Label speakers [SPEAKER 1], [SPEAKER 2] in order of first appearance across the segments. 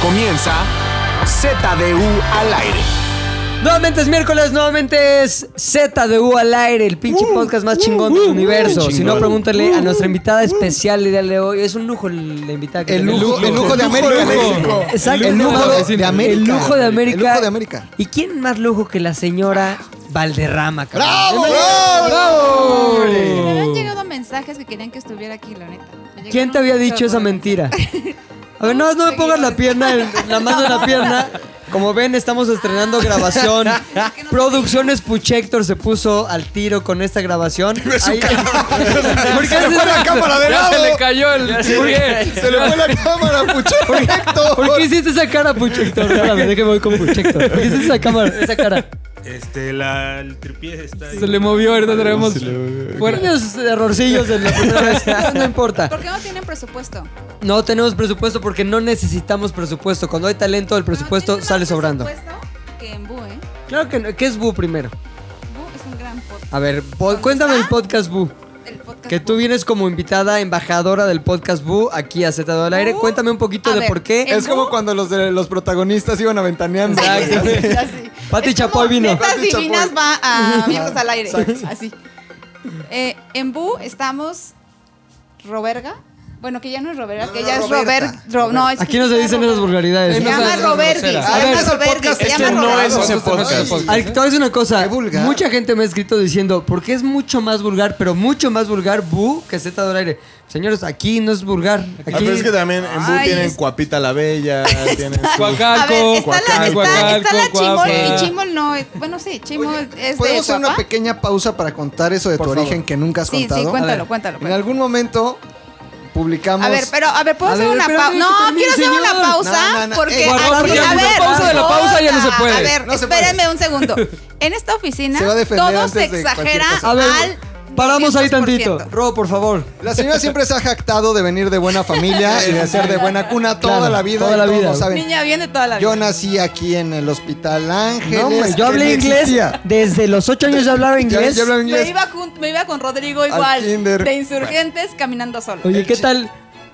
[SPEAKER 1] comienza ZDU al aire.
[SPEAKER 2] Nuevamente es miércoles, nuevamente es ZDU al aire, el pinche
[SPEAKER 3] Uh,
[SPEAKER 2] podcast más chingón del universo. Si no, pregúntale a nuestra invitada especial el día de hoy. Es un lujo la invitada que
[SPEAKER 3] uh, El
[SPEAKER 2] tenemos.
[SPEAKER 3] lujo, el lujo de
[SPEAKER 4] lujo,
[SPEAKER 3] América.
[SPEAKER 4] lujo.
[SPEAKER 2] Exacto,
[SPEAKER 3] El lujo de, de América.
[SPEAKER 2] El lujo de América.
[SPEAKER 3] El lujo de América.
[SPEAKER 2] ¿Y quién más lujo que la señora Valderrama, cabrón?
[SPEAKER 3] ¡Bravo,
[SPEAKER 2] Bienvenida.
[SPEAKER 3] bravo!
[SPEAKER 4] ¡Ole!
[SPEAKER 5] Me habían llegado mensajes que querían que estuviera aquí, la neta. Me llegaron
[SPEAKER 2] Oh. ¿Quién te había
[SPEAKER 5] un
[SPEAKER 2] dicho
[SPEAKER 5] chorro
[SPEAKER 2] esa
[SPEAKER 5] de-
[SPEAKER 2] mentira? A ver, no, no me pongas la pierna, en- la mano en la pierna. Como ven, estamos estrenando grabación. Producciones Puchector se puso al tiro con esta grabación. Ahí- ¿Por qué
[SPEAKER 3] Se le
[SPEAKER 2] haces
[SPEAKER 3] fue la
[SPEAKER 2] eso?
[SPEAKER 3] cámara de
[SPEAKER 4] Ya
[SPEAKER 3] lado.
[SPEAKER 4] se le cayó el pie.
[SPEAKER 3] Se le fue la cámara, pucho. Héctor.
[SPEAKER 2] ¿Por qué hiciste esa cara, Puchector? Espérame, déjame voy con Puchector. ¿Por qué hiciste esa cámara, esa cara?
[SPEAKER 6] Este, la, el tripié está ahí.
[SPEAKER 4] Se le movió, ahorita traemos fuera.
[SPEAKER 2] Pequeños errorcillos en la primera vez. No, no importa.
[SPEAKER 5] ¿Por qué no tienen presupuesto?
[SPEAKER 2] No tenemos presupuesto porque no necesitamos presupuesto. Cuando hay talento, el presupuesto
[SPEAKER 5] No, tienen
[SPEAKER 2] sale
[SPEAKER 5] más
[SPEAKER 2] sobrando.
[SPEAKER 5] presupuesto que en Bu, ¿eh?
[SPEAKER 2] Claro que no. ¿Qué es Bu primero?
[SPEAKER 5] Bu es un gran podcast.
[SPEAKER 2] A ver, po- cuéntame el podcast Bu.
[SPEAKER 5] El podcast
[SPEAKER 2] Que
[SPEAKER 5] Bu.
[SPEAKER 2] tú vienes como invitada, embajadora del podcast Bu aquí a Z al aire.
[SPEAKER 5] Bu.
[SPEAKER 2] Cuéntame un poquito
[SPEAKER 5] A
[SPEAKER 2] de
[SPEAKER 5] ver,
[SPEAKER 2] por qué.
[SPEAKER 5] en
[SPEAKER 3] Es como
[SPEAKER 5] Bu-
[SPEAKER 3] cuando los, de- los protagonistas iban aventaneando.
[SPEAKER 2] Exacto.
[SPEAKER 5] Así.
[SPEAKER 2] Pati
[SPEAKER 5] Es como
[SPEAKER 2] Chapoy vino.
[SPEAKER 5] Netas
[SPEAKER 3] Pati Chapoy.
[SPEAKER 5] divinas va a amigos al aire. Así. Eh, en Bu estamos Roberga. Bueno, que ya no es Roberga, que ya es Robert.
[SPEAKER 3] Roberta.
[SPEAKER 5] Ro- no, es que
[SPEAKER 2] Aquí no se
[SPEAKER 5] está
[SPEAKER 2] dicen
[SPEAKER 5] Roberga.
[SPEAKER 2] esas vulgaridades.
[SPEAKER 5] Se
[SPEAKER 2] No
[SPEAKER 5] llama
[SPEAKER 2] sabes-
[SPEAKER 5] Roberti. Se
[SPEAKER 2] groseras. A ver,
[SPEAKER 5] llama
[SPEAKER 3] es el
[SPEAKER 5] Roberti.
[SPEAKER 3] podcast.
[SPEAKER 5] Se
[SPEAKER 3] Este
[SPEAKER 5] llama
[SPEAKER 3] no
[SPEAKER 5] Roberti.
[SPEAKER 3] es ese podcast.
[SPEAKER 2] Al- te voy a decir una cosa.
[SPEAKER 3] Qué vulgar.
[SPEAKER 2] Mucha gente me ha escrito diciendo, ¿por qué es mucho más vulgar, pero mucho más vulgar Bu que Z del aire? Señores, aquí no es vulgar.
[SPEAKER 7] Ah,
[SPEAKER 2] Aquí
[SPEAKER 7] pero es que también en Bu
[SPEAKER 5] Ay,
[SPEAKER 7] tienen
[SPEAKER 5] es-
[SPEAKER 7] Cuapita la Bella, tienen su-
[SPEAKER 5] A ver,
[SPEAKER 4] Cuacalco,
[SPEAKER 5] está la,
[SPEAKER 4] cuacal,
[SPEAKER 5] está, está la
[SPEAKER 4] cuacalco,
[SPEAKER 5] Chimol
[SPEAKER 4] cuapa.
[SPEAKER 5] y Chimol no. es- Bueno, sí, Chimol es de
[SPEAKER 3] ¿Podemos hacer una
[SPEAKER 5] Cuapa?
[SPEAKER 3] pequeña pausa para contar eso de tu
[SPEAKER 2] Por favor.
[SPEAKER 3] origen que nunca has
[SPEAKER 5] Sí,
[SPEAKER 3] contado?
[SPEAKER 5] sí,
[SPEAKER 3] A
[SPEAKER 5] cuéntalo,
[SPEAKER 3] ver,
[SPEAKER 5] cuéntalo. pues.
[SPEAKER 3] En algún momento publicamos.
[SPEAKER 5] A ver, pero, a ver, ¿puedo
[SPEAKER 2] A
[SPEAKER 5] hacer
[SPEAKER 2] ver,
[SPEAKER 5] una
[SPEAKER 2] espérame
[SPEAKER 5] pausa?
[SPEAKER 2] que
[SPEAKER 5] No,
[SPEAKER 2] termine,
[SPEAKER 5] quiero hacer
[SPEAKER 2] señor.
[SPEAKER 5] una pausa
[SPEAKER 3] No, no, no.
[SPEAKER 5] porque
[SPEAKER 3] Eh,
[SPEAKER 4] guardar
[SPEAKER 5] aquí,
[SPEAKER 4] la
[SPEAKER 5] a ver,
[SPEAKER 4] pausa de la pausa ya no se puede.
[SPEAKER 5] A ver,
[SPEAKER 3] No se puede.
[SPEAKER 5] espérenme un segundo. En esta oficina
[SPEAKER 3] Se va a defender
[SPEAKER 5] todo
[SPEAKER 3] antes
[SPEAKER 5] se
[SPEAKER 3] de cualquier
[SPEAKER 5] exagera
[SPEAKER 3] cosa.
[SPEAKER 2] A ver,
[SPEAKER 5] al
[SPEAKER 2] paramos ahí
[SPEAKER 5] 200%.
[SPEAKER 2] tantito. Robo, por favor.
[SPEAKER 3] La señora siempre se ha jactado de venir de buena familia y de ser de buena cuna toda
[SPEAKER 2] Claro,
[SPEAKER 3] la vida.
[SPEAKER 2] toda
[SPEAKER 3] y
[SPEAKER 2] la
[SPEAKER 3] todos
[SPEAKER 2] vida.
[SPEAKER 3] lo saben.
[SPEAKER 5] Niña, viene toda la vida.
[SPEAKER 3] Yo nací aquí en el Hospital Ángeles.
[SPEAKER 2] No, hombre,
[SPEAKER 3] que
[SPEAKER 2] yo hablé
[SPEAKER 3] ni
[SPEAKER 2] inglés
[SPEAKER 3] existía.
[SPEAKER 2] desde los 8 años ya hablaba
[SPEAKER 3] Yo,
[SPEAKER 2] inglés.
[SPEAKER 3] yo hablaba
[SPEAKER 5] me,
[SPEAKER 3] inglés.
[SPEAKER 5] iba con, me iba con Rodrigo igual,
[SPEAKER 3] kinder.
[SPEAKER 5] de Insurgentes, caminando solo.
[SPEAKER 2] Oye, ¿qué tal?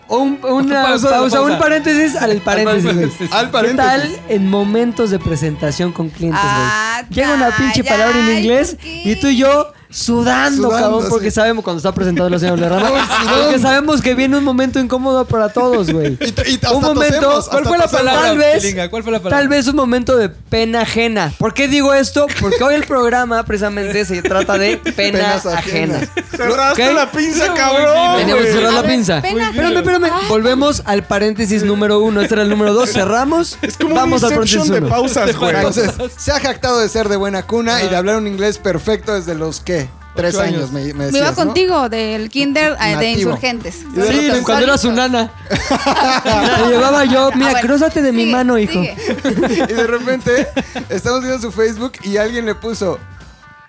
[SPEAKER 2] Un, una pausa,
[SPEAKER 4] Pausa, pausa.
[SPEAKER 2] un paréntesis al paréntesis. güey.
[SPEAKER 4] paréntesis.
[SPEAKER 3] Al paréntesis.
[SPEAKER 2] ¿Qué tal en momentos de presentación con clientes, güey?
[SPEAKER 5] Ah,
[SPEAKER 2] Llega una pinche
[SPEAKER 5] ya,
[SPEAKER 2] palabra en
[SPEAKER 5] ¿y
[SPEAKER 2] inglés
[SPEAKER 5] por qué?
[SPEAKER 2] y tú y yo sudando,
[SPEAKER 3] Sudando,
[SPEAKER 2] cabrón,
[SPEAKER 3] sí.
[SPEAKER 2] porque sabemos cuando está presentado la señora Lerrama.
[SPEAKER 3] Ay, sudón.
[SPEAKER 2] porque sabemos que viene un momento incómodo para todos, güey.
[SPEAKER 3] Y t- y hasta
[SPEAKER 2] un momento,
[SPEAKER 3] tosemos,
[SPEAKER 4] ¿Cuál
[SPEAKER 3] hasta
[SPEAKER 4] fue
[SPEAKER 3] tosemos.
[SPEAKER 4] la palabra?
[SPEAKER 2] Tal vez,
[SPEAKER 4] Pilinga? ¿Cuál fue la palabra?
[SPEAKER 2] Tal vez un momento de pena ajena. ¿Por qué digo esto? Porque hoy el programa precisamente se trata de pena
[SPEAKER 3] Penas
[SPEAKER 2] ajena.
[SPEAKER 3] ajenas.
[SPEAKER 7] Cerraste
[SPEAKER 2] ¿Ok?
[SPEAKER 7] la pinza,
[SPEAKER 4] No,
[SPEAKER 7] cabrón.
[SPEAKER 2] Teníamos que
[SPEAKER 7] güey.
[SPEAKER 2] cerrar
[SPEAKER 5] A
[SPEAKER 2] la
[SPEAKER 5] ver,
[SPEAKER 2] pinza.
[SPEAKER 5] pena ajena.
[SPEAKER 2] Espérame, espérame. Volvemos al paréntesis número uno. Este era el número dos. Cerramos.
[SPEAKER 7] Es como
[SPEAKER 2] Vamos
[SPEAKER 7] un
[SPEAKER 2] al
[SPEAKER 7] Inception
[SPEAKER 2] paréntesis
[SPEAKER 7] de
[SPEAKER 2] uno.
[SPEAKER 7] pausas, güey.
[SPEAKER 3] Entonces, se ha jactado de ser de buena cuna
[SPEAKER 2] Ah.
[SPEAKER 3] y de hablar un inglés perfecto desde los ¿qué? Tres
[SPEAKER 4] Ocho
[SPEAKER 3] años,
[SPEAKER 4] años.
[SPEAKER 3] me, me
[SPEAKER 5] me
[SPEAKER 3] decías,
[SPEAKER 5] iba
[SPEAKER 3] ¿no?
[SPEAKER 5] contigo del kinder eh, de
[SPEAKER 3] Nativo.
[SPEAKER 5] insurgentes.
[SPEAKER 2] Sí,
[SPEAKER 5] Solito,
[SPEAKER 2] cuando era su
[SPEAKER 5] solito.
[SPEAKER 2] nana. La llevaba yo. Mira,
[SPEAKER 5] Ah, bueno,
[SPEAKER 2] cruzate de mi
[SPEAKER 5] sigue,
[SPEAKER 2] mano, hijo.
[SPEAKER 5] sigue.
[SPEAKER 3] Y de repente estamos viendo su Facebook y alguien le puso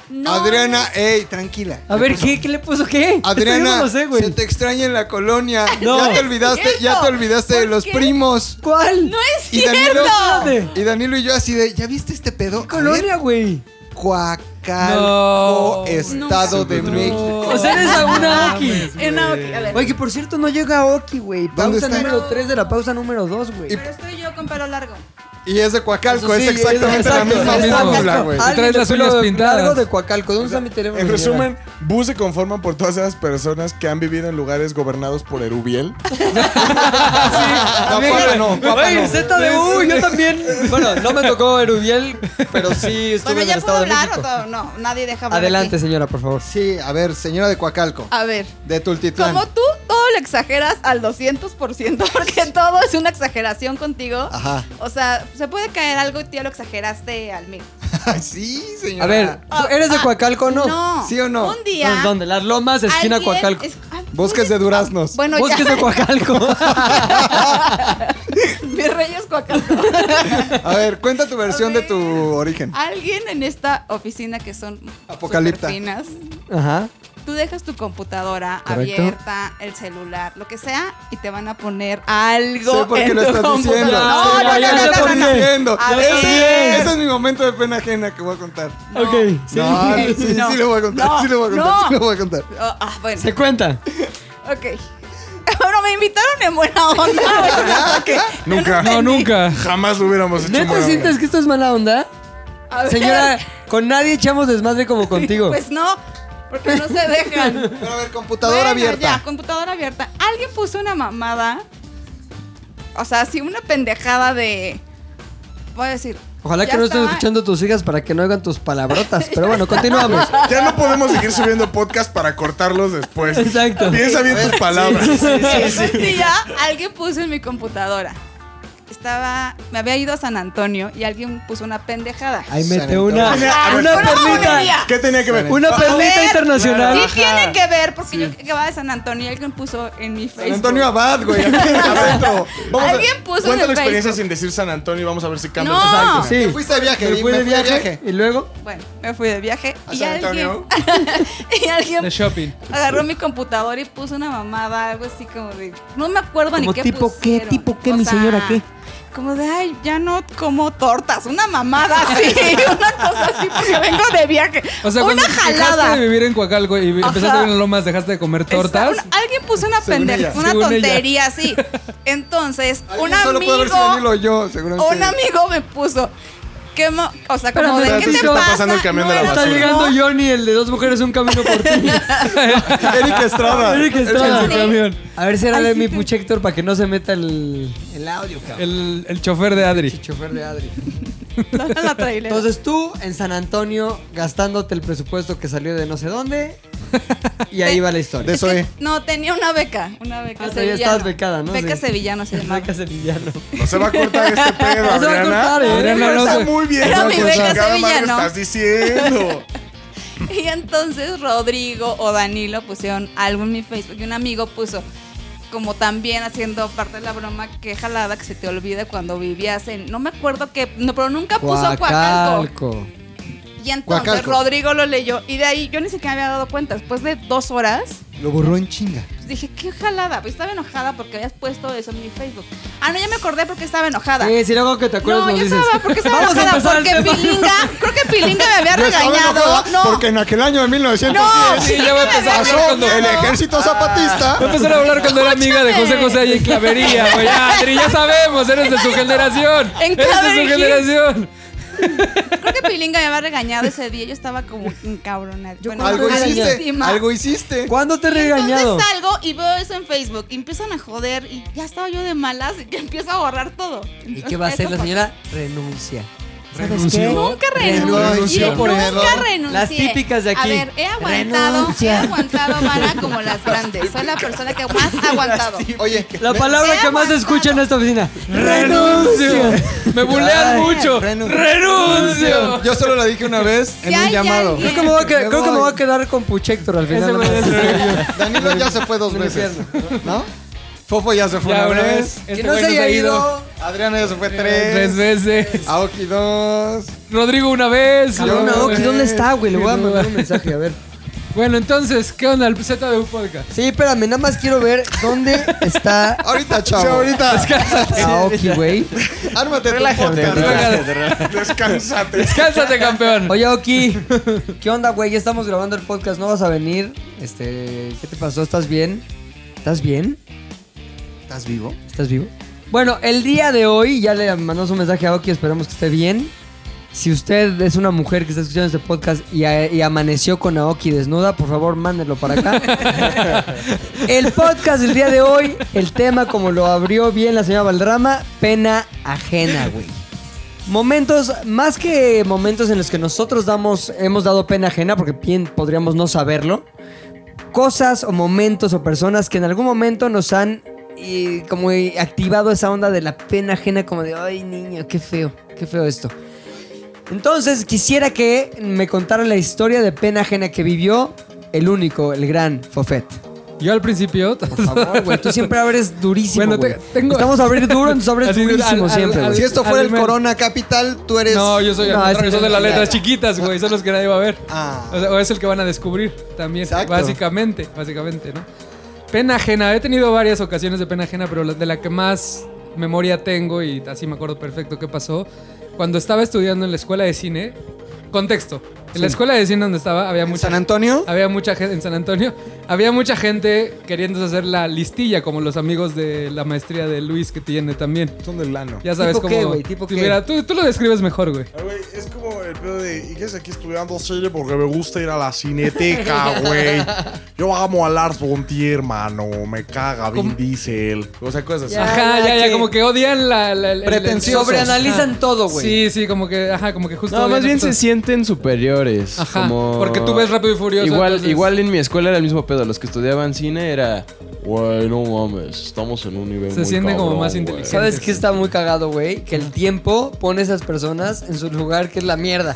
[SPEAKER 5] No,
[SPEAKER 3] Adriana, ey, tranquila.
[SPEAKER 2] A ver, ¿qué, ¿qué le puso? ¿Qué? Esto yo
[SPEAKER 3] Adriana,
[SPEAKER 2] no lo sé,
[SPEAKER 3] se
[SPEAKER 2] güey.
[SPEAKER 3] te extraña en la colonia.
[SPEAKER 2] No.
[SPEAKER 3] Ya te olvidaste, ya te olvidaste de
[SPEAKER 5] ¿Por
[SPEAKER 3] los
[SPEAKER 5] qué?
[SPEAKER 3] primos.
[SPEAKER 2] ¿Cuál?
[SPEAKER 5] No es
[SPEAKER 3] Y
[SPEAKER 5] cierto.
[SPEAKER 3] Danilo,
[SPEAKER 2] Espérate.
[SPEAKER 3] y Danilo y yo así de, ¿ya viste este pedo? A ver,
[SPEAKER 2] Colonia, güey.
[SPEAKER 3] Coacalco,
[SPEAKER 4] No.
[SPEAKER 3] Estado de México.
[SPEAKER 2] O sea, eres a una Oki.
[SPEAKER 5] Eh, no, ok, a ver.
[SPEAKER 2] Oye, que por cierto, no llega Oki, güey.
[SPEAKER 3] ¿Dónde
[SPEAKER 2] Pausa
[SPEAKER 3] está?
[SPEAKER 2] número 3 de la pausa número 2, güey.
[SPEAKER 5] Pero estoy yo con pelo largo.
[SPEAKER 3] Y es de Coacalco,
[SPEAKER 2] Sí,
[SPEAKER 3] es exactamente la
[SPEAKER 2] exacto,
[SPEAKER 3] misma
[SPEAKER 2] exacto.
[SPEAKER 3] fórmula, güey.
[SPEAKER 2] Alguien
[SPEAKER 4] Traes
[SPEAKER 2] de
[SPEAKER 4] las
[SPEAKER 2] pelo
[SPEAKER 4] uñas pintadas.
[SPEAKER 2] largo de Coacalco. ¿Dónde está mi teléfono?
[SPEAKER 7] En
[SPEAKER 2] señora?
[SPEAKER 7] resumen, Bu se conforma por todas esas personas que han vivido en lugares gobernados por Erubiel.
[SPEAKER 3] No, Coapa no, Coapa
[SPEAKER 2] Oye,
[SPEAKER 3] no.
[SPEAKER 2] ZDU, yo también. Bueno, no me tocó Erubiel, pero sí estuve
[SPEAKER 5] Bueno,
[SPEAKER 2] en el
[SPEAKER 5] ya puedo
[SPEAKER 2] Estado de
[SPEAKER 5] hablar o
[SPEAKER 2] México.
[SPEAKER 5] todo. No, nadie deja hablar.
[SPEAKER 2] Adelante,
[SPEAKER 5] aquí.
[SPEAKER 2] señora, por favor.
[SPEAKER 3] Sí, a ver, señora de Coacalco,
[SPEAKER 5] A ver.
[SPEAKER 3] de Tultitlán.
[SPEAKER 5] Como tú todo lo exageras al 200%, porque todo es una exageración contigo.
[SPEAKER 3] Ajá.
[SPEAKER 5] O sea, se puede caer algo y tú ya lo exageraste al mil.
[SPEAKER 3] Ay, sí, señora.
[SPEAKER 2] A ver, ¿eres de Coacalco o no?
[SPEAKER 5] Ah, No.
[SPEAKER 3] ¿Sí o no?
[SPEAKER 5] Un día.
[SPEAKER 2] Entonces, ¿Dónde? Las Lomas, esquina
[SPEAKER 5] alguien
[SPEAKER 2] Coacalco.
[SPEAKER 5] es- ah,
[SPEAKER 3] Bosques
[SPEAKER 5] oye,
[SPEAKER 3] de duraznos.
[SPEAKER 5] Bueno,
[SPEAKER 2] Bosques
[SPEAKER 5] ya.
[SPEAKER 2] de Coacalco.
[SPEAKER 5] Virreyes Coacalco.
[SPEAKER 3] A ver, cuenta tu versión de tu origen.
[SPEAKER 5] Alguien en esta oficina que son
[SPEAKER 3] Apocalipta.
[SPEAKER 5] superfinas,
[SPEAKER 2] Ajá.
[SPEAKER 5] tú dejas tu computadora
[SPEAKER 2] Correcto.
[SPEAKER 5] abierta, el celular, lo que sea, y te van a poner algo.
[SPEAKER 3] Sé por qué
[SPEAKER 5] en
[SPEAKER 3] lo
[SPEAKER 5] tu
[SPEAKER 3] estás
[SPEAKER 5] computadora.
[SPEAKER 3] diciendo. Sé
[SPEAKER 5] No,
[SPEAKER 2] Sí,
[SPEAKER 5] no,
[SPEAKER 3] por
[SPEAKER 2] ya,
[SPEAKER 3] qué
[SPEAKER 2] ya
[SPEAKER 5] no,
[SPEAKER 3] lo
[SPEAKER 2] sé
[SPEAKER 5] no,
[SPEAKER 3] estás
[SPEAKER 2] por
[SPEAKER 5] no, no.
[SPEAKER 2] qué.
[SPEAKER 3] diciendo.
[SPEAKER 5] A ver.
[SPEAKER 3] Ese, ese es mi momento de pena ajena que voy a contar.
[SPEAKER 5] No.
[SPEAKER 2] Ok, sí.
[SPEAKER 3] No,
[SPEAKER 5] Sí,
[SPEAKER 3] sí,
[SPEAKER 5] no.
[SPEAKER 3] sí lo voy a contar,
[SPEAKER 5] No,
[SPEAKER 3] sí lo voy a contar,
[SPEAKER 5] no.
[SPEAKER 3] sí lo voy a contar.
[SPEAKER 5] Oh, ah, bueno,
[SPEAKER 2] Se cuenta.
[SPEAKER 5] ok. Bueno, me invitaron en buena onda. güey, un ataque.
[SPEAKER 7] Nunca.
[SPEAKER 4] No, nunca.
[SPEAKER 7] Jamás lo hubiéramos hecho.
[SPEAKER 2] ¿Neta
[SPEAKER 7] mala
[SPEAKER 2] sientes que esto es mala onda?
[SPEAKER 5] A ver,
[SPEAKER 2] Señora, con nadie echamos desmadre como contigo.
[SPEAKER 5] Pues no, porque no se dejan.
[SPEAKER 3] Pero a ver, computadora
[SPEAKER 5] Bueno,
[SPEAKER 3] abierta.
[SPEAKER 5] Ya, computadora abierta. Alguien puso una mamada. O sea, así una pendejada de. Voy a decir.
[SPEAKER 2] Ojalá
[SPEAKER 5] ya
[SPEAKER 2] que no estés
[SPEAKER 5] estaba-
[SPEAKER 2] escuchando tus hijas para que no hagan tus palabrotas. Pero bueno, continuamos.
[SPEAKER 7] Ya no podemos seguir subiendo podcast para cortarlos después.
[SPEAKER 2] Exacto.
[SPEAKER 7] Piensa bien tus palabras.
[SPEAKER 5] Y ya alguien puso en mi computadora. Estaba. Me había ido a San Antonio y alguien puso una pendejada. Ah,
[SPEAKER 2] Ahí
[SPEAKER 3] San
[SPEAKER 2] mete
[SPEAKER 3] Antonio.
[SPEAKER 2] una,
[SPEAKER 7] A
[SPEAKER 2] una
[SPEAKER 7] ver,
[SPEAKER 5] una
[SPEAKER 2] perlita.
[SPEAKER 5] bobería.
[SPEAKER 7] ¿Qué tenía que ver?
[SPEAKER 2] Una perlita
[SPEAKER 5] ver,
[SPEAKER 2] internacional.
[SPEAKER 5] Sí tiene que ver, porque yo que va de San Antonio y alguien puso en mi Facebook.
[SPEAKER 3] Antonio Abad, Ah, güey. aquí adentro.
[SPEAKER 7] Vamos a-
[SPEAKER 5] Alguien puso en
[SPEAKER 7] Cuenta
[SPEAKER 5] el
[SPEAKER 7] la experiencia
[SPEAKER 5] Facebook.
[SPEAKER 7] sin decir San Antonio y vamos a ver si cambia.
[SPEAKER 5] No.
[SPEAKER 7] Exacto.
[SPEAKER 2] Sí.
[SPEAKER 3] Me fuiste de viaje,
[SPEAKER 2] Me
[SPEAKER 3] di-
[SPEAKER 2] fui de viaje, Y luego,
[SPEAKER 5] Bueno, me fui de viaje
[SPEAKER 3] ¿A
[SPEAKER 5] y
[SPEAKER 3] San
[SPEAKER 5] alguien,
[SPEAKER 3] Antonio?
[SPEAKER 5] y alguien
[SPEAKER 4] De shopping.
[SPEAKER 5] agarró mi computadora y puso una mamada, algo así como de. No me acuerdo
[SPEAKER 2] Como
[SPEAKER 5] ni qué
[SPEAKER 2] tipo qué,
[SPEAKER 5] pusieron.
[SPEAKER 2] tipo qué, mi señora, qué.
[SPEAKER 5] Como de, ay, ya no como tortas. Una mamada así, una cosa así, porque vengo de viaje.
[SPEAKER 4] O sea,
[SPEAKER 5] una
[SPEAKER 4] cuando
[SPEAKER 5] jalada.
[SPEAKER 4] dejaste de vivir en Coacalco y empezaste a
[SPEAKER 5] Ajá.
[SPEAKER 4] vivir en Lomas, dejaste de comer tortas.
[SPEAKER 5] Está- una- alguien puso una pendeja, una
[SPEAKER 4] Según ella.
[SPEAKER 5] tontería así. Entonces, un
[SPEAKER 3] Alguien Solo puede haber sido Nilo
[SPEAKER 5] amigo,
[SPEAKER 3] o yo, seguramente.
[SPEAKER 5] un amigo me puso. ¿qué mo- o sea,
[SPEAKER 2] Espérame,
[SPEAKER 5] como de, ¿qué te
[SPEAKER 2] tantito. Está
[SPEAKER 5] pasa?
[SPEAKER 7] pasando el camión de la
[SPEAKER 5] eres
[SPEAKER 2] está
[SPEAKER 7] basura.
[SPEAKER 5] tú,
[SPEAKER 2] llegando
[SPEAKER 5] ¿no?
[SPEAKER 2] Johnny, el de dos mujeres, un camino por ti.
[SPEAKER 3] Eric Estrada.
[SPEAKER 2] Eric Estrada.
[SPEAKER 4] El camión.
[SPEAKER 2] A ver si era
[SPEAKER 5] Ay,
[SPEAKER 2] de
[SPEAKER 5] sí
[SPEAKER 2] mi
[SPEAKER 5] te-
[SPEAKER 2] Puchector para que no se meta el, el audio, cabrón.
[SPEAKER 4] El, el chofer de Adri.
[SPEAKER 2] chofer de Adri.
[SPEAKER 5] ¿Dónde la trailera?
[SPEAKER 2] Entonces tú en San Antonio gastándote el presupuesto que salió de no sé dónde y ahí va la historia.
[SPEAKER 3] De
[SPEAKER 5] Es que-
[SPEAKER 3] Zoe.
[SPEAKER 5] no, tenía una beca. Una beca
[SPEAKER 2] Ah, todavía
[SPEAKER 5] sevillana.
[SPEAKER 2] estabas becada, ¿no?
[SPEAKER 5] Beca
[SPEAKER 2] Sí.
[SPEAKER 5] sevillana se llamaba.
[SPEAKER 2] Marca Sevillano.
[SPEAKER 7] No se va a cortar este pedo,
[SPEAKER 2] No se va a cortar, ¿eh?
[SPEAKER 7] Adriana
[SPEAKER 4] Adriana, no
[SPEAKER 7] está
[SPEAKER 4] se-
[SPEAKER 7] muy bien.
[SPEAKER 5] Era
[SPEAKER 7] No,
[SPEAKER 5] mi
[SPEAKER 7] con
[SPEAKER 5] beca
[SPEAKER 7] chingada madre
[SPEAKER 5] sevillano.
[SPEAKER 7] estás diciendo?
[SPEAKER 5] Y entonces Rodrigo o Danilo pusieron algo en mi Facebook y un amigo puso como también haciendo parte de la broma que jalada que se te olvida cuando vivías en no me acuerdo que no pero nunca puso Coacalco. Y entonces
[SPEAKER 3] Coacalco.
[SPEAKER 5] Rodrigo lo leyó y de ahí yo ni siquiera me había dado cuenta después de dos horas
[SPEAKER 3] Lo borró en chinga.
[SPEAKER 5] pues dije qué jalada pues estaba enojada porque habías puesto eso en mi Facebook ah no ya me acordé porque estaba enojada
[SPEAKER 2] Sí, si luego que te acuerdas
[SPEAKER 5] no,
[SPEAKER 2] nos
[SPEAKER 5] yo
[SPEAKER 2] dices.
[SPEAKER 5] estaba porque estaba
[SPEAKER 2] Vamos a
[SPEAKER 5] enojada
[SPEAKER 2] empezar el
[SPEAKER 5] porque
[SPEAKER 2] tema.
[SPEAKER 5] Pilinga, creo que Pilinga me había
[SPEAKER 3] Yo estaba
[SPEAKER 5] regañado.
[SPEAKER 3] enojada
[SPEAKER 5] No,
[SPEAKER 3] Porque en aquel año de 1910
[SPEAKER 5] no,
[SPEAKER 4] Sí, ya va a empezar a hablar
[SPEAKER 3] pasó
[SPEAKER 4] cuando.
[SPEAKER 3] el ejército zapatista.
[SPEAKER 4] Va a empezar a hablar cuando era amiga de José José y en Clavería, güey. Ya, Adri, ya sabemos, eres de su generación.
[SPEAKER 5] En
[SPEAKER 4] Eres de
[SPEAKER 5] Clavería.
[SPEAKER 4] su generación.
[SPEAKER 5] Creo que Pilinga me había regañado ese día. Yo estaba como encabronada. Bueno,
[SPEAKER 3] Algo hiciste.
[SPEAKER 5] enojadísima.
[SPEAKER 3] Algo hiciste.
[SPEAKER 2] ¿Cuándo te he
[SPEAKER 5] Y
[SPEAKER 2] regañado?
[SPEAKER 5] Entonces salgo y veo eso en Facebook. Y empiezan a joder. Y ya estaba yo de malas. Y que empiezo a borrar todo.
[SPEAKER 2] ¿Y qué va a hacer la
[SPEAKER 5] Eso
[SPEAKER 2] señora? Renuncia. ¿Sabes
[SPEAKER 4] Renunció.
[SPEAKER 2] qué?
[SPEAKER 5] Nunca
[SPEAKER 2] Renunció.
[SPEAKER 5] renuncié.
[SPEAKER 2] por error.
[SPEAKER 5] Nunca renuncié.
[SPEAKER 2] Las típicas de aquí.
[SPEAKER 5] A ver, he aguantado. He
[SPEAKER 2] Renuncia.
[SPEAKER 5] aguantado, Mara, como las grandes. Soy la persona que más ha aguantado.
[SPEAKER 3] Oye,
[SPEAKER 2] La palabra
[SPEAKER 5] He
[SPEAKER 2] que más se escucha en esta oficina.
[SPEAKER 4] Renuncio. Me bulean mucho.
[SPEAKER 3] renuncio.
[SPEAKER 4] Renuncio.
[SPEAKER 3] yo solo la dije una vez en
[SPEAKER 5] Si
[SPEAKER 3] un
[SPEAKER 5] hay
[SPEAKER 3] llamado.
[SPEAKER 5] alguien-
[SPEAKER 2] Creo que me voy a, que-
[SPEAKER 3] Me
[SPEAKER 2] creo que me
[SPEAKER 3] voy.
[SPEAKER 2] voy a quedar con Puchector al final.
[SPEAKER 4] Ese
[SPEAKER 2] nada
[SPEAKER 4] güey
[SPEAKER 2] más.
[SPEAKER 4] es renuncio.
[SPEAKER 3] Danilo ya se fue dos
[SPEAKER 2] Me
[SPEAKER 3] veces.
[SPEAKER 2] pierdo.
[SPEAKER 3] ¿No? Fofo ya se fue
[SPEAKER 4] Ya,
[SPEAKER 3] una
[SPEAKER 4] una
[SPEAKER 3] vez.
[SPEAKER 4] vez.
[SPEAKER 3] Que
[SPEAKER 4] Este
[SPEAKER 3] no
[SPEAKER 4] güey
[SPEAKER 3] se
[SPEAKER 4] nos
[SPEAKER 3] haya
[SPEAKER 4] ha ido.
[SPEAKER 3] ido. Adriana ya se fue tres.
[SPEAKER 4] Tres veces.
[SPEAKER 3] Aoki dos.
[SPEAKER 4] Rodrigo una vez.
[SPEAKER 2] Cabrón,
[SPEAKER 4] Yo-
[SPEAKER 2] Aoki, ¿dónde está, güey? Le voy a
[SPEAKER 4] Sí,
[SPEAKER 2] mandar
[SPEAKER 4] no.
[SPEAKER 2] un mensaje, a ver.
[SPEAKER 4] Bueno, entonces, ¿qué onda el ZDU Podcast?
[SPEAKER 2] Sí, espérame, nada más quiero ver dónde está
[SPEAKER 3] Ahorita, chavo.
[SPEAKER 7] Sí, ahorita.
[SPEAKER 2] Aoki, güey.
[SPEAKER 3] Ármate tu podcast.
[SPEAKER 7] Descansate.
[SPEAKER 4] Descánsate, campeón.
[SPEAKER 2] Oye, Aoki, ¿qué onda, güey? Ya estamos grabando el podcast, no vas a venir. Este, ¿qué te pasó? ¿Estás bien? ¿Estás bien?
[SPEAKER 3] ¿Estás vivo?
[SPEAKER 2] ¿Estás vivo? Bueno, el día de hoy ya le mandamos un mensaje a Oki, esperamos que esté bien. Si usted es una mujer que está escuchando este podcast y, a- y amaneció con Aoki desnuda, por favor, mándelo para acá. el podcast del día de hoy, el tema, como lo abrió bien la señora Valdrama, pena ajena, güey. Momentos, más que momentos en los que nosotros damos, hemos dado pena ajena, porque bien podríamos no saberlo cosas o momentos o personas que en algún momento nos han eh, como eh, activado esa onda de la pena ajena, como de, ay niño, qué feo, qué feo esto. Entonces quisiera que me contara la historia de pena ajena que vivió el único, el gran Fofet.
[SPEAKER 4] Yo al principio.
[SPEAKER 2] Por favor, güey, tú siempre abres durísimo,
[SPEAKER 4] Bueno, te-
[SPEAKER 2] güey.
[SPEAKER 4] tengo-
[SPEAKER 2] Estamos a abrir duro, entonces abres
[SPEAKER 4] Así,
[SPEAKER 2] durísimo
[SPEAKER 4] al- al-
[SPEAKER 2] siempre,
[SPEAKER 4] al-
[SPEAKER 2] güey.
[SPEAKER 3] Si esto fuera el
[SPEAKER 4] Aliment-
[SPEAKER 3] Corona Capital, tú eres.
[SPEAKER 4] No, yo soy
[SPEAKER 2] No,
[SPEAKER 4] el
[SPEAKER 2] ese
[SPEAKER 4] yo soy
[SPEAKER 2] no
[SPEAKER 4] de las
[SPEAKER 2] es
[SPEAKER 4] letras
[SPEAKER 2] legal.
[SPEAKER 4] chiquitas, güey. Son los que nadie va a ver.
[SPEAKER 3] Ah.
[SPEAKER 4] O, sea, o es el que van a descubrir también.
[SPEAKER 3] Exacto.
[SPEAKER 4] Básicamente, básicamente, ¿no? Pena ajena. He tenido varias ocasiones de pena ajena, pero la- de la que más memoria tengo y así me acuerdo perfecto qué pasó. Cuando estaba estudiando en la escuela de cine, contexto. En la escuela de cine donde estaba había
[SPEAKER 3] ¿En
[SPEAKER 4] mucha Ah.
[SPEAKER 3] San Antonio?
[SPEAKER 4] Había mucha gente en San Antonio. Había mucha gente queriendo hacer la listilla, como los amigos de la maestría de Luis que tiene también.
[SPEAKER 7] Son del lano.
[SPEAKER 4] Ya sabes
[SPEAKER 2] ¿Tipo
[SPEAKER 4] cómo.
[SPEAKER 2] qué, güey? ¿Tipo qué?
[SPEAKER 4] Mira, tú, tú lo describes mejor, güey.
[SPEAKER 7] Ah, güey, es como el pedo de, ¿y qué es aquí estudiando serie? Porque me gusta ir a la cineteca, güey. Yo amo a Lars Bontier, mano. Me caga Vin
[SPEAKER 4] ¿Cómo?
[SPEAKER 7] Diesel. O sea, cosas así.
[SPEAKER 2] Ya,
[SPEAKER 4] Ajá,
[SPEAKER 2] ya
[SPEAKER 4] Ah, ya, ya,
[SPEAKER 2] que-
[SPEAKER 4] como que odian la. la- el- el-
[SPEAKER 3] Pretenciosos.
[SPEAKER 2] Sobreanalizan
[SPEAKER 4] Ajá.
[SPEAKER 2] todo, güey.
[SPEAKER 4] Sí, sí, como que. Ajá, como que justo.
[SPEAKER 8] No, más
[SPEAKER 4] odian
[SPEAKER 8] bien se
[SPEAKER 4] estos-
[SPEAKER 8] sienten superiores.
[SPEAKER 4] Ajá,
[SPEAKER 8] como-
[SPEAKER 4] porque tú ves Rápido y Furioso,
[SPEAKER 8] Igual,
[SPEAKER 4] entonces-
[SPEAKER 8] igual en mi escuela era el mismo pedo. Los que estudiaban cine era. Güey, no mames, estamos en un nivel.
[SPEAKER 4] Se
[SPEAKER 8] muy
[SPEAKER 4] sienten como
[SPEAKER 8] cabrón,
[SPEAKER 4] más
[SPEAKER 8] güey".
[SPEAKER 4] inteligentes.
[SPEAKER 2] ¿Sabes qué está muy cagado, güey? Que el tiempo pone a esas personas en su lugar, que es la mierda.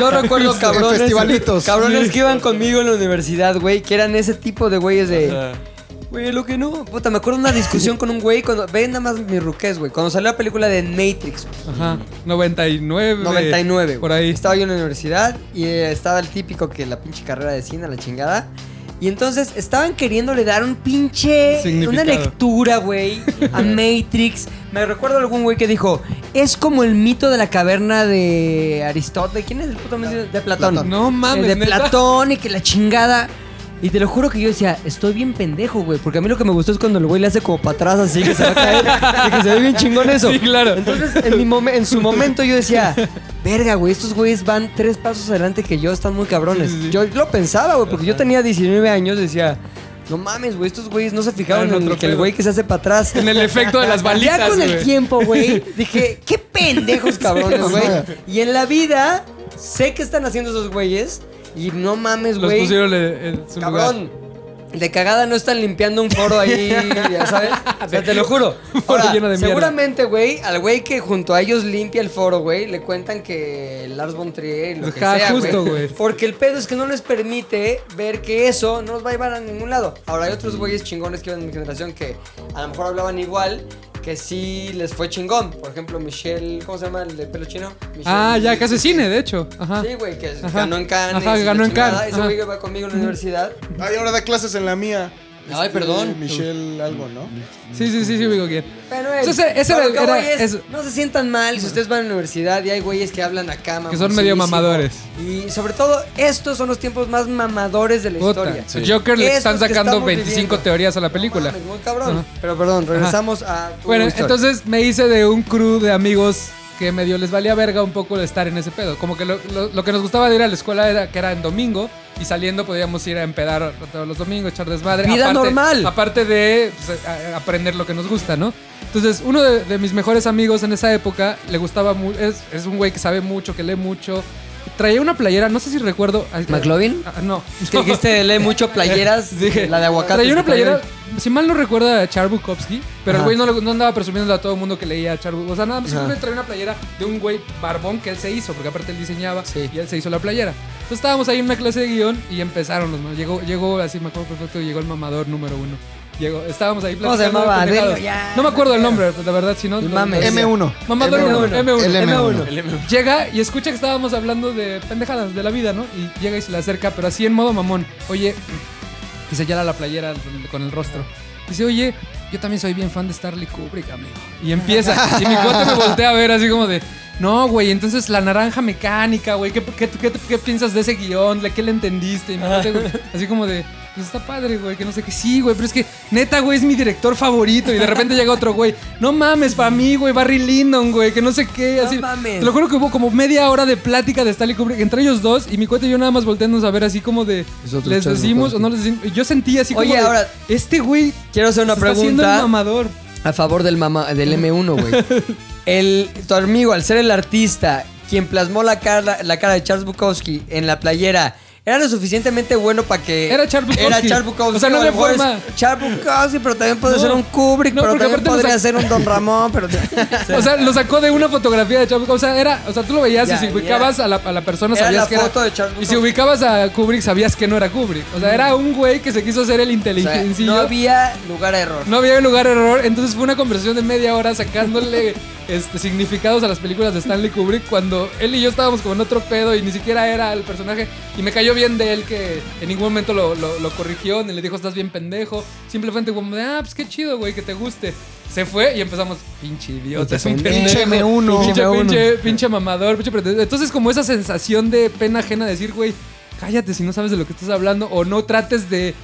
[SPEAKER 2] Yo recuerdo cabrones.
[SPEAKER 3] festivalitos.
[SPEAKER 2] Cabrones que iban conmigo en la universidad, güey, que eran ese tipo de güeyes de. Güey, lo que no. Puta, me acuerdo una discusión con un güey cuando. Ven nada más mi ruqués, güey. Cuando salió la película de Matrix,
[SPEAKER 4] Ajá. 99.
[SPEAKER 2] 99. güey.
[SPEAKER 4] Por ahí.
[SPEAKER 2] Estaba yo en la universidad y eh, estaba el típico que la pinche carrera de cine, la chingada. Y entonces estaban queriéndole dar un pinche. Una
[SPEAKER 4] Significado.
[SPEAKER 2] lectura, güey, a Matrix. Me recuerdo algún güey que dijo: Es como el mito de la caverna de Aristóteles. ¿Quién es el puto mito? De Platón.
[SPEAKER 3] Platón.
[SPEAKER 4] No mames,
[SPEAKER 2] Eh, De
[SPEAKER 4] ¿neta?
[SPEAKER 2] Platón y que la chingada. Y te lo juro que yo decía, estoy bien pendejo, güey. Porque a mí lo que me gustó es cuando el güey le hace como para atrás así que se va a caer. y que se ve bien chingón eso.
[SPEAKER 4] Sí, claro.
[SPEAKER 2] Entonces, en, mi momen- en su momento yo decía, verga, güey, estos güeyes van tres pasos adelante que yo, están muy cabrones.
[SPEAKER 4] Sí, sí, sí.
[SPEAKER 2] Yo lo pensaba, güey, porque yo tenía 19 años, decía, no mames, güey, estos güeyes no se fijaron
[SPEAKER 4] Ah, en
[SPEAKER 2] en,
[SPEAKER 4] otro
[SPEAKER 2] que el
[SPEAKER 4] pedo.
[SPEAKER 2] güey que se hace para atrás.
[SPEAKER 4] En el efecto de las balitas.
[SPEAKER 2] Ya con el
[SPEAKER 4] güey.
[SPEAKER 2] tiempo, güey, dije, qué pendejos cabrones, güey. Y en la vida sé que están haciendo esos güeyes y no mames,
[SPEAKER 4] Los
[SPEAKER 2] güey.
[SPEAKER 4] pusieron en, en su lugar.
[SPEAKER 2] Cabrón. De cagada no están limpiando un foro ahí, ya sabes. O sea, te lo juro.
[SPEAKER 4] foro
[SPEAKER 2] Ahora,
[SPEAKER 4] lleno de mierda.
[SPEAKER 2] seguramente, güey, al güey que junto a ellos limpia el foro, güey, le cuentan que Lars von Trier, y lo que
[SPEAKER 4] Ajá,
[SPEAKER 2] sea,
[SPEAKER 4] justo, güey.
[SPEAKER 2] Porque el pedo es que no les permite ver que eso no los va a llevar a ningún lado. Ahora, hay otros güeyes chingones que iban en mi generación que a lo mejor hablaban igual, que sí les fue chingón. Por ejemplo, Michelle, ¿cómo se llama el de pelo chino? Michelle-
[SPEAKER 4] Ah, ya, casi cine, de hecho. Ajá.
[SPEAKER 2] Sí, güey, que
[SPEAKER 4] Ajá.
[SPEAKER 2] ganó en Cannes.
[SPEAKER 4] Ajá,
[SPEAKER 2] y la
[SPEAKER 4] ganó en
[SPEAKER 2] chingada.
[SPEAKER 4] Cannes,
[SPEAKER 2] Ese güey
[SPEAKER 4] ajá.
[SPEAKER 2] que va conmigo en la universidad.
[SPEAKER 7] Ay, ahora da clases en la mía. Este,
[SPEAKER 2] Ay, perdón.
[SPEAKER 7] Michelle algo, ¿no?
[SPEAKER 4] Sí, sí, sí, sí, digo bien.
[SPEAKER 2] Pero él,
[SPEAKER 4] Entonces, ese
[SPEAKER 2] a lo
[SPEAKER 4] era-
[SPEAKER 2] que voy
[SPEAKER 4] era-
[SPEAKER 2] es,
[SPEAKER 4] es-
[SPEAKER 2] no se sientan mal si ustedes van a la universidad y hay güeyes que hablan acá
[SPEAKER 4] Que son
[SPEAKER 2] mamoncísimo.
[SPEAKER 4] medio mamadores.
[SPEAKER 2] Y sobre todo, estos son los tiempos más mamadores de la
[SPEAKER 4] Puta,
[SPEAKER 2] historia.
[SPEAKER 4] el Joker le
[SPEAKER 2] Estos
[SPEAKER 4] están
[SPEAKER 2] que
[SPEAKER 4] sacando
[SPEAKER 2] estamos
[SPEAKER 4] 25
[SPEAKER 2] viviendo.
[SPEAKER 4] teorías a la película.
[SPEAKER 2] No mames, muy cabrón.
[SPEAKER 4] Ajá.
[SPEAKER 2] Pero perdón, regresamos a tu
[SPEAKER 4] Bueno,
[SPEAKER 2] historia.
[SPEAKER 4] entonces me hice de un crew de amigos que medio les valía verga un poco estar en ese pedo. Como que lo, lo- lo que nos gustaba de ir a la escuela era que era en domingo y saliendo podíamos ir a empedar todos los domingos, echar desmadre.
[SPEAKER 2] Vida normal.
[SPEAKER 4] Aparte de pues, a- a- aprender lo que nos gusta, ¿no? Entonces, uno de, de mis mejores amigos en esa época le gustaba mucho. Es, es un güey que sabe mucho, que lee mucho. Traía una playera, no sé si recuerdo.
[SPEAKER 2] ¿McLovin?
[SPEAKER 4] Ah, no.
[SPEAKER 2] Es que dijiste, lee mucho playeras, eh,
[SPEAKER 4] Dije,
[SPEAKER 2] la de aguacate.
[SPEAKER 4] Traía una
[SPEAKER 2] que también-
[SPEAKER 4] playera, si mal no recuerdo, a Char Bukowski, pero el
[SPEAKER 2] Ajá.
[SPEAKER 4] güey no, le- no andaba presumiendo a todo el mundo que leía a Char Bukowski. O sea, nada más simplemente traía una playera de un güey barbón que él se hizo, porque aparte él diseñaba
[SPEAKER 2] Sí.
[SPEAKER 4] y él se hizo la playera. Entonces estábamos ahí en una clase de guión y empezaron los ma- Llegó, llegó así, me acuerdo perfecto, llegó el mamador número uno. Llegó, estábamos ahí
[SPEAKER 2] ¿Cómo se
[SPEAKER 4] platicando de
[SPEAKER 2] llamaba?
[SPEAKER 4] pendejadas.
[SPEAKER 2] Dilo ya,
[SPEAKER 4] No me acuerdo el
[SPEAKER 2] no
[SPEAKER 4] nombre, la verdad, si no.
[SPEAKER 2] El
[SPEAKER 4] no-
[SPEAKER 2] mames.
[SPEAKER 3] M1.
[SPEAKER 4] Mamador
[SPEAKER 3] M1.
[SPEAKER 4] M1.
[SPEAKER 3] El M1.
[SPEAKER 4] Llega y escucha que estábamos hablando de pendejadas de la vida, ¿no? Y llega y se le acerca, pero así en modo mamón. Oye, y señala la playera con el rostro. Dice, oye, yo también soy bien fan de Starley Kubrick, amigo. Y empieza. Y mi cuate me voltea a ver así como de, no, güey, entonces la naranja mecánica, güey, ¿qué, qué, qué- qué piensas de ese guión? ¿Le- ¿Qué le entendiste? Y mi cuate, güey, así como de, pues está padre, güey, que no sé qué. Sí, güey, pero es que neta, güey, es mi director favorito. Y de repente llega otro güey, no mames, para mí, güey, Barry Lyndon, güey, que no sé qué. Así,
[SPEAKER 2] mames.
[SPEAKER 4] Te lo juro que hubo como media hora de plática de Stanley Kubrick entre ellos dos. Y mi cuate y yo nada más volteándonos a ver así como de,
[SPEAKER 3] Nosotros
[SPEAKER 4] ¿les
[SPEAKER 3] echamos
[SPEAKER 4] decimos o no les decimos? Yo sentí así como
[SPEAKER 2] Oye,
[SPEAKER 4] de,
[SPEAKER 2] ahora-
[SPEAKER 4] este güey
[SPEAKER 2] Quiero hacer una
[SPEAKER 4] se está haciendo
[SPEAKER 2] pregunta.
[SPEAKER 4] el mamador.
[SPEAKER 2] A favor del, mama, del M1, güey. El, tu amigo, al ser el artista, quien plasmó la cara, la cara de Charles Bukowski en la playera, ¿era lo suficientemente bueno para que...
[SPEAKER 4] Era Charles Bukowski.
[SPEAKER 2] Era Charles Bukowski.
[SPEAKER 4] O sea, no
[SPEAKER 2] a lo
[SPEAKER 4] había
[SPEAKER 2] mejor es
[SPEAKER 4] forma.
[SPEAKER 2] Charles Bukowski, pero también puede
[SPEAKER 4] No.
[SPEAKER 2] ser un Kubrick,
[SPEAKER 4] No,
[SPEAKER 2] pero
[SPEAKER 4] porque
[SPEAKER 2] también
[SPEAKER 4] aparte lo
[SPEAKER 2] podría
[SPEAKER 4] sa-
[SPEAKER 2] ser un Don Ramón, pero...
[SPEAKER 4] O sea, lo sacó de una fotografía de Charles Bukowski. O sea, era, o sea tú lo veías
[SPEAKER 2] Ya,
[SPEAKER 4] y si
[SPEAKER 2] y
[SPEAKER 4] ubicabas a, la, a la persona
[SPEAKER 2] era
[SPEAKER 4] sabías
[SPEAKER 2] la
[SPEAKER 4] que
[SPEAKER 2] foto de
[SPEAKER 4] era.
[SPEAKER 2] Charles
[SPEAKER 4] y si
[SPEAKER 2] Bukowski.
[SPEAKER 4] ubicabas a Kubrick sabías que no era Kubrick. O sea,
[SPEAKER 2] Mm.
[SPEAKER 4] era un güey que se quiso hacer el
[SPEAKER 2] O sea,
[SPEAKER 4] inteligencillo.
[SPEAKER 2] no había lugar a error.
[SPEAKER 4] No había lugar a error, entonces fue una conversación de media hora sacándole este, significados a las películas de Stanley Kubrick cuando él y yo estábamos como en otro pedo y ni siquiera era el personaje. Y me cayó bien de él que en ningún momento lo, lo- lo corrigió, ni le dijo estás bien pendejo. Simplemente como de, ah, pues qué chido, güey, que te guste. Se fue y empezamos, pinche idiota, es un pendejo.
[SPEAKER 3] Pinche M1.
[SPEAKER 4] Pinche,
[SPEAKER 3] M1.
[SPEAKER 4] pinche, pinche mamador, pinche pretendiente. Entonces, como esa sensación de pena ajena de decir, güey, cállate si no sabes de lo que estás hablando o no trates de,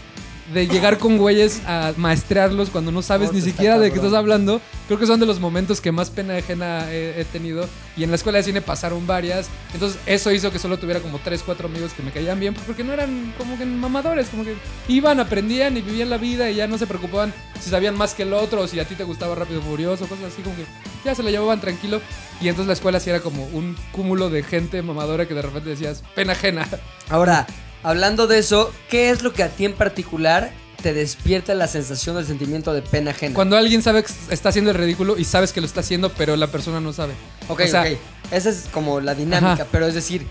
[SPEAKER 4] de llegar con güeyes a maestrearlos cuando no sabes ni siquiera de qué estás hablando. Creo que son de los momentos que más pena ajena he, he tenido. Y en la escuela de cine pasaron varias. Entonces, eso hizo que solo tuviera como 3, 4 amigos que me caían bien porque no eran como que mamadores, como que iban, aprendían y vivían la vida y ya no se preocupaban si sabían más que el otro o si a ti te gustaba Rápido y Furioso, cosas así como que ya se la llevaban tranquilo. Y entonces la escuela sí era como un cúmulo de gente mamadora que de repente decías, pena ajena.
[SPEAKER 2] Ahora, hablando de eso, ¿qué es lo que a ti en particular te despierta la sensación del sentimiento de pena ajena?
[SPEAKER 4] Cuando alguien sabe que está haciendo el ridículo y sabes que lo está haciendo, pero la persona no sabe.
[SPEAKER 2] Ok,
[SPEAKER 4] o sea,
[SPEAKER 2] ok. Esa es como la dinámica,
[SPEAKER 4] Ajá.
[SPEAKER 2] pero es decir,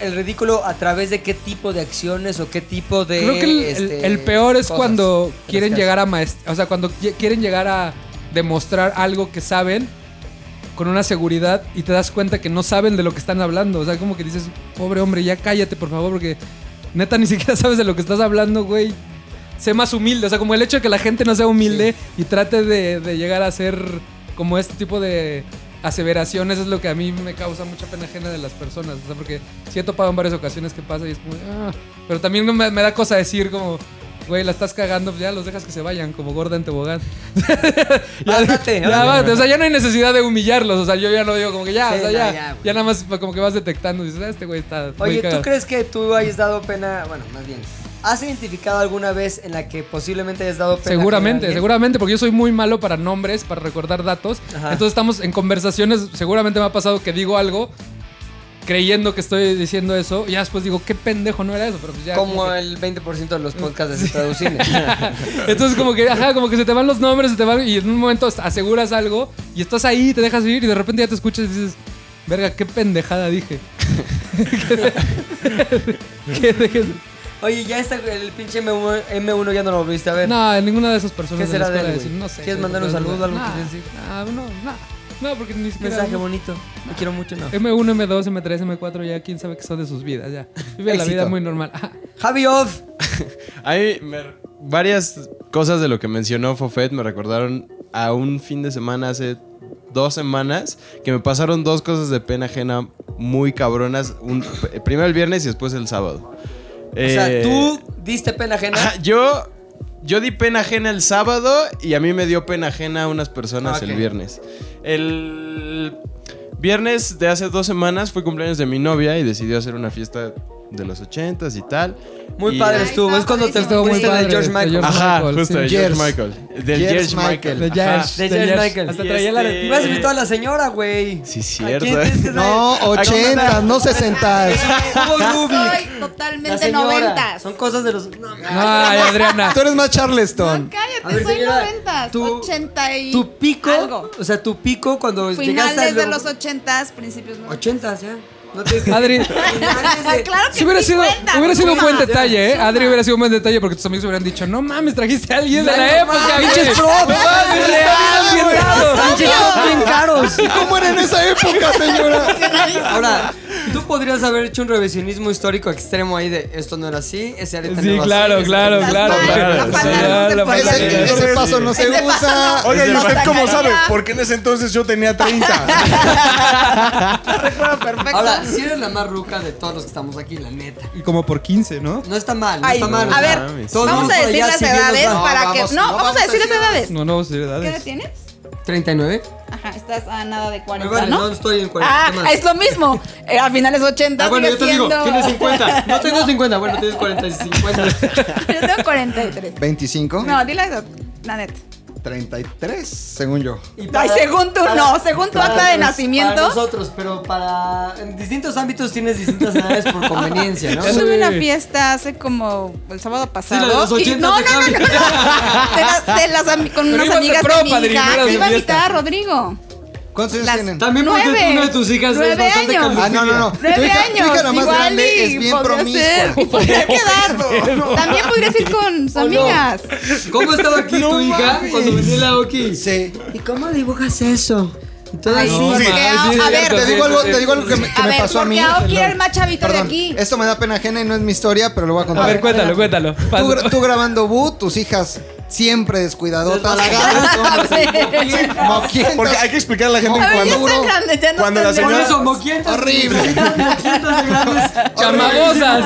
[SPEAKER 2] el ridículo a través de qué tipo de acciones o qué tipo de.
[SPEAKER 4] Creo que el, el-
[SPEAKER 2] este,
[SPEAKER 4] el peor es
[SPEAKER 2] cosas
[SPEAKER 4] cuando
[SPEAKER 2] de las
[SPEAKER 4] quieren
[SPEAKER 2] que
[SPEAKER 4] llegar a maestro, o sea, cuando qui- quieren llegar a demostrar algo que saben con una seguridad y te das cuenta que no saben de lo que están hablando, o sea, como que dices, "Pobre hombre, ya cállate, por favor, porque neta ni siquiera sabes de lo que estás hablando, güey." Sé más humilde, o sea, como el hecho de que la gente no sea humilde y trate de, de llegar a ser como este tipo de aseveraciones es lo que a mí me causa mucha pena ajena de las personas, o sea, porque sí he topado en varias ocasiones que pasa y es como, "Ah", pero también no me, me da cosa decir como, güey, la estás cagando, ya los dejas que se vayan, como gorda en tobogán. ya,
[SPEAKER 2] Ándate,
[SPEAKER 4] ya
[SPEAKER 2] ándate.
[SPEAKER 4] basta, o sea, ya no hay necesidad de humillarlos, o sea, yo ya lo digo como que ya,
[SPEAKER 2] Sí,
[SPEAKER 4] o sea,
[SPEAKER 2] no,
[SPEAKER 4] ya,
[SPEAKER 2] ya,
[SPEAKER 4] ya,
[SPEAKER 2] güey.
[SPEAKER 4] nada más como que vas detectando, dices, "Ah, este güey está... muy
[SPEAKER 2] Oye, ¿tú
[SPEAKER 4] cagado".
[SPEAKER 2] crees que tú hayas dado pena? Bueno, más bien. ¿Has identificado alguna vez en la que posiblemente hayas dado pena?
[SPEAKER 4] Seguramente,
[SPEAKER 2] ajena a alguien?
[SPEAKER 4] seguramente, porque yo soy muy malo para nombres, para recordar datos.
[SPEAKER 2] Ajá.
[SPEAKER 4] Entonces estamos en conversaciones, seguramente me ha pasado que digo algo creyendo que estoy diciendo eso, y ya después digo, qué pendejo no era eso, pero pues ya... como
[SPEAKER 2] Como
[SPEAKER 4] que-
[SPEAKER 2] el 20% de los podcasts de Estado Cine.
[SPEAKER 4] Entonces como que, ajá, como que se te van los nombres, se te van, y en un momento aseguras algo, y estás ahí, te dejas vivir, y de repente ya te escuchas y dices, verga, qué pendejada dije. ¿Qué dejé de-
[SPEAKER 2] Oye, ya está el pinche M1, M1 ya no lo volviste a ver.
[SPEAKER 4] No, en ninguna de esas personas.
[SPEAKER 2] ¿Qué
[SPEAKER 4] de la
[SPEAKER 2] será de
[SPEAKER 4] escuela
[SPEAKER 2] él,
[SPEAKER 4] decir,
[SPEAKER 2] güey?
[SPEAKER 4] No sé.
[SPEAKER 2] ¿Quieres
[SPEAKER 4] güey,
[SPEAKER 2] mandar un
[SPEAKER 4] no,
[SPEAKER 2] saludo,
[SPEAKER 4] no,
[SPEAKER 2] algo que
[SPEAKER 4] nah,
[SPEAKER 2] quieres decir?
[SPEAKER 4] nah, no, no, no, Eh. porque ni siquiera.
[SPEAKER 2] Mensaje bonito. Te quiero mucho, no.
[SPEAKER 4] M1, M2, M3, M4, ya quién sabe qué son de sus vidas, ya. Vive la
[SPEAKER 2] Éxito.
[SPEAKER 4] vida muy normal. Ah, Ajá.
[SPEAKER 2] Javi Off.
[SPEAKER 8] Hay me- varias cosas de lo que mencionó Fofet me recordaron a un fin de semana hace dos semanas que me pasaron dos cosas de pena ajena muy cabronas. un- primero el viernes y después el sábado. Eh,
[SPEAKER 2] O sea, tú diste pena ajena.
[SPEAKER 8] yo, yo di pena ajena el sábado y a mí me dio pena ajena a unas personas
[SPEAKER 2] Ah, ok.
[SPEAKER 8] el viernes. El viernes de hace dos semanas fue cumpleaños de mi novia y decidió hacer una fiesta de los ochentas y tal.
[SPEAKER 2] Muy
[SPEAKER 8] Y-
[SPEAKER 2] padre
[SPEAKER 5] Ay,
[SPEAKER 2] estuvo.
[SPEAKER 5] está
[SPEAKER 2] Es cuando te
[SPEAKER 5] buenísimo.
[SPEAKER 4] Estuvo muy
[SPEAKER 2] fuiste
[SPEAKER 4] padre,
[SPEAKER 2] de George
[SPEAKER 4] de
[SPEAKER 2] Michael.
[SPEAKER 4] George
[SPEAKER 8] Ajá,
[SPEAKER 4] Michael,
[SPEAKER 8] justo de
[SPEAKER 4] sí.
[SPEAKER 8] George
[SPEAKER 3] George.
[SPEAKER 8] Michael. Del
[SPEAKER 3] George
[SPEAKER 8] George,
[SPEAKER 3] Michael.
[SPEAKER 8] Michael.
[SPEAKER 4] De
[SPEAKER 8] Ajá.
[SPEAKER 4] George,
[SPEAKER 2] De
[SPEAKER 4] de
[SPEAKER 2] George
[SPEAKER 4] George.
[SPEAKER 2] Michael.
[SPEAKER 4] Hasta
[SPEAKER 8] Y
[SPEAKER 4] ah, traía la
[SPEAKER 8] este-
[SPEAKER 2] Me has invitado a la señora, güey.
[SPEAKER 8] Sí,
[SPEAKER 2] ¿A
[SPEAKER 8] cierto.
[SPEAKER 2] quién tienes que saber?
[SPEAKER 3] No, 80, no 60.
[SPEAKER 4] eh,
[SPEAKER 2] Hugo Rubik.
[SPEAKER 5] Soy
[SPEAKER 2] La
[SPEAKER 5] totalmente
[SPEAKER 2] señora.
[SPEAKER 5] noventas.
[SPEAKER 2] Son cosas de los. No,
[SPEAKER 4] Ay, Adriana.
[SPEAKER 3] Tú eres más
[SPEAKER 5] No,
[SPEAKER 3] Charleston.
[SPEAKER 5] cállate,
[SPEAKER 2] A ver,
[SPEAKER 5] soy
[SPEAKER 2] señora,
[SPEAKER 5] noventas.
[SPEAKER 2] tu-
[SPEAKER 5] ochenta y
[SPEAKER 2] tu pico.
[SPEAKER 5] algo.
[SPEAKER 2] O sea, tu pico cuando
[SPEAKER 4] pues,
[SPEAKER 2] llegaste a
[SPEAKER 5] Finales de los ochentas, principios de los
[SPEAKER 2] 80, ya. No tienes que.
[SPEAKER 4] Adri.
[SPEAKER 2] Finales de-
[SPEAKER 5] claro que
[SPEAKER 4] Si hubiera
[SPEAKER 5] sí
[SPEAKER 4] sido,
[SPEAKER 5] cuenta,
[SPEAKER 4] hubiera sido un
[SPEAKER 5] suma.
[SPEAKER 4] buen detalle, ¿eh?
[SPEAKER 5] Suma.
[SPEAKER 4] Adri hubiera sido un buen detalle porque tus amigos hubieran dicho, no mames, trajiste a alguien de la
[SPEAKER 2] No
[SPEAKER 4] época.
[SPEAKER 2] mames,
[SPEAKER 4] güey".
[SPEAKER 2] pinches props.
[SPEAKER 4] No mames, real, bien dado.
[SPEAKER 2] Pinches son bien caros.
[SPEAKER 3] ¿Cómo era en esa época, señora?
[SPEAKER 2] Ahora, tú podrías haber hecho un revisionismo histórico extremo ahí de esto no era así, ese arete no
[SPEAKER 4] Sí,
[SPEAKER 2] era
[SPEAKER 4] claro,
[SPEAKER 2] así,
[SPEAKER 4] claro,
[SPEAKER 5] Las
[SPEAKER 4] claro,
[SPEAKER 5] manos,
[SPEAKER 4] claro.
[SPEAKER 5] la
[SPEAKER 4] Sí,
[SPEAKER 5] palanca
[SPEAKER 4] ya,
[SPEAKER 5] se
[SPEAKER 4] la
[SPEAKER 5] puede.
[SPEAKER 4] palanca.
[SPEAKER 3] Ese, ese paso no se
[SPEAKER 5] Ese paso
[SPEAKER 3] usa.
[SPEAKER 7] Oiga, ¿y usted cómo
[SPEAKER 5] Sacaría.
[SPEAKER 7] sabe? Porque en ese entonces yo tenía 30.
[SPEAKER 5] Recuerdo perfecto.
[SPEAKER 2] Ahora, si eres la más ruca de todos los que estamos aquí, la neta.
[SPEAKER 4] Y como por 15, ¿no?
[SPEAKER 2] No está mal, no
[SPEAKER 5] Ay,
[SPEAKER 2] está mal.
[SPEAKER 5] a ver,
[SPEAKER 8] mames.
[SPEAKER 2] Todo el
[SPEAKER 5] vamos
[SPEAKER 2] mundo
[SPEAKER 5] a
[SPEAKER 2] por
[SPEAKER 5] decir
[SPEAKER 2] allá
[SPEAKER 5] las
[SPEAKER 2] sí viendo-
[SPEAKER 5] edades
[SPEAKER 2] No,
[SPEAKER 5] para
[SPEAKER 2] vamos,
[SPEAKER 5] que. No, vamos a decir las edades.
[SPEAKER 4] No, no, vamos a decir
[SPEAKER 5] ¿Qué edad
[SPEAKER 4] edades.
[SPEAKER 5] tienes?
[SPEAKER 2] 39.
[SPEAKER 5] Ajá, estás a nada de
[SPEAKER 2] Me
[SPEAKER 5] 40,
[SPEAKER 2] vale,
[SPEAKER 5] ¿no?
[SPEAKER 2] no estoy en 40.
[SPEAKER 5] Ah,
[SPEAKER 2] ¿qué más?
[SPEAKER 5] es lo mismo. Eh, a finales 80
[SPEAKER 2] Ah, bueno, yo
[SPEAKER 5] sigue
[SPEAKER 2] te digo,
[SPEAKER 5] siendo-
[SPEAKER 2] tienes 50. No tengo 50, bueno, tienes 40 y 50.
[SPEAKER 5] Yo tengo 43.
[SPEAKER 3] 25,
[SPEAKER 5] No, dile eso, la neta.
[SPEAKER 3] 33, según yo.
[SPEAKER 2] Y
[SPEAKER 5] Ay, según tú, no, según tu
[SPEAKER 2] para
[SPEAKER 5] acta de
[SPEAKER 2] nos-
[SPEAKER 5] nacimiento.
[SPEAKER 2] Para nosotros, pero para. En distintos ámbitos tienes distintas edades por conveniencia, ¿no?
[SPEAKER 5] Yo tuve una fiesta hace como el sábado pasado.
[SPEAKER 2] de los
[SPEAKER 5] y-
[SPEAKER 2] 80
[SPEAKER 5] no,
[SPEAKER 2] de
[SPEAKER 5] no, no, no,
[SPEAKER 2] Javi.
[SPEAKER 5] no. De la- de las ami- con
[SPEAKER 4] Pero
[SPEAKER 5] unas
[SPEAKER 4] ibas de
[SPEAKER 5] amigas
[SPEAKER 4] pro,
[SPEAKER 5] de mi
[SPEAKER 4] padrino,
[SPEAKER 5] hija,
[SPEAKER 4] eras
[SPEAKER 5] que
[SPEAKER 4] de
[SPEAKER 5] iba a
[SPEAKER 4] fiesta.
[SPEAKER 5] invitar a Rodrigo.
[SPEAKER 3] ¿Cuántos años
[SPEAKER 5] Las-
[SPEAKER 3] tienen?
[SPEAKER 2] También porque
[SPEAKER 5] Nueve.
[SPEAKER 2] tú- una de tus hijas es
[SPEAKER 5] Nueve
[SPEAKER 2] bastante
[SPEAKER 5] años.
[SPEAKER 3] Ah, no, no, no.
[SPEAKER 5] Nueve
[SPEAKER 3] Tu hija- tu
[SPEAKER 5] años.
[SPEAKER 3] hija la más
[SPEAKER 5] igual
[SPEAKER 3] grande
[SPEAKER 5] y
[SPEAKER 3] es bien
[SPEAKER 5] podría ser. Y
[SPEAKER 3] promiscua.
[SPEAKER 5] podría quedar. También podrías ir con sus
[SPEAKER 2] no.
[SPEAKER 5] amigas.
[SPEAKER 2] ¿Cómo estaba aquí tu hija cuando venía la Oki?
[SPEAKER 3] Sí.
[SPEAKER 2] ¿Y cómo dibujas eso? Entonces,
[SPEAKER 5] Ay,
[SPEAKER 2] sí,
[SPEAKER 5] porque
[SPEAKER 2] ma,
[SPEAKER 5] Ao-
[SPEAKER 2] sí,
[SPEAKER 5] a
[SPEAKER 2] es
[SPEAKER 5] ver,
[SPEAKER 2] cierto,
[SPEAKER 3] Te
[SPEAKER 2] sí,
[SPEAKER 3] digo
[SPEAKER 2] sí,
[SPEAKER 3] algo,
[SPEAKER 2] sí,
[SPEAKER 3] te digo
[SPEAKER 2] sí,
[SPEAKER 3] algo que,
[SPEAKER 2] sí.
[SPEAKER 3] me, que me
[SPEAKER 5] ver,
[SPEAKER 3] pasó a mí.
[SPEAKER 5] Porque Ao quiere el más chavito
[SPEAKER 3] Perdón,
[SPEAKER 5] de aquí.
[SPEAKER 3] Esto me da pena ajena y no es mi historia, pero lo voy a
[SPEAKER 4] A
[SPEAKER 3] contar.
[SPEAKER 4] ver, cuéntalo, cuéntalo.
[SPEAKER 3] tú,
[SPEAKER 4] Pásalo.
[SPEAKER 3] gra- tú grabando Bu, tus hijas siempre descuidadotas. La
[SPEAKER 7] Porque hay que explicarle a la gente
[SPEAKER 5] A
[SPEAKER 7] que
[SPEAKER 5] ver, ya
[SPEAKER 7] cuando
[SPEAKER 5] están grandes, ya no
[SPEAKER 7] cuando
[SPEAKER 5] están
[SPEAKER 7] la
[SPEAKER 2] Por
[SPEAKER 7] señora-
[SPEAKER 2] eso, moquientos.
[SPEAKER 3] Horrible.
[SPEAKER 2] Moquientos de grandes.
[SPEAKER 4] Chamagosas.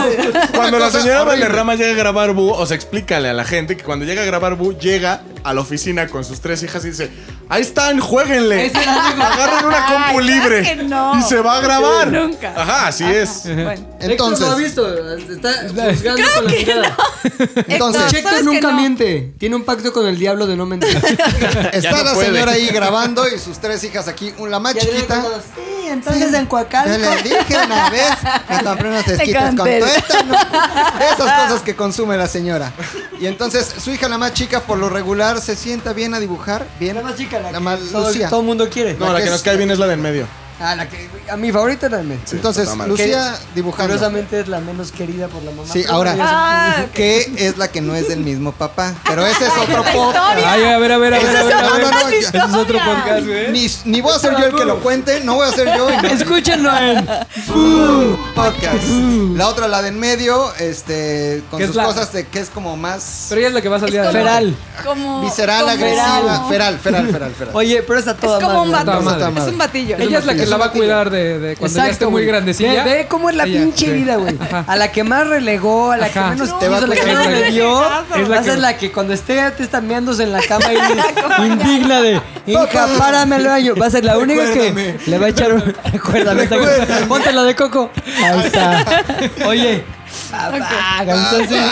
[SPEAKER 7] Cuando
[SPEAKER 3] Una
[SPEAKER 7] la
[SPEAKER 3] cosa
[SPEAKER 7] señora
[SPEAKER 3] horrible.
[SPEAKER 7] Valderrama llega a grabar Bu, o sea, explícale a la gente que cuando llega a grabar Bu, llega a la oficina con sus tres hijas y dice: Ahí están, jueguenle.
[SPEAKER 2] Ese era el
[SPEAKER 7] Agarren una
[SPEAKER 5] Ay,
[SPEAKER 7] compu
[SPEAKER 5] claro
[SPEAKER 7] libre.
[SPEAKER 5] que no.
[SPEAKER 7] Y se va a grabar.
[SPEAKER 5] Nunca.
[SPEAKER 7] Ajá, así es.
[SPEAKER 5] Bueno,
[SPEAKER 2] Entonces,
[SPEAKER 3] Entonces,
[SPEAKER 2] lo ha visto. Está juzgando con la mirada.
[SPEAKER 3] entonces
[SPEAKER 5] Héctor,
[SPEAKER 2] Héctor
[SPEAKER 5] ¿sabes que
[SPEAKER 2] nunca
[SPEAKER 5] no?
[SPEAKER 2] miente. Tiene un pacto con el diablo de no mentir.
[SPEAKER 3] está
[SPEAKER 7] no
[SPEAKER 3] la
[SPEAKER 7] puede.
[SPEAKER 3] señora ahí grabando y sus tres hijas aquí, un- la más
[SPEAKER 2] Y Adriana
[SPEAKER 3] chiquita.
[SPEAKER 2] con todos, Sí, entonces en
[SPEAKER 3] Yo
[SPEAKER 2] Coacalco.
[SPEAKER 3] le dije una vez que compré unas esquitas con
[SPEAKER 5] canté.
[SPEAKER 3] tuesta, ¿no? De esas cosas que consume la señora. Y entonces su hija, la más chica, por lo regular, se sienta bien a dibujar. Bien.
[SPEAKER 2] La más chica, la,
[SPEAKER 3] La
[SPEAKER 2] que
[SPEAKER 3] más
[SPEAKER 2] todo,
[SPEAKER 3] Lucía.
[SPEAKER 2] todo el mundo quiere.
[SPEAKER 7] No, la que nos cae bien es la del medio.
[SPEAKER 2] Ah, la que a mi favorita también.
[SPEAKER 3] Entonces,
[SPEAKER 7] está mal.
[SPEAKER 3] Lucía dibujando.
[SPEAKER 2] Curiosamente es la menos querida por la mamá.
[SPEAKER 3] Sí,
[SPEAKER 2] Pero
[SPEAKER 3] ahora,
[SPEAKER 2] ella
[SPEAKER 5] Ah, ok.
[SPEAKER 3] que es la que no es del mismo papá.
[SPEAKER 2] Ah,
[SPEAKER 3] Pero ese es otro
[SPEAKER 5] La
[SPEAKER 3] podcast.
[SPEAKER 5] historia.
[SPEAKER 4] Ay, a ver, a ver, a ver, a ver. a
[SPEAKER 3] No, no,
[SPEAKER 4] ver.
[SPEAKER 3] no,
[SPEAKER 5] Esa
[SPEAKER 4] Ese es otro
[SPEAKER 5] historia.
[SPEAKER 4] podcast, güey.
[SPEAKER 3] Ni, ni voy a ser yo el que lo cuente, no voy a ser yo. y
[SPEAKER 2] se-
[SPEAKER 3] no-
[SPEAKER 2] Escúchenlo en.
[SPEAKER 3] podcast. La otra, la de en medio, este, con
[SPEAKER 4] Que es
[SPEAKER 3] sus
[SPEAKER 4] la-
[SPEAKER 3] cosas de que es como más
[SPEAKER 4] Pero ella es la que va a salir
[SPEAKER 5] Es como-
[SPEAKER 4] adelante.
[SPEAKER 2] Feral.
[SPEAKER 5] Como,
[SPEAKER 3] visceral,
[SPEAKER 5] como-
[SPEAKER 3] agresiva. Feral, feral, feral, feral.
[SPEAKER 2] Oye, pero es a toda
[SPEAKER 5] Es como un
[SPEAKER 2] madre.
[SPEAKER 4] Está madre.
[SPEAKER 5] vato. Es
[SPEAKER 3] madre.
[SPEAKER 5] un batillo.
[SPEAKER 4] Ella es la que la va a cuidar de, de cuando ya esté muy
[SPEAKER 2] güey.
[SPEAKER 4] grandecilla.
[SPEAKER 2] Ve, ve cómo es la
[SPEAKER 4] Ella,
[SPEAKER 2] pinche
[SPEAKER 4] sí.
[SPEAKER 2] vida, güey.
[SPEAKER 4] Ajá.
[SPEAKER 2] A la que más relegó, a la
[SPEAKER 4] Ajá.
[SPEAKER 2] que menos
[SPEAKER 3] Te
[SPEAKER 2] te
[SPEAKER 3] va
[SPEAKER 2] a la que
[SPEAKER 3] cuidando.
[SPEAKER 2] menos le dio.
[SPEAKER 5] Es
[SPEAKER 2] Es
[SPEAKER 5] la
[SPEAKER 2] la,
[SPEAKER 4] que-
[SPEAKER 2] es la que cuando esté te estambeándose en la cama y indigna de hija,
[SPEAKER 3] Papá.
[SPEAKER 2] párame el baño. Va a ser la única que
[SPEAKER 3] Recuérdame.
[SPEAKER 2] le va a echar un. Recuérdame,
[SPEAKER 3] Recuérdame.
[SPEAKER 2] ponte la de coco. Ahí está. Oye. Papá, cuando usted-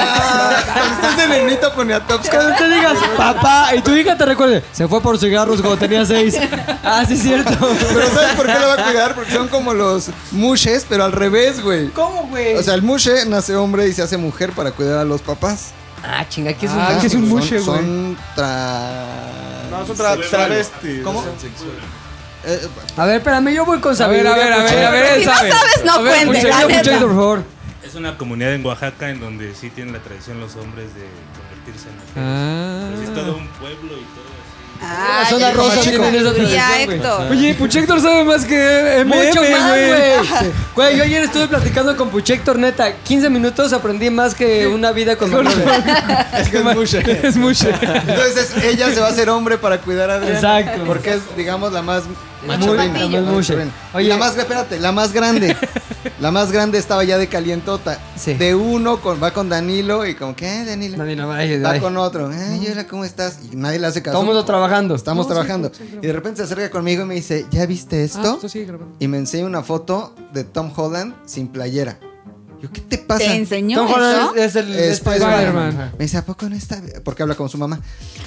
[SPEAKER 3] Entonces Benito ponía tops.
[SPEAKER 2] Cuando te digas papá y tu hija te recuerde, se fue por cigarros cuando tenía seis. Ah, sí, es cierto.
[SPEAKER 3] Pero ¿sabes por qué la va a cuidar? Porque son como los mushes, pero al revés, güey.
[SPEAKER 2] ¿Cómo, güey?
[SPEAKER 3] O sea, el mushe nace hombre y se hace mujer para cuidar a los papás.
[SPEAKER 2] ah, chinga, ¿qué es un
[SPEAKER 4] Ah,
[SPEAKER 3] Ah,
[SPEAKER 4] que es un
[SPEAKER 3] son-
[SPEAKER 4] mushe, güey.
[SPEAKER 3] Son tra...
[SPEAKER 7] No, es otra travesti. ¿Cómo?
[SPEAKER 3] eh,
[SPEAKER 2] A ver, espérame, yo voy con
[SPEAKER 4] A ver,
[SPEAKER 2] sabiduría.
[SPEAKER 4] a ver, a ver, a ver, él
[SPEAKER 5] Si no
[SPEAKER 4] sabe.
[SPEAKER 5] sabes, no
[SPEAKER 4] A ver,
[SPEAKER 5] cuentes,
[SPEAKER 4] Puchector,
[SPEAKER 5] la neta.
[SPEAKER 4] Puchector, por favor.
[SPEAKER 6] Es una comunidad en Oaxaca en donde sí tienen la tradición los hombres de convertirse en mujeres.
[SPEAKER 4] Ah.
[SPEAKER 6] Pero sí es todo un pueblo y todo así.
[SPEAKER 5] Ah,
[SPEAKER 2] zona
[SPEAKER 5] qué
[SPEAKER 2] rosa
[SPEAKER 5] sabiduría,
[SPEAKER 2] tiene esa tradición, güey.
[SPEAKER 5] Héctor.
[SPEAKER 4] Oye, Puchector sabe más que MM,
[SPEAKER 2] Mucho más,
[SPEAKER 4] güey.
[SPEAKER 2] güey. Sí. Güey, yo ayer estuve platicando con Puchector, neta. 15 minutos aprendí más que una vida con mi madre.
[SPEAKER 3] es que es mushe.
[SPEAKER 4] Es mucho.
[SPEAKER 3] Entonces ella se va a hacer hombre para cuidar a Adriana.
[SPEAKER 2] Exacto.
[SPEAKER 3] Porque es, digamos, la más
[SPEAKER 2] Muy-
[SPEAKER 3] machorrina.
[SPEAKER 2] la más mushe.
[SPEAKER 3] Oye, la más, espérate, la más grande. La más grande estaba ya de calientota.
[SPEAKER 2] Sí.
[SPEAKER 3] De uno con, va con Danilo y como que, eh, Danilo.
[SPEAKER 2] Danilo, ay,
[SPEAKER 3] Va
[SPEAKER 2] ay.
[SPEAKER 3] con otro. Eh, Yola, ¿cómo estás? Y nadie le hace caso.
[SPEAKER 2] Todo el mundo trabajando.
[SPEAKER 3] Estamos trabajando. y de repente se acerca conmigo y me dice, ¿ya viste esto?
[SPEAKER 4] Ah, Esto sigue grabando.
[SPEAKER 3] y me enseña una foto de Tom Holland sin playera. Yo, ¿qué te pasa?
[SPEAKER 5] ¿Te enseñó
[SPEAKER 2] Tom
[SPEAKER 5] eso?
[SPEAKER 2] Holland es, es el
[SPEAKER 3] Eh, Spider-Man.
[SPEAKER 4] Spider-Man.
[SPEAKER 3] Ajá. Me dice, ¿a poco no está bien? Porque habla con su mamá.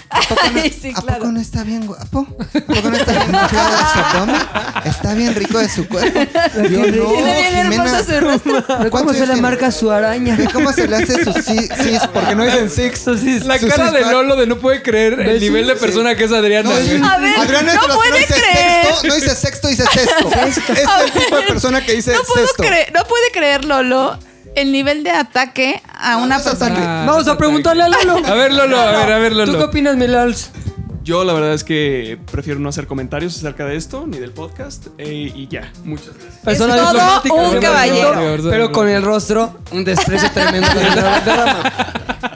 [SPEAKER 3] ¿A poco no,
[SPEAKER 5] Ay, sí,
[SPEAKER 3] ¿a
[SPEAKER 5] claro.
[SPEAKER 3] poco no está bien guapo? ¿A poco no está bien hinchado de su abdomen? ¿Está bien rico de su cuerpo? Yo, no,
[SPEAKER 5] Tiene bien hermoso su rostro.
[SPEAKER 2] Ve ¿Cómo
[SPEAKER 3] ¿Cuántos
[SPEAKER 2] se le
[SPEAKER 3] tiene?
[SPEAKER 2] marca su araña?
[SPEAKER 3] Ve ¿Cómo se le hace su sí, sí? Porque no dicen six.
[SPEAKER 4] La
[SPEAKER 3] Sus
[SPEAKER 4] cara de
[SPEAKER 3] six-pack.
[SPEAKER 4] Lolo de no puede creer el nivel de persona que es Adriana.
[SPEAKER 3] No,
[SPEAKER 4] güey.
[SPEAKER 3] es-
[SPEAKER 5] A ver,
[SPEAKER 3] Adrián
[SPEAKER 5] no
[SPEAKER 3] es de los que
[SPEAKER 5] puede
[SPEAKER 3] dice
[SPEAKER 5] creer.
[SPEAKER 3] sexto, no dice sexto, dice sexto. Es el tipo de persona que dice
[SPEAKER 5] No puedo
[SPEAKER 3] sexto.
[SPEAKER 5] creer, no puede creer Lolo el nivel de ataque a una
[SPEAKER 3] no es
[SPEAKER 5] persona.
[SPEAKER 3] ataque.
[SPEAKER 4] Ah,
[SPEAKER 2] Vamos a preguntarle a Lalo.
[SPEAKER 4] A ver, Lolo, a ver, a ver,
[SPEAKER 2] ¿Tú qué
[SPEAKER 4] Lolo.
[SPEAKER 2] opinas, mi Lals?
[SPEAKER 9] Yo la verdad es que prefiero no hacer comentarios acerca de esto, ni del podcast, eh, y ya. Muchas gracias.
[SPEAKER 2] Persona
[SPEAKER 5] Es todo
[SPEAKER 2] diplomática,
[SPEAKER 5] un
[SPEAKER 2] siempre
[SPEAKER 5] caballero.
[SPEAKER 2] siendo, Pero con el rostro, un desprecio tremendo.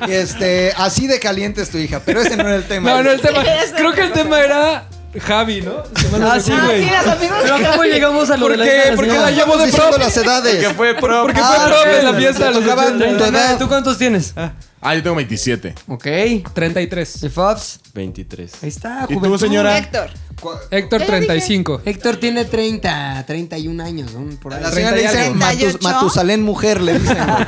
[SPEAKER 3] Y, Este, así de caliente es tu hija, pero ese no era el tema.
[SPEAKER 4] No, no, el tema.
[SPEAKER 5] Sí, ese
[SPEAKER 4] Creo que el tema era Javi, ¿no? Si mal no
[SPEAKER 2] Ah, sí,
[SPEAKER 4] recuerdo.
[SPEAKER 2] güey.
[SPEAKER 5] las amigas
[SPEAKER 2] Pero ¿cómo llegamos a lo
[SPEAKER 4] ¿Por
[SPEAKER 2] de la
[SPEAKER 4] qué?
[SPEAKER 2] hija de
[SPEAKER 4] ¿Por qué
[SPEAKER 2] señora?
[SPEAKER 4] la llamo de
[SPEAKER 3] Estamos diciendo
[SPEAKER 4] profe?
[SPEAKER 3] las edades. Ah,
[SPEAKER 8] fue pro.
[SPEAKER 4] Porque fue profe en la fiesta de los
[SPEAKER 3] Acaban
[SPEAKER 4] 80.
[SPEAKER 3] de-
[SPEAKER 2] ¿Tú cuántos tienes?
[SPEAKER 7] Ah, yo tengo 27.
[SPEAKER 2] Ok.
[SPEAKER 4] 33.
[SPEAKER 2] ¿Y Fabs?
[SPEAKER 8] 23.
[SPEAKER 2] Ahí está,
[SPEAKER 7] ¿Y tú,
[SPEAKER 2] juventud.
[SPEAKER 7] señora?
[SPEAKER 5] Héctor.
[SPEAKER 4] Héctor, 35.
[SPEAKER 2] Héctor tiene 30, 31 años. ¿no? Por ahí.
[SPEAKER 3] La señora le
[SPEAKER 4] 30 y
[SPEAKER 3] dice
[SPEAKER 4] algo.
[SPEAKER 3] Matus-
[SPEAKER 5] 38.
[SPEAKER 3] Matusalén mujer, le dicen. güey.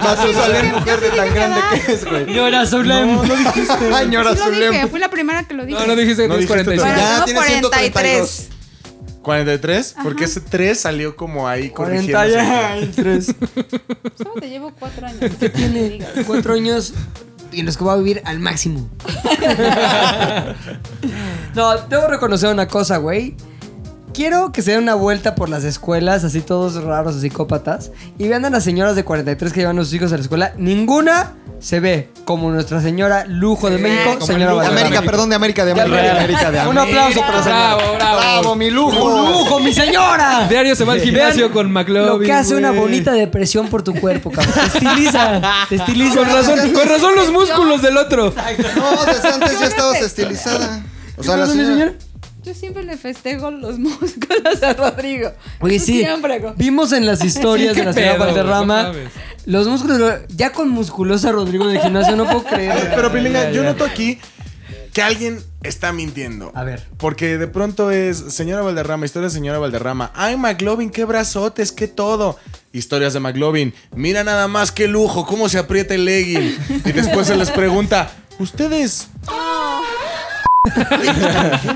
[SPEAKER 3] Matusalén mujer de tan grande que es, güey.
[SPEAKER 2] Llora Zulem.
[SPEAKER 3] Ay, señora
[SPEAKER 5] Sí lo dije,
[SPEAKER 3] Zulem.
[SPEAKER 5] fui la primera que lo dije.
[SPEAKER 4] No, no dijiste que
[SPEAKER 7] No
[SPEAKER 4] tienes
[SPEAKER 7] dijiste
[SPEAKER 4] 45.
[SPEAKER 5] Bueno,
[SPEAKER 3] Ya
[SPEAKER 5] tengo
[SPEAKER 3] tiene 132.
[SPEAKER 7] 43, porque ese 3 salió como ahí
[SPEAKER 2] 40
[SPEAKER 7] corrigiéndose.
[SPEAKER 2] ya.
[SPEAKER 5] Solo te llevo cuatro años.
[SPEAKER 2] Tiene 4 años y los que va a vivir al máximo. no, debo reconocer una cosa, güey. Quiero que se den una vuelta por las escuelas, así todos raros, psicópatas, y vean a las señoras de 43 que llevan a sus hijos a la escuela. Ninguna se ve como nuestra señora Lujo de México,
[SPEAKER 4] como
[SPEAKER 2] señora
[SPEAKER 4] Lujo de
[SPEAKER 2] Valderrama.
[SPEAKER 3] América, perdón, de América, de América, de América, de
[SPEAKER 2] Un
[SPEAKER 3] América.
[SPEAKER 2] aplauso para la señora.
[SPEAKER 4] Bravo, bravo.
[SPEAKER 3] ¡Bravo, mi
[SPEAKER 2] ¡Un
[SPEAKER 3] lujo!
[SPEAKER 2] lujo, mi señora!
[SPEAKER 4] Diario se va al gimnasio
[SPEAKER 2] Vean
[SPEAKER 4] con McLovin.
[SPEAKER 2] Lo que hace una
[SPEAKER 4] güey.
[SPEAKER 2] bonita depresión por tu cuerpo, cabrón. Te estiliza, te estiliza.
[SPEAKER 4] Con razón, con razón los músculos del otro.
[SPEAKER 3] No, desde antes ya
[SPEAKER 5] Yo creo
[SPEAKER 3] estabas
[SPEAKER 5] que-
[SPEAKER 3] estilizada. O sea,
[SPEAKER 2] ¿Qué
[SPEAKER 3] la
[SPEAKER 2] pasó, mi
[SPEAKER 3] señora...
[SPEAKER 5] Yo siempre le festejo los músculos a Rodrigo.
[SPEAKER 2] Oye,
[SPEAKER 5] Tú
[SPEAKER 2] sí.
[SPEAKER 5] Siempre, güey.
[SPEAKER 2] Vimos en las historias
[SPEAKER 4] Sí,
[SPEAKER 2] de la
[SPEAKER 4] qué
[SPEAKER 2] señora
[SPEAKER 4] pedo,
[SPEAKER 2] Valderrama
[SPEAKER 4] güey, no sabes.
[SPEAKER 2] los músculos. Ya con musculosa Rodrigo de gimnasio, no puedo creer.
[SPEAKER 7] Pero, Pilinga,
[SPEAKER 4] ya,
[SPEAKER 7] yo
[SPEAKER 4] ya.
[SPEAKER 7] noto aquí que alguien está mintiendo.
[SPEAKER 2] A ver.
[SPEAKER 7] Porque de pronto es señora Valderrama, historia de señora Valderrama. Ay, McLovin, qué brazotes, qué todo. Historias de McLovin. Mira nada más qué lujo, cómo se aprieta el legging. Y después se les pregunta, ¿ustedes?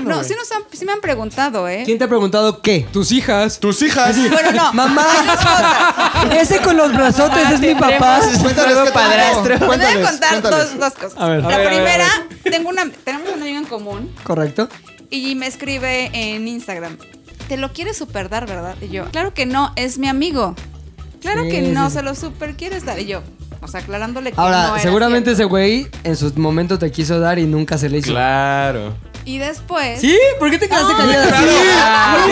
[SPEAKER 5] No, sí, nos han- sí me han preguntado, ¿eh?
[SPEAKER 2] ¿Quién te ha preguntado qué?
[SPEAKER 4] Tus hijas.
[SPEAKER 7] ¿Tus hijas?
[SPEAKER 5] Bueno, no.
[SPEAKER 2] Mamá, ese con los brazotes es mi papá.
[SPEAKER 3] Ah, Cuéntales qué te pasó.
[SPEAKER 5] Te voy a
[SPEAKER 3] Cuéntales,
[SPEAKER 5] contar
[SPEAKER 3] cuéntales.
[SPEAKER 5] dos, dos cosas.
[SPEAKER 4] ver.
[SPEAKER 5] la
[SPEAKER 4] A ver, a ver,
[SPEAKER 5] primera, tengo una, tenemos un amigo en común
[SPEAKER 2] Correcto.
[SPEAKER 5] y me escribe en Instagram. Te lo quieres super dar, ¿verdad? Y yo, claro que no, es mi amigo. Claro
[SPEAKER 2] Sí,
[SPEAKER 5] que
[SPEAKER 2] sí,
[SPEAKER 5] no,
[SPEAKER 2] sí.
[SPEAKER 5] se lo super quieres dar. Y yo, o sea, aclarándole que no
[SPEAKER 2] Ahora,
[SPEAKER 5] era
[SPEAKER 2] seguramente
[SPEAKER 5] cierto.
[SPEAKER 2] ese güey en su momento te quiso dar y nunca se le hizo.
[SPEAKER 8] Claro.
[SPEAKER 5] Y después.
[SPEAKER 2] ¿Sí? ¿Por qué te quedaste callada? Ah, Sí.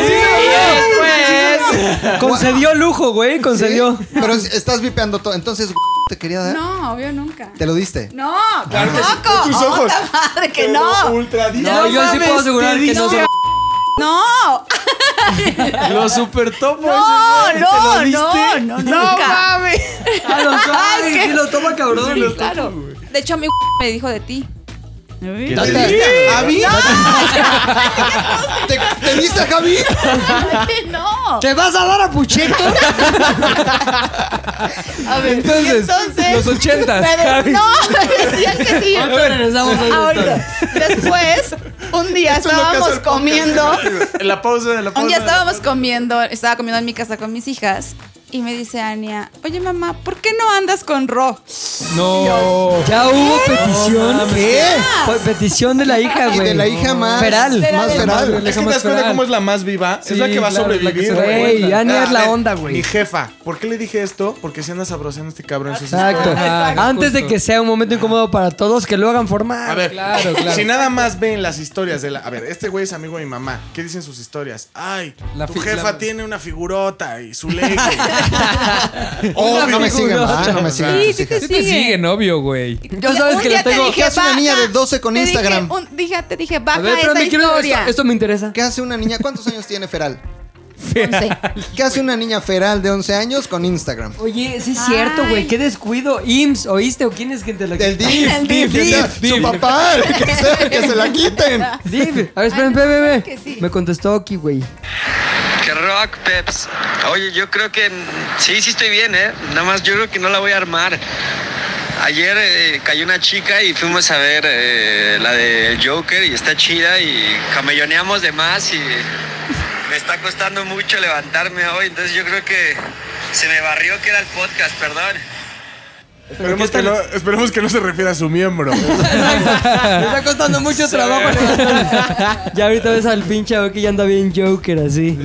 [SPEAKER 2] Oye, sí, Concedió lujo, güey, concedió.
[SPEAKER 3] ¿Sí? Pero es- estás vipeando todo. Entonces, ¿te quería dar?
[SPEAKER 5] No, obvio nunca.
[SPEAKER 3] ¿eh? ¿Te lo diste?
[SPEAKER 5] No, tampoco.
[SPEAKER 7] tus ojos.
[SPEAKER 5] ¡Otra madre que
[SPEAKER 7] Pero
[SPEAKER 5] no!
[SPEAKER 7] ultra di-
[SPEAKER 2] No, yo sí puedo asegurar que no se
[SPEAKER 5] ¡No!
[SPEAKER 8] Lo super
[SPEAKER 4] pues,
[SPEAKER 8] topo.
[SPEAKER 5] ¡No! ¡No! ¡No! ¡No! ¡Nunca!
[SPEAKER 2] Ah, lo sabe,
[SPEAKER 5] Es que-
[SPEAKER 2] sí lo toma cabrón.
[SPEAKER 5] Sí, claro. De hecho, mi me dijo de ti.
[SPEAKER 3] ¿Javi? ¿Te, te diste a Javi?
[SPEAKER 5] ¡No!
[SPEAKER 2] ¿Te vas a dar a Pucheto?
[SPEAKER 5] A ver,
[SPEAKER 4] Entonces,
[SPEAKER 5] y entonces
[SPEAKER 4] los ochentas,
[SPEAKER 5] me de-
[SPEAKER 4] Javi.
[SPEAKER 5] No, me decían que sí.
[SPEAKER 2] Ahorita regresamos a esa
[SPEAKER 5] Ahorita. Después, un día estábamos comiendo.
[SPEAKER 8] La pausa de la pausa.
[SPEAKER 5] Un día estábamos comiendo, estaba comiendo en mi casa con mis hijas. Y me dice Ania, oye mamá, ¿por qué no andas con Ro?
[SPEAKER 4] No.
[SPEAKER 2] Ya hubo petición.
[SPEAKER 3] ¿Qué?
[SPEAKER 2] Fue petición de la hija,
[SPEAKER 3] Y
[SPEAKER 2] güey.
[SPEAKER 3] de la hija más...
[SPEAKER 2] Feral.
[SPEAKER 3] Más feral.
[SPEAKER 7] Es que te das cuenta cómo es la más viva.
[SPEAKER 4] Sí,
[SPEAKER 7] es la que va a
[SPEAKER 4] claro, es la que
[SPEAKER 7] sobrevivir.
[SPEAKER 4] se da
[SPEAKER 7] güey.
[SPEAKER 4] cuenta.
[SPEAKER 2] Ya ni
[SPEAKER 7] Ah,
[SPEAKER 2] es la
[SPEAKER 7] a ver,
[SPEAKER 2] onda, güey.
[SPEAKER 7] Mi jefa. ¿Por qué le dije esto? Porque si anda sabrosando este cabrón en sus
[SPEAKER 2] Exacto.
[SPEAKER 4] Ah,
[SPEAKER 2] Antes de
[SPEAKER 4] justo.
[SPEAKER 2] que sea un momento incómodo para todos, que lo hagan formal.
[SPEAKER 7] A ver,
[SPEAKER 4] Claro, claro.
[SPEAKER 7] si nada más ven las historias de la. A ver, este güey es amigo de mi mamá. ¿Qué dicen sus historias? Ay,
[SPEAKER 4] La
[SPEAKER 7] tu
[SPEAKER 4] fi-
[SPEAKER 7] jefa
[SPEAKER 4] la-
[SPEAKER 7] tiene una figurota y su lego.
[SPEAKER 3] Oh, no me sigan, ah, no me sigan.
[SPEAKER 5] Sí,
[SPEAKER 3] tus
[SPEAKER 5] sí
[SPEAKER 3] hijas.
[SPEAKER 5] te
[SPEAKER 4] Sí te siguen,
[SPEAKER 5] siguen.
[SPEAKER 4] obvio, güey.
[SPEAKER 2] Yo sabes
[SPEAKER 5] Un
[SPEAKER 2] que
[SPEAKER 5] día
[SPEAKER 2] lo tengo-
[SPEAKER 5] te dije,
[SPEAKER 3] ¿Qué hace una
[SPEAKER 5] "Baja".
[SPEAKER 3] niña de 12 con
[SPEAKER 5] Te dije,
[SPEAKER 3] Instagram?
[SPEAKER 5] un- dije- te dije, baja
[SPEAKER 2] A ver,
[SPEAKER 5] esa
[SPEAKER 2] espérame, quiero.
[SPEAKER 5] historia.
[SPEAKER 2] Esto, esto me interesa.
[SPEAKER 3] ¿Qué hace una niña? ¿Cuántos años tiene feral?
[SPEAKER 5] Once.
[SPEAKER 3] ¿Qué hace una niña feral de 11 años con Instagram?
[SPEAKER 2] Oye, sí es cierto,
[SPEAKER 5] Ay.
[SPEAKER 2] güey. Qué descuido. IMSS, ¿oíste? ¿O quién es gente la
[SPEAKER 3] Del DIF.
[SPEAKER 5] El
[SPEAKER 3] que
[SPEAKER 5] DIF.
[SPEAKER 3] sea
[SPEAKER 4] DIF.
[SPEAKER 3] Su papá, el que, sea, que se la quiten.
[SPEAKER 2] DIF. A ver,
[SPEAKER 5] Ay,
[SPEAKER 2] esperen,
[SPEAKER 5] no,
[SPEAKER 2] ve, ve,
[SPEAKER 5] claro que sí.
[SPEAKER 2] ve. Me contestó aquí, güey.
[SPEAKER 10] Que rock, Peps. Oye, yo creo que mm, sí, sí estoy bien, ¿eh? Nada más yo creo que no la voy a armar. Ayer eh, cayó una chica y fuimos a ver eh, la del Joker y está chida y camelloneamos de más y me está costando mucho levantarme hoy, entonces yo creo que se me barrió que era el podcast, perdón.
[SPEAKER 7] Esperemos que, no, esperemos que no se refiera a su miembro.
[SPEAKER 2] Me está costando mucho trabajo. ya ahorita ves al pinche güey que ya anda bien Joker así.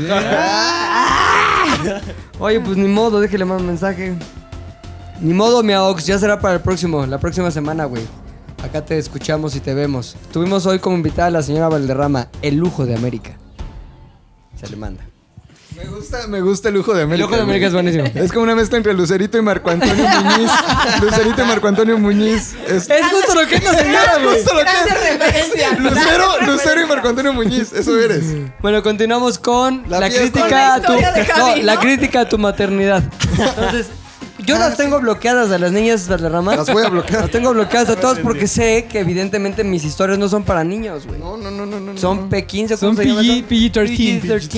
[SPEAKER 2] Oye, pues ni modo, déjele más mensaje. Ni modo, mi Aox, ya será para el próximo, la próxima semana, güey. Acá te escuchamos y te vemos. Tuvimos hoy como invitada a la señora Valderrama, el lujo de América. Se le manda.
[SPEAKER 3] Me gusta, me gusta el lujo de América.
[SPEAKER 2] El lujo de América es
[SPEAKER 3] güey.
[SPEAKER 2] buenísimo.
[SPEAKER 3] Es como una mezcla entre Lucerito y Marco Antonio Muñiz. Lucerito y Marco Antonio Muñiz. Es,
[SPEAKER 2] Es justo lo que es la señora,
[SPEAKER 3] es
[SPEAKER 2] güey.
[SPEAKER 3] justo lo que es.
[SPEAKER 5] Grande referencia.
[SPEAKER 3] Lucero, Lucero y Marco Antonio Muñiz, eso eres.
[SPEAKER 2] Bueno, continuamos con la,
[SPEAKER 3] La fiesta.
[SPEAKER 2] crítica
[SPEAKER 3] Con
[SPEAKER 2] a
[SPEAKER 3] la
[SPEAKER 2] tu
[SPEAKER 5] historia de Javi,
[SPEAKER 2] no, la
[SPEAKER 5] ¿no?
[SPEAKER 2] crítica a tu maternidad. Entonces, yo las tengo bloqueadas a las niñas Valderrama.
[SPEAKER 3] Las voy a bloquear.
[SPEAKER 2] Ah, Las tengo bloqueadas a todas porque sé que evidentemente mis historias no son para niños, güey.
[SPEAKER 3] No, no, no, no, no.
[SPEAKER 2] Son P15 o
[SPEAKER 4] Son
[SPEAKER 2] cómo se llama
[SPEAKER 4] PG,
[SPEAKER 2] eso?
[SPEAKER 4] PG-13.
[SPEAKER 2] PG-13.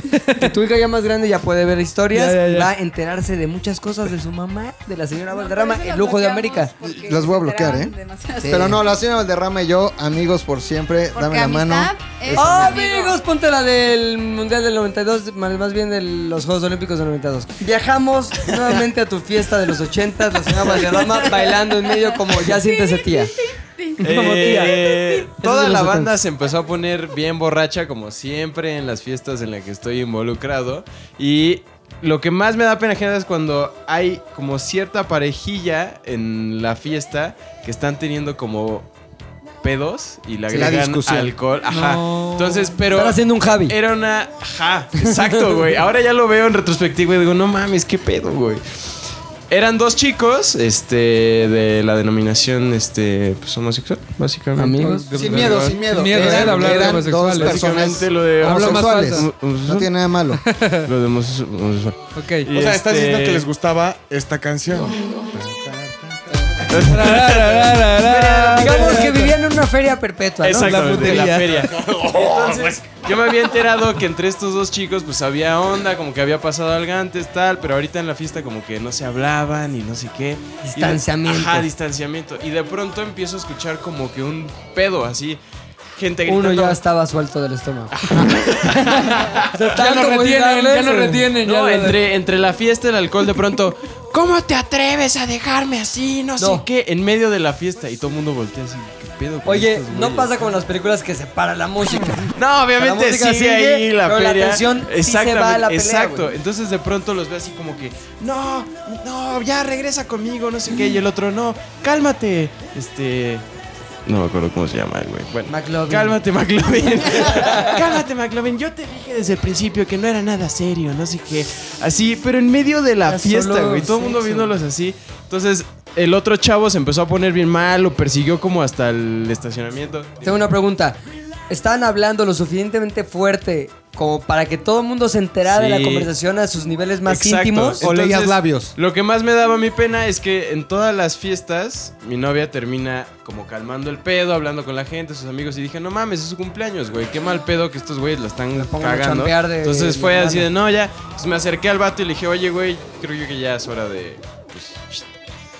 [SPEAKER 4] PG-13.
[SPEAKER 2] Que tu hija ya más grande ya puede ver historias,
[SPEAKER 4] Ya, ya, ya.
[SPEAKER 2] va a enterarse de muchas cosas de su mamá, de la señora Valderrama,
[SPEAKER 5] No, por eso
[SPEAKER 2] el
[SPEAKER 5] los
[SPEAKER 2] lujo de
[SPEAKER 5] bloqueamos,
[SPEAKER 2] América.
[SPEAKER 5] porque
[SPEAKER 3] Los voy a
[SPEAKER 5] se
[SPEAKER 3] bloquear,
[SPEAKER 5] enteraban
[SPEAKER 3] ¿eh?
[SPEAKER 5] demasiado.
[SPEAKER 3] Pero no, la señora Valderrama y yo, amigos por siempre,
[SPEAKER 5] Porque
[SPEAKER 3] dame la mano.
[SPEAKER 5] amistad es
[SPEAKER 2] Oh,
[SPEAKER 5] amigo.
[SPEAKER 2] amigos, ponte la del Mundial del 92, más más bien de los Juegos Olímpicos del 92. Viajamos nuevamente a tu fiesta de los 80, la señora Valderrama bailando en medio como ya siéntese tía.
[SPEAKER 8] Eh, toda
[SPEAKER 2] Esos
[SPEAKER 8] la
[SPEAKER 2] son los
[SPEAKER 8] banda se empezó a poner bien borracha, como siempre en las fiestas en las que estoy involucrado. Y lo que más me da pena ajena es cuando hay como cierta parejilla en la fiesta que están teniendo como pedos y le
[SPEAKER 3] Sí, la
[SPEAKER 8] agregan
[SPEAKER 3] discusión.
[SPEAKER 8] alcohol. Ajá.
[SPEAKER 3] No.
[SPEAKER 8] Entonces, pero.
[SPEAKER 2] Están haciendo un Javi.
[SPEAKER 8] Era una. Ajá, exacto, güey. Ahora ya lo veo en retrospectiva y digo, no mames, qué pedo, güey. Eran dos chicos, este, de la denominación, este, pues homosexual, básicamente.
[SPEAKER 2] Amigos.
[SPEAKER 3] Sin miedo, sin miedo.
[SPEAKER 4] Sin miedo,
[SPEAKER 3] Eran-
[SPEAKER 4] sin miedo hablar de
[SPEAKER 3] eran
[SPEAKER 4] homosexuales.
[SPEAKER 3] Dos personas
[SPEAKER 8] Básicamente lo de
[SPEAKER 4] Eh, Habla más
[SPEAKER 3] homosexuales.
[SPEAKER 4] falso.
[SPEAKER 3] No tiene nada de malo.
[SPEAKER 8] Lo de homose- homosexual.
[SPEAKER 4] Ok.
[SPEAKER 7] O sea, estás
[SPEAKER 8] este-
[SPEAKER 7] diciendo que les gustaba esta canción.
[SPEAKER 8] Este,
[SPEAKER 2] Digamos que vivían en una feria perpetua, ¿no?
[SPEAKER 8] Exactamente,
[SPEAKER 2] La putería.
[SPEAKER 8] Entonces, yo me había enterado que entre estos dos chicos, pues había onda, como que había pasado algo antes, tal, pero ahorita en la fiesta, como que no se hablaban y no sé qué. Y de-
[SPEAKER 2] Distanciamiento.
[SPEAKER 8] ajá, distanciamiento. Y de pronto empiezo a escuchar como que un pedo así. Gente gritando.
[SPEAKER 2] Uno ya estaba suelto del estómago.
[SPEAKER 4] Ya no retienen, ya no retienen. ya
[SPEAKER 8] No,
[SPEAKER 4] lo-
[SPEAKER 8] entre, entre la fiesta y el alcohol, de pronto, ¿cómo te atreves a dejarme así? No, sé
[SPEAKER 2] No.
[SPEAKER 8] qué, en medio de la fiesta. Y todo el mundo voltea así, ¿qué pedo? con
[SPEAKER 2] Oye,
[SPEAKER 8] estos
[SPEAKER 2] no
[SPEAKER 8] güeyes?
[SPEAKER 2] pasa como en las películas que se para la música.
[SPEAKER 8] No, obviamente
[SPEAKER 2] La música
[SPEAKER 8] sigue,
[SPEAKER 2] sigue,
[SPEAKER 8] ahí la
[SPEAKER 2] pero la
[SPEAKER 8] feria.
[SPEAKER 2] atención sí se va a la pelea,
[SPEAKER 8] exacto.
[SPEAKER 2] güey.
[SPEAKER 8] Entonces de pronto los ve así como que, no, no, ya regresa conmigo, no sé qué. Y el otro, no, cálmate. Este. No me acuerdo cómo se llama el güey. Bueno,
[SPEAKER 2] McLovin.
[SPEAKER 8] cálmate, McLovin. cálmate, McLovin. Yo te dije desde el principio que no era nada serio, no sé qué. Así, pero en medio de la
[SPEAKER 2] Era
[SPEAKER 8] fiesta,
[SPEAKER 2] solo
[SPEAKER 8] güey. Todo el mundo
[SPEAKER 2] sexo.
[SPEAKER 8] viéndolos así. Entonces. El otro chavo se empezó a poner bien mal, lo persiguió como hasta el estacionamiento.
[SPEAKER 2] Tengo una pregunta. ¿Estaban hablando lo suficientemente fuerte como para que todo el mundo se enterara de la
[SPEAKER 8] Sí.
[SPEAKER 2] conversación a sus niveles más
[SPEAKER 8] Exacto.
[SPEAKER 2] íntimos?
[SPEAKER 3] O leías
[SPEAKER 8] Entonces,
[SPEAKER 3] labios.
[SPEAKER 8] Lo que más me daba mi pena es que en todas las fiestas mi novia termina como calmando el pedo, hablando con la gente, sus amigos y dije, no mames, es su cumpleaños, güey, qué mal pedo que estos güeyes la están
[SPEAKER 2] pongan a
[SPEAKER 8] cagando.
[SPEAKER 2] chambear de-
[SPEAKER 8] Entonces
[SPEAKER 2] de
[SPEAKER 8] fue
[SPEAKER 2] la
[SPEAKER 8] así
[SPEAKER 2] banda.
[SPEAKER 8] de, no, ya, pues me acerqué al vato y le dije, oye, güey, creo yo que ya es hora de, pues, shh,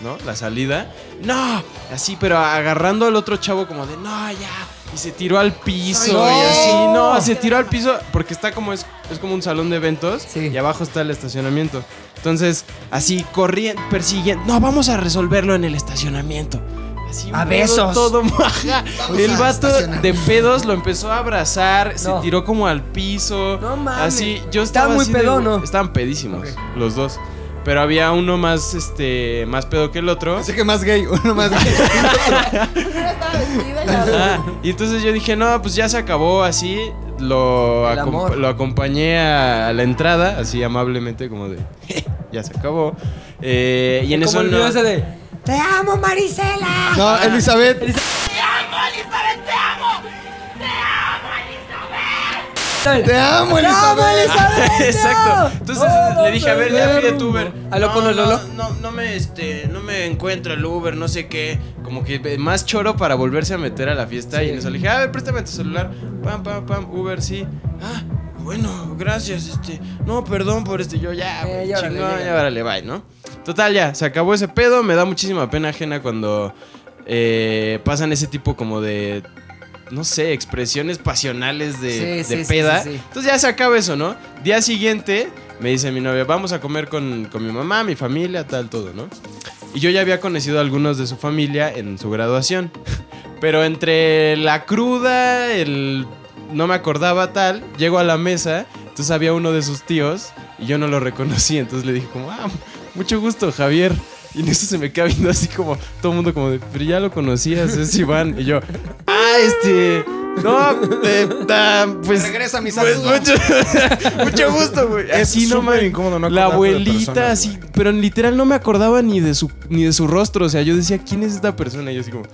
[SPEAKER 8] ¿no? La salida. No, así, pero agarrando al otro chavo como de, no, ya. Y se tiró al piso y así, no, se tiró al piso porque está como, es, es como un salón de eventos
[SPEAKER 2] Sí.
[SPEAKER 8] y abajo está el estacionamiento. Entonces, así corriendo, persiguiendo, no, vamos a resolverlo en el estacionamiento. Así,
[SPEAKER 2] A
[SPEAKER 8] un pedo
[SPEAKER 2] besos.
[SPEAKER 8] Todo maja.
[SPEAKER 3] Vamos
[SPEAKER 8] El
[SPEAKER 3] al
[SPEAKER 8] vato de
[SPEAKER 3] estacionamiento.
[SPEAKER 8] pedos lo empezó a abrazar, se
[SPEAKER 2] No.
[SPEAKER 8] tiró como al piso.
[SPEAKER 2] No mames.
[SPEAKER 8] Así,
[SPEAKER 2] ¿Estaba
[SPEAKER 8] yo estaba
[SPEAKER 2] muy
[SPEAKER 8] así de-
[SPEAKER 2] pedo o no?
[SPEAKER 8] Estaban pedísimos,
[SPEAKER 2] Ok.
[SPEAKER 8] los dos. Pero había uno más, este, más pedo que el otro.
[SPEAKER 3] Así que más gay, uno más gay.
[SPEAKER 8] Ah, y entonces yo dije, no, pues ya se acabó así. Lo,
[SPEAKER 2] El
[SPEAKER 8] acom-
[SPEAKER 2] amor.
[SPEAKER 8] lo acompañé a, a la entrada, así amablemente, como de, ya se acabó. Eh, y en
[SPEAKER 2] como
[SPEAKER 8] eso
[SPEAKER 2] el
[SPEAKER 8] no.
[SPEAKER 2] video ese de ¡Te amo, Marisela!
[SPEAKER 3] No, Elizabeth. Te amo,
[SPEAKER 2] ¡Te amo,
[SPEAKER 3] Elizabeth.
[SPEAKER 2] Elizabeth!
[SPEAKER 8] Exacto. Entonces
[SPEAKER 2] No,
[SPEAKER 8] le dije, a ver, ya
[SPEAKER 2] no,
[SPEAKER 8] pide tu Uber.
[SPEAKER 2] ¿Aló con el Lolo?
[SPEAKER 8] No, no me, este, no me encuentra el Uber, no sé qué. Como que eh, más choro para volverse a meter a la fiesta. Y en eso le dije, a ver, préstame tu celular. Pam, pam, pam, Uber, sí. Ah, bueno, gracias, este. No, perdón por este. Yo ya,
[SPEAKER 2] Eh,
[SPEAKER 8] güey,
[SPEAKER 2] ya órale,
[SPEAKER 8] chingón,
[SPEAKER 2] ya.
[SPEAKER 8] ya órale, bye, ¿no? Total, ya, se acabó ese pedo. Me da muchísima pena ajena cuando eh, pasan ese tipo como de no sé, expresiones pasionales de,
[SPEAKER 2] Sí,
[SPEAKER 8] de
[SPEAKER 2] sí, sí,
[SPEAKER 8] peda.
[SPEAKER 2] sí, sí.
[SPEAKER 8] Entonces ya se acaba eso, ¿no? Día siguiente me dice mi novia, vamos a comer con, con mi mamá, mi familia, tal, todo, ¿no? Y yo ya había conocido a algunos de su familia en su graduación. Pero entre la cruda, el... No me acordaba tal, llego a la mesa, entonces había uno de sus tíos y yo no lo reconocí, entonces le dije como, ah, mucho gusto, Javier. Y en eso se me queda viendo así como todo el mundo como de, pero ya lo conocías, es Iván. Y yo, ah, este, no, eh, ah, pues...
[SPEAKER 3] Regresa mi
[SPEAKER 8] pues,
[SPEAKER 3] saludo.
[SPEAKER 8] mucho, mucho gusto, güey.
[SPEAKER 7] Es
[SPEAKER 8] Así no
[SPEAKER 7] súper
[SPEAKER 8] me
[SPEAKER 7] incómodo no
[SPEAKER 8] La
[SPEAKER 7] acordarte de
[SPEAKER 8] abuelita,
[SPEAKER 7] personas,
[SPEAKER 8] así, pero literal no me acordaba ni de su ni de su rostro, o sea, yo decía, "¿Quién es esta persona?" Y yo así como,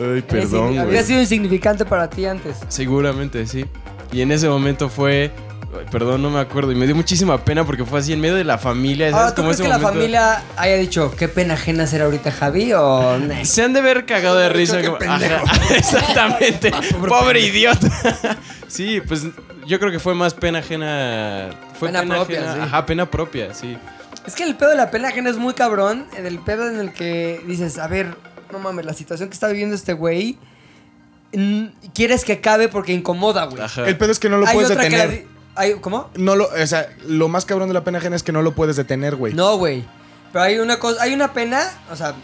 [SPEAKER 8] "Ay, perdón,
[SPEAKER 2] Había
[SPEAKER 8] güey."
[SPEAKER 2] sido insignificante para ti antes.
[SPEAKER 8] Seguramente sí. Y en ese momento fue. ay, Perdón, no me acuerdo. Y me dio muchísima pena porque fue así en medio de la familia. ¿sabes?
[SPEAKER 2] Ahora, Ah,
[SPEAKER 7] este
[SPEAKER 2] ¿tú
[SPEAKER 8] Como
[SPEAKER 2] crees
[SPEAKER 8] ese
[SPEAKER 2] que la
[SPEAKER 8] momento-
[SPEAKER 2] familia haya dicho qué pena ajena será ahorita Javi o...? nah"?
[SPEAKER 8] Se han de ver cagado de risa.
[SPEAKER 3] qué
[SPEAKER 8] como,
[SPEAKER 3] pendejo.
[SPEAKER 8] ajá, exactamente. pobre idiota. sí, pues yo creo que fue más pena ajena. Fue
[SPEAKER 2] Pena
[SPEAKER 8] pena,
[SPEAKER 2] propia,
[SPEAKER 8] ajena.
[SPEAKER 2] sí.
[SPEAKER 8] Ajá, pena propia, sí.
[SPEAKER 2] Es que el pedo de la pena ajena es muy cabrón. en El pedo en el que dices, a ver, no mames, la situación que está viviendo este güey... mm, Quieres que acabe porque incomoda, güey.
[SPEAKER 8] Ajá.
[SPEAKER 7] El pedo es que no lo
[SPEAKER 2] Hay
[SPEAKER 7] puedes
[SPEAKER 2] otra que la
[SPEAKER 7] detener.
[SPEAKER 2] di- hay- ¿Cómo?
[SPEAKER 7] No lo, o sea, lo más cabrón de la pena ajena es que no lo puedes detener, güey.
[SPEAKER 2] No, güey. Pero hay una cosa, hay una pena, o sea,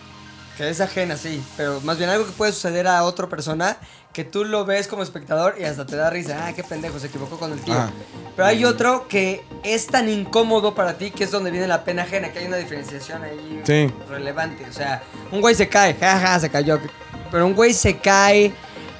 [SPEAKER 2] Que es ajena, sí. Pero más bien algo que puede suceder a otra persona que tú lo ves como espectador y hasta te da risa. Ah, qué pendejo, se equivocó con el tío.
[SPEAKER 7] Ah.
[SPEAKER 2] Pero hay otro que es tan incómodo para ti que es donde viene la pena ajena, que hay una diferenciación ahí
[SPEAKER 7] Sí.
[SPEAKER 2] relevante. O sea, un güey se cae, jaja, se cayó. Pero un güey se cae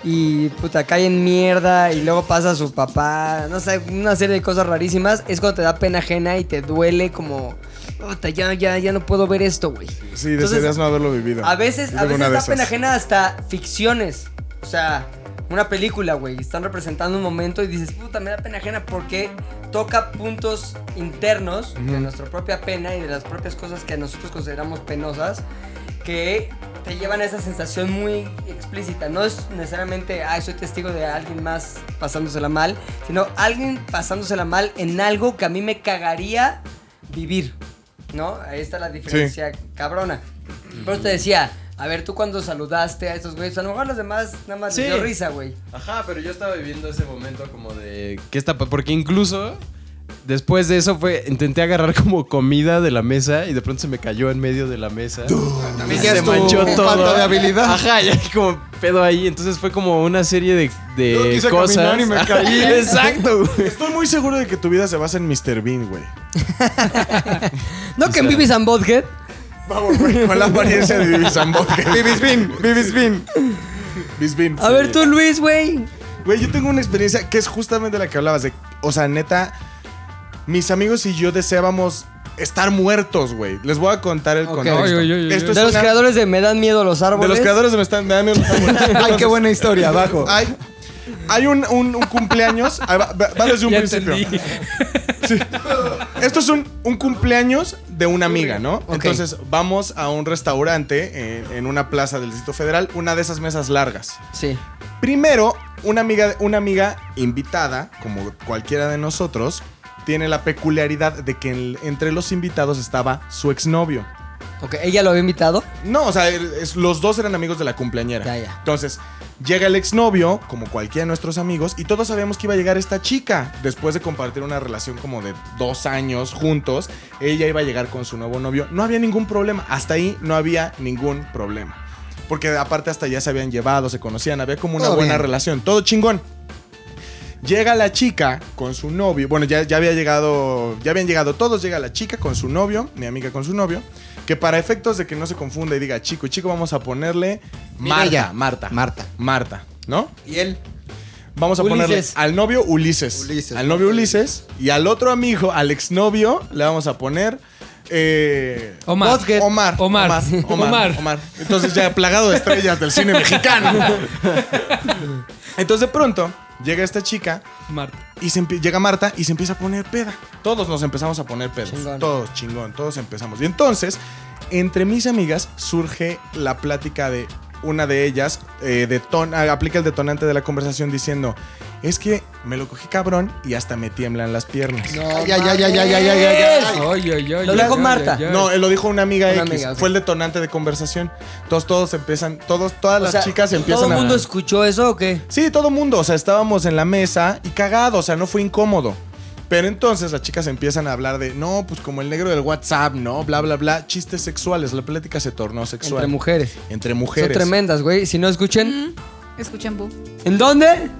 [SPEAKER 2] y puta, cae en mierda y luego pasa a su papá. No sé, una serie de cosas rarísimas. Es cuando te da pena ajena y te duele como. Puta, ya, ya, ya no puedo ver esto, güey.
[SPEAKER 7] Sí,
[SPEAKER 2] Entonces,
[SPEAKER 7] desearías no haberlo vivido.
[SPEAKER 2] A veces,
[SPEAKER 7] Yo
[SPEAKER 2] a
[SPEAKER 7] tengo
[SPEAKER 2] veces
[SPEAKER 7] una de
[SPEAKER 2] da pena
[SPEAKER 7] esas.
[SPEAKER 2] ajena hasta ficciones. O sea, una película, güey. Están representando un momento y dices, puta, me da pena ajena porque toca puntos internos de
[SPEAKER 7] Ujú.
[SPEAKER 2] nuestra propia pena y de las propias cosas que nosotros consideramos penosas que te llevan a esa sensación muy explícita. No es necesariamente, ay, soy testigo de alguien más pasándosela mal, sino alguien pasándosela mal en algo que a mí me cagaría vivir. ¿No? Ahí está la diferencia cabrona. Por eso te decía, a ver, tú cuando saludaste a estos güeyes, a lo mejor los demás nada más les
[SPEAKER 8] Sí.
[SPEAKER 2] dio risa, güey.
[SPEAKER 8] Ajá, pero yo estaba viviendo ese momento como de... ¿Qué está? pa- Porque incluso después de eso fue... Intenté agarrar como comida de la mesa y de pronto se me cayó en medio de la mesa. Y
[SPEAKER 3] Tenías
[SPEAKER 8] se
[SPEAKER 3] tu
[SPEAKER 8] manchó todo.
[SPEAKER 3] falta de habilidad.
[SPEAKER 8] Ajá, y hay como pedo ahí. Entonces fue como una serie de, de
[SPEAKER 3] Yo quise
[SPEAKER 8] cosas.
[SPEAKER 3] caminar y me caí.
[SPEAKER 8] Exacto, güey.
[SPEAKER 7] Estoy muy seguro de que tu vida se basa en Mr. Bean, güey.
[SPEAKER 2] No que en Bibis and Bothead.
[SPEAKER 7] Vamos, güey, con la apariencia de Vivis Amboque.
[SPEAKER 3] Bibis Bean, Bibis Bean.
[SPEAKER 7] Vivis Bean.
[SPEAKER 2] A ver tú, Luis, güey.
[SPEAKER 7] Güey, yo tengo una experiencia que es justamente la que hablabas de. O sea, neta, mis amigos y yo deseábamos estar muertos, güey. Les voy a contar el
[SPEAKER 2] Ok.
[SPEAKER 7] contexto.
[SPEAKER 4] Ay, ay, ay, ay,
[SPEAKER 7] Esto
[SPEAKER 2] De
[SPEAKER 7] es
[SPEAKER 2] los
[SPEAKER 7] una-
[SPEAKER 2] creadores de Me dan miedo los árboles.
[SPEAKER 7] de los creadores de Me están- Me dan miedo los árboles.
[SPEAKER 3] Ay, qué buena historia, abajo.
[SPEAKER 7] Hay, hay un, un- un cumpleaños. ahí va, va- va desde un
[SPEAKER 4] Ya
[SPEAKER 7] principio.
[SPEAKER 4] entendí.
[SPEAKER 7] Esto es un, un cumpleaños de una amiga, ¿no? Entonces vamos a un restaurante en, en una plaza del Distrito Federal, una de esas mesas largas.
[SPEAKER 2] Sí.
[SPEAKER 7] Primero, una amiga, una amiga invitada, como cualquiera de nosotros, tiene la peculiaridad de que en- entre los invitados estaba su exnovio.
[SPEAKER 2] Ok, ella lo había invitado.
[SPEAKER 7] No, o sea, es- los dos eran amigos de la cumpleañera.
[SPEAKER 2] Ya, ya.
[SPEAKER 7] Entonces, llega el exnovio, como cualquiera de nuestros amigos, y todos sabíamos que iba a llegar esta chica. Después de compartir una relación como de dos años juntos, ella iba a llegar con su nuevo novio. No había ningún problema. Hasta ahí no había ningún problema. Porque aparte hasta ya se habían llevado, se conocían, había como una
[SPEAKER 3] Todo
[SPEAKER 7] buena
[SPEAKER 3] bien.
[SPEAKER 7] relación. Todo chingón. Llega la chica con su novio. Bueno, ya, ya había llegado. Ya habían llegado todos. Llega la chica con su novio. Mi amiga con su novio. Que para efectos de que no se confunda y diga chico y chico, vamos a ponerle Marta.
[SPEAKER 3] Mireya.
[SPEAKER 7] Marta.
[SPEAKER 3] Marta.
[SPEAKER 7] Marta. ¿No?
[SPEAKER 3] Y él.
[SPEAKER 7] Vamos a
[SPEAKER 3] Ulises.
[SPEAKER 7] ponerle al novio Ulises.
[SPEAKER 3] Ulises.
[SPEAKER 7] Al novio Ulises. Y al otro amigo, al exnovio, le vamos a poner. eh,
[SPEAKER 4] Omar.
[SPEAKER 7] Omar.
[SPEAKER 4] Omar.
[SPEAKER 7] Omar. Omar.
[SPEAKER 4] Omar.
[SPEAKER 7] Omar. Entonces ya plagado de estrellas del cine mexicano. Entonces de pronto llega esta chica
[SPEAKER 4] Marta.
[SPEAKER 7] y se empie- llega Marta y se empieza a poner peda. Todos nos empezamos a poner pedos.
[SPEAKER 2] Chingón.
[SPEAKER 7] Todos, chingón, todos empezamos. Y entonces, entre mis amigas surge la plática de una de ellas, eh, deton- ah, aplica el detonante de la conversación diciendo, es que me lo cogí cabrón y hasta me tiemblan las piernas. No,
[SPEAKER 3] Ay, ay, ay, ay, ay, ay, ay, ay, ay.
[SPEAKER 4] Ay, ay, ay,
[SPEAKER 2] Lo
[SPEAKER 4] ay,
[SPEAKER 2] dijo
[SPEAKER 4] ay,
[SPEAKER 2] Marta.
[SPEAKER 4] ay, ay.
[SPEAKER 7] él lo dijo una amiga
[SPEAKER 2] Una
[SPEAKER 7] X.
[SPEAKER 2] amiga, ok.
[SPEAKER 7] Fue el detonante de conversación. Entonces todos empiezan, todos, todas
[SPEAKER 2] O
[SPEAKER 7] las
[SPEAKER 2] sea,
[SPEAKER 7] chicas empiezan
[SPEAKER 2] ¿Todo el
[SPEAKER 7] a...
[SPEAKER 2] mundo escuchó eso o qué?
[SPEAKER 7] Sí, todo mundo. O sea, estábamos en la mesa y cagado. O sea, no fue incómodo. Pero entonces las chicas empiezan a hablar de, no, pues como el negro del WhatsApp, ¿no? Bla, bla, bla. Chistes sexuales. La plática se tornó sexual.
[SPEAKER 2] Entre mujeres.
[SPEAKER 7] Entre
[SPEAKER 2] Son
[SPEAKER 7] mujeres. Mm.
[SPEAKER 2] tremendas, güey. Si no escuchen.
[SPEAKER 5] Escuchen Boo.
[SPEAKER 2] ¿En dónde?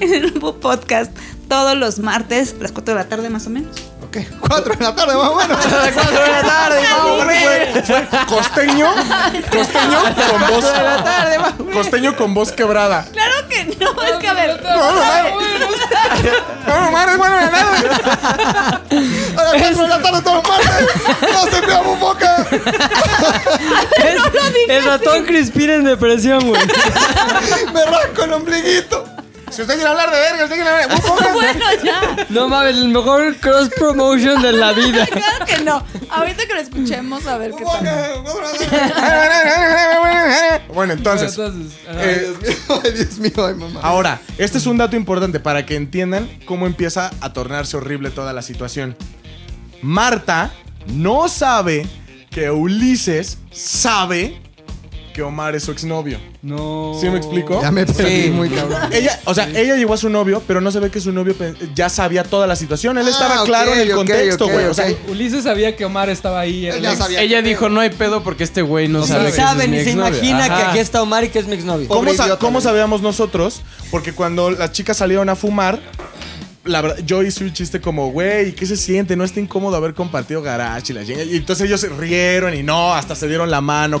[SPEAKER 5] En el Boo Podcast todos los martes, a las 4 de la tarde más o menos.
[SPEAKER 3] Ok, cuatro de la tarde, más o menos.
[SPEAKER 2] cuatro de la tarde,
[SPEAKER 7] Bueno, fue, fue costeño, costeño con voz, costeño con voz quebrada.
[SPEAKER 5] Claro que no, es que a ver.
[SPEAKER 7] No, no, no. No, no, mames, bueno, nada.
[SPEAKER 3] A las cuatro de la tarde, todos los
[SPEAKER 7] ¿eh?
[SPEAKER 3] martes. Nos empleamos boca.
[SPEAKER 2] Es- el ratón Crispín en depresión, güey.
[SPEAKER 3] Me rasco el ombliguito.
[SPEAKER 7] Si usted quiere hablar de verga, usted quiere hablar de...
[SPEAKER 5] Bueno, ya.
[SPEAKER 2] No mames, el mejor cross promotion de la vida.
[SPEAKER 5] Claro que no. Ahorita que lo escuchemos, a ver qué tal.
[SPEAKER 7] Bueno, entonces,
[SPEAKER 4] Entonces, ajá.
[SPEAKER 7] eh,
[SPEAKER 3] Ay, Dios mío, ay, mamá.
[SPEAKER 7] Ahora, este es un dato importante para que entiendan cómo empieza a tornarse horrible toda la situación. Marta no sabe que Ulises sabe que Omar es su exnovio.
[SPEAKER 4] No.
[SPEAKER 7] ¿Sí me explico?
[SPEAKER 3] Ya me perdí muy cabrón.
[SPEAKER 7] Ella, o sea, ella llegó a su novio, pero no se ve que su novio pe- ya sabía toda la situación. Él
[SPEAKER 3] Ah,
[SPEAKER 7] estaba
[SPEAKER 3] ok,
[SPEAKER 7] claro en el
[SPEAKER 3] ok,
[SPEAKER 7] contexto,
[SPEAKER 3] ok,
[SPEAKER 7] güey.
[SPEAKER 3] ok.
[SPEAKER 7] O sea,
[SPEAKER 4] Ulises sabía que Omar estaba ahí. el
[SPEAKER 3] Ya
[SPEAKER 4] ex.
[SPEAKER 3] sabía.
[SPEAKER 8] Ella dijo, no hay pedo porque este güey no
[SPEAKER 2] Ni
[SPEAKER 8] sabe. que
[SPEAKER 2] sabe,
[SPEAKER 8] es mi
[SPEAKER 2] ni se
[SPEAKER 8] exnovio".
[SPEAKER 2] imagina que
[SPEAKER 8] Ajá.
[SPEAKER 2] aquí está Omar y que es mi exnovio.
[SPEAKER 3] Pobre
[SPEAKER 7] ¿Cómo, sa-
[SPEAKER 3] idiota,
[SPEAKER 7] cómo
[SPEAKER 3] güey.
[SPEAKER 7] sabíamos nosotros? Porque cuando las chicas salieron a fumar, la verdad, yo hice un chiste como, güey, ¿qué se siente? No está incómodo haber compartido garage y la chinga". Y entonces ellos se rieron y no, hasta se dieron la mano,